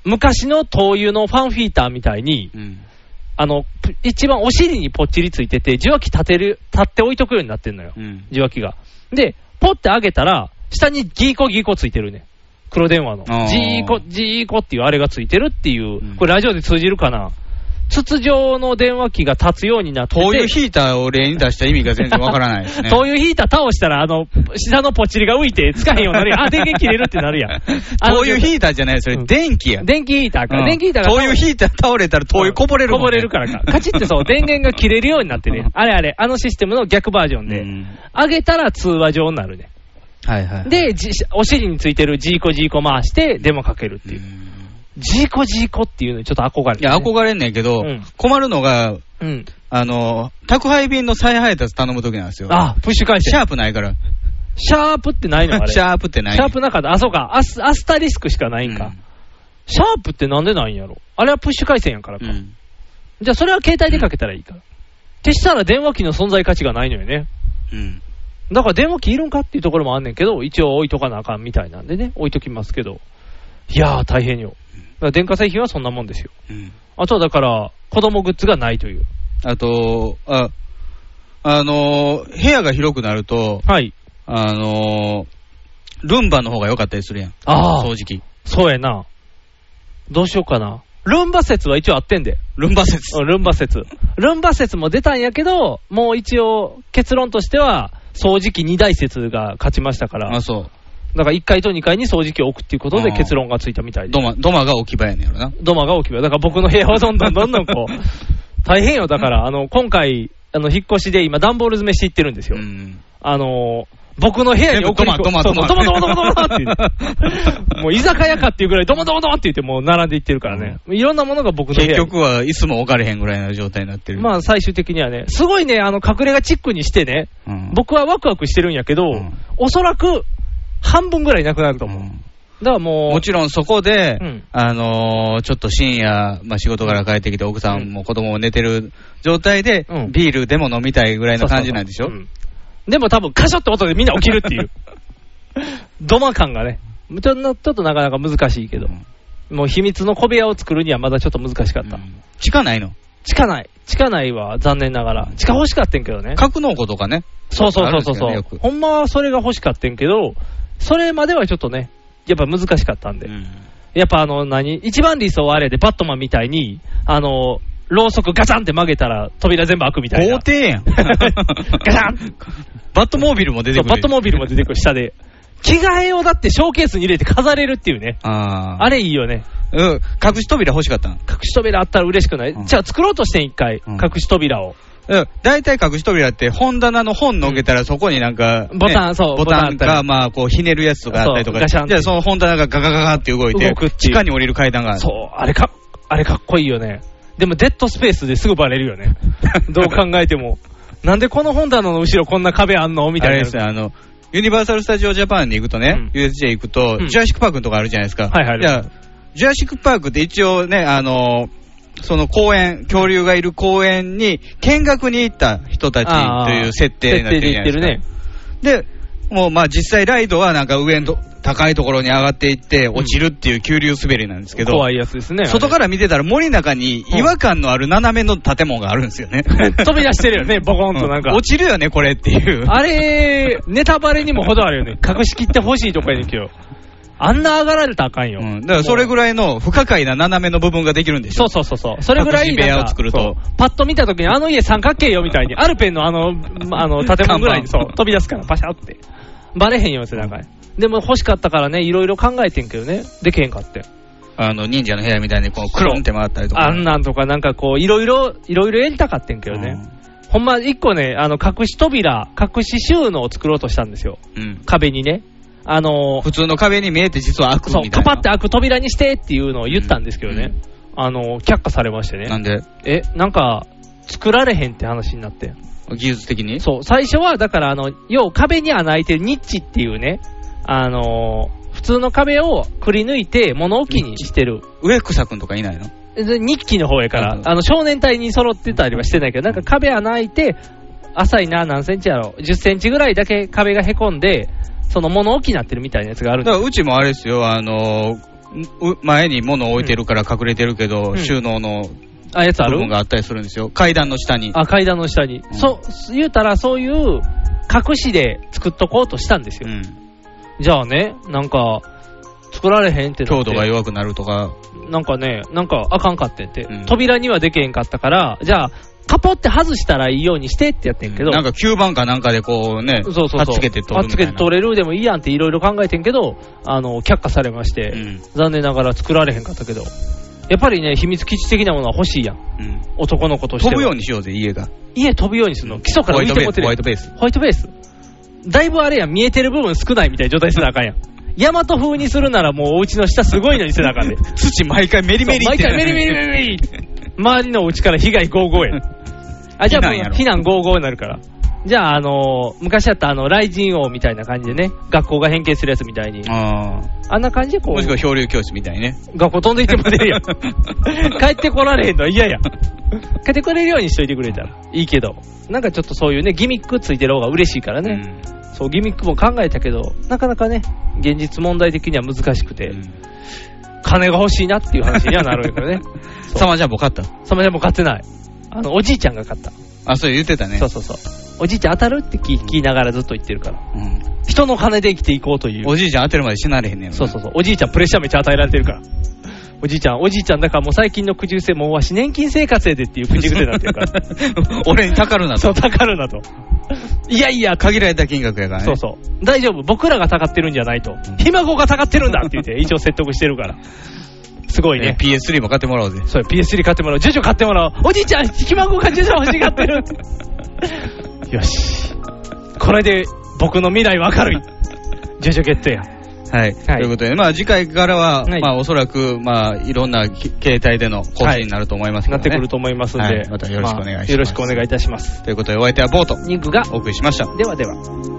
昔の灯油のファンフィーターみたいに、あの、ぷ一番お尻にぽっちりついてて、受話器立てる、立って置いとくようになってんのよ。受話器が。で、ポって上げたら、下にギーコギーコついてるね。黒電話のあー。ジーコ、ジーコっていうあれがついてるっていう、これラジオで通じるかな。筒状の電話機が立つようになってて。灯油ヒーターを例に出した意味が全然わからないですね。 <laughs> 灯油ヒーター倒したら、あの、下のポッチリが浮いて、つかへんように <laughs> なるやん。あ、電源切れるってなるやん。灯油ヒーターじゃない、それ電気や。電気ヒーターか。うん電気ヒーターが。灯油ヒーター倒れたら灯油こぼれるもんねこぼれるからか。カチって <laughs> そう、電源が切れるようになってね。あれあれ、あのシステムの逆バージョンで。上げたら通話上になるね。はいはい。で、じお尻についてるジーコジーコ回して、電話かけるっていう。ジーコジーコっていうのにちょっと憧れる、いや、憧れんねんけど、困るのが、うん。あの、宅配便の再配達頼むときなんですよ。あ、プッシュ回線。シャープないから。シャープってないのあれ。シャープってないシャープなかった。あ、そうか。アスアスタリスクしかないんか。シャープってなんでないんやろ。あれはプッシュ回線やからか。じゃあそれは携帯でかけたらいいから。ってしたら電話機の存在価値がないのよね。うん。だから電話機いるんかっていうところもあんねんけど、一応置いとかなあかんみたいなんでね、置いときますけど、いやー、大変よ。だから電化製品はそんなもんですよ。あとはだから、子供グッズがないという。あと、あ、あのー部屋が広くなると、あのールンバの方が良かったりするやん。ああ掃除機。そうやな。どうしようかな。ルンバ説は一応あってんで。ルンバ説ルンバ説。ルンバ説も出たんやけど、もう一応結論としては、掃除機2大説が勝ちましたから。あ、そう。だから1階と2階に掃除機を置くっていうことで結論がついたみたいで。ドマ、ドマが置き場やねんやろな。ドマが置き場。だから僕の部屋はどんどんどんどんこう、 <laughs> 大変よ。だから、あの、今回、あの、引っ越しで今、段ボール詰めしていってるんですよ。あのー、僕の部屋に送り込全部ドマそうドマそうドマドマドマドマって <laughs> いう。もう居酒屋かっていうぐらい、ドマドマドマって言ってもう並んでいってるからね。いろんなものが僕の部屋結に局はいつも置かれへんぐらいの状態になってる。まあ最終的にはね、すごいね、あの隠れ家チックにしてね、僕はワクワクしてるんやけど、おそらく半分ぐらいなくなると思う。だからもう、もちろんそこで、うんあのーちょっと深夜、まあ、仕事から帰ってきて、奥さんも子供も寝てる状態で、ビールでも飲みたいぐらいの感じなんでしょでも多分、カショって音でみんな起きるっ <laughs> ていう、ドマ感がね、ちょっとちょっとなかなか難しいけど、もう秘密の小部屋を作るにはまだちょっと難しかった。地下ないの地下ない。地下ないは残念ながら。地下欲しかったんけどね。格納庫とかね。そうそうそうそうあるんそでうすよねよくほんまはそれが欲しかったんけど、それまではちょっとね、やっぱ難しかったんで。やっぱあの、何一番理想はあれで、バットマンみたいに、あの、ろうそくガチャンって曲げたら扉全部開くみたいな。豪邸やん。 <laughs> ガチャンバットモービルも出てくる。バットモービルも出てくる、下で。着替えをだってショーケースに入れて飾れるっていうね。ああれいいよね。うん。隠し扉欲しかったの隠し扉あったら嬉しくない、じゃあ作ろうとしてん、一回。隠し扉を。うん大体隠し扉って本棚の本のっけたらそこになんか、ボタンそうボタンボタンあったがりまあこうひねるやつとかあったりとそうかガシャンじってゃあその本棚がガガガガって動いて動くってい地う下に降りる階段がある。そう、あれか、あれかっこいいよね。でもデッドスペースですぐバレる <laughs> よね。どう考えても。なんでこの本棚の後ろこんな壁あんのみたいあな。れですね、あの、ユニバーサル・スタジオ・ジャパンに行くとね、USJ 行くと、ジュラシック・パークのとこあるじゃないですか。はいはいじゃあジュラシック・パークって一応ね、あの、その公園、恐竜がいる公園に見学に行った人たちあーという設定になってるじゃないですか。設定で行で、もうまあ実際ライドはなんか上の高いところに上がっていって落ちるっていう急流滑りなんですけど、怖いやつですね。外から見てたら森の中に違和感のある斜めの建物があるんですよね。 <laughs> <laughs> 飛び出してるよね、ボコンとなんか落ちるよね、これっていう。あれ、ネタバレにも程あるよね。隠しきってほしいとこやねんけど。あんな上がられたらあかんよ。だからそれぐらいの不可解な斜めの部分ができるんでしょそうそうそうそう。それぐらい部なんか屋を作ると。パッと見たときに、あの家三角形よみたいに、アルペンのあの、まあの、建物ぐらいにそう、飛び出すから、パシャって。バレへんよ、背中に。でも欲しかったからね、いろいろ考えてんけどね、できへんかって。あの、忍者の部屋みたいにこう、クロンって回ったりとか。あんなんとか、なんかこう、いろいろ、いろいろやりたかってんけどね。ほんま、一個ね、あの、隠し扉、隠し収納を作ろうとしたんですよ。うん壁にね。あのー普通の壁に見えて実は開くみたそ、いうな。カパって開く扉にしてっていうのを言ったんですけどね。あのー却下されましてね。なんでえ、なんか、作られへんって話になって。技術的にそう、最初は、だから、あの、要は壁に穴開いてるニッチっていうね、あのー普通の壁をくり抜いて物置にしてる。上草くんとかいないので日記の方やから、あの少年隊に揃ってたりはしてないけど、なんか壁穴開いて、浅いな、何センチやろ、10センチぐらいだけ壁がへこんで、その物置になってるみたいなやつがあるんだでかすらうちもあれですよ、あのう前に物を置いてるから隠れてるけど、うん収納のあ、やつあ部る分があったりするんですよ。階段の下に。あ、階段の下に。そ、言うたら、そういう隠しで作っとこうとしたんですよ。じゃあね、なんか、作られへんってなって強度が弱くなるとか。なんかね、なんかあかんかってんて、扉にはできへんかったから、じゃあ、カポって外したらいいようにしてってやってんけど、なんか吸盤かなんかでこうね、そうそうそうはっつけて取るはっみつたけいてな。取れるでもいいやんっていろいろ考えてんけど、あの、却下されまして、残念ながら作られへんかったけど、やっぱりね、秘密基地的なものは欲しいやん。男の子としては。飛ぶようにしようぜ、家が。家飛ぶようにするの。基礎から浮いてもってる。ホワイトベースホワイトベース。だいぶあれやん、見えてる部分少ないみたいな状態にせなあかんやん。ヤマト風にするならもうお家の下すごいのにせなあかんで。土毎回メリメリそうって毎回メリメリメリメリ周りのお家から被害55へ。あ、じゃあもう避難やろ避難55になるから。じゃあ、あのー昔やったあの、雷神王みたいな感じでね、学校が変形するやつみたいに。ああんな感じでこう。もしくは漂流教室みたいね。 <laughs> 学校飛んでいっても出るやん。帰ってこられへんのは嫌やん。書いてくれるようにしといてくれたらいいけど、なんかちょっとそういうね、ギミックついてる方が嬉しいからね、そう、ギミックも考えたけど、なかなかね、現実問題的には難しくて、金が欲しいなっていう話にはなるよ <laughs> ね。サマジャンボ買ったサマジャンボ買ってない。あの、おじいちゃんが買った。あ、そう言ってたね。そうそうそう。おじいちゃん当たるって聞きながらずっと言ってるから。人の金で生きていこうという。おじいちゃん当てるまで死なれへんねん。そうそうそう。おじいちゃんプレッシャーめっちゃ与えられてるから。おじいちゃん、おじいちゃんだからもう最近の苦渋性もうわし年金生活やでっていう口癖になってるから。 <laughs> 俺にたかるなと。そう、たかるなと。いやいや、限られた金額やからね。そうそう。大丈夫。僕らがたかってるんじゃないと。ひ孫がたかってるんだって言って、一応説得してるから。すごいね。 PS3 も買ってもらおうぜ。そう、PS3 買ってもらおう。ジョジョ買ってもらおう。おじいちゃん、ひ孫がジョジョ欲しがってる。 <laughs> よし。これで僕の未来わかる。ジョジョゲットや。はい。ということで、まあ次回からは、まあおそらく、まあいろんなき携帯での更新になると思いますけどなね。ってくると思いますんで。はいまたよろしくお願いしますよろしくお願いいたします。ということで、お相手はボート。ニンクがお送りしました。ではでは。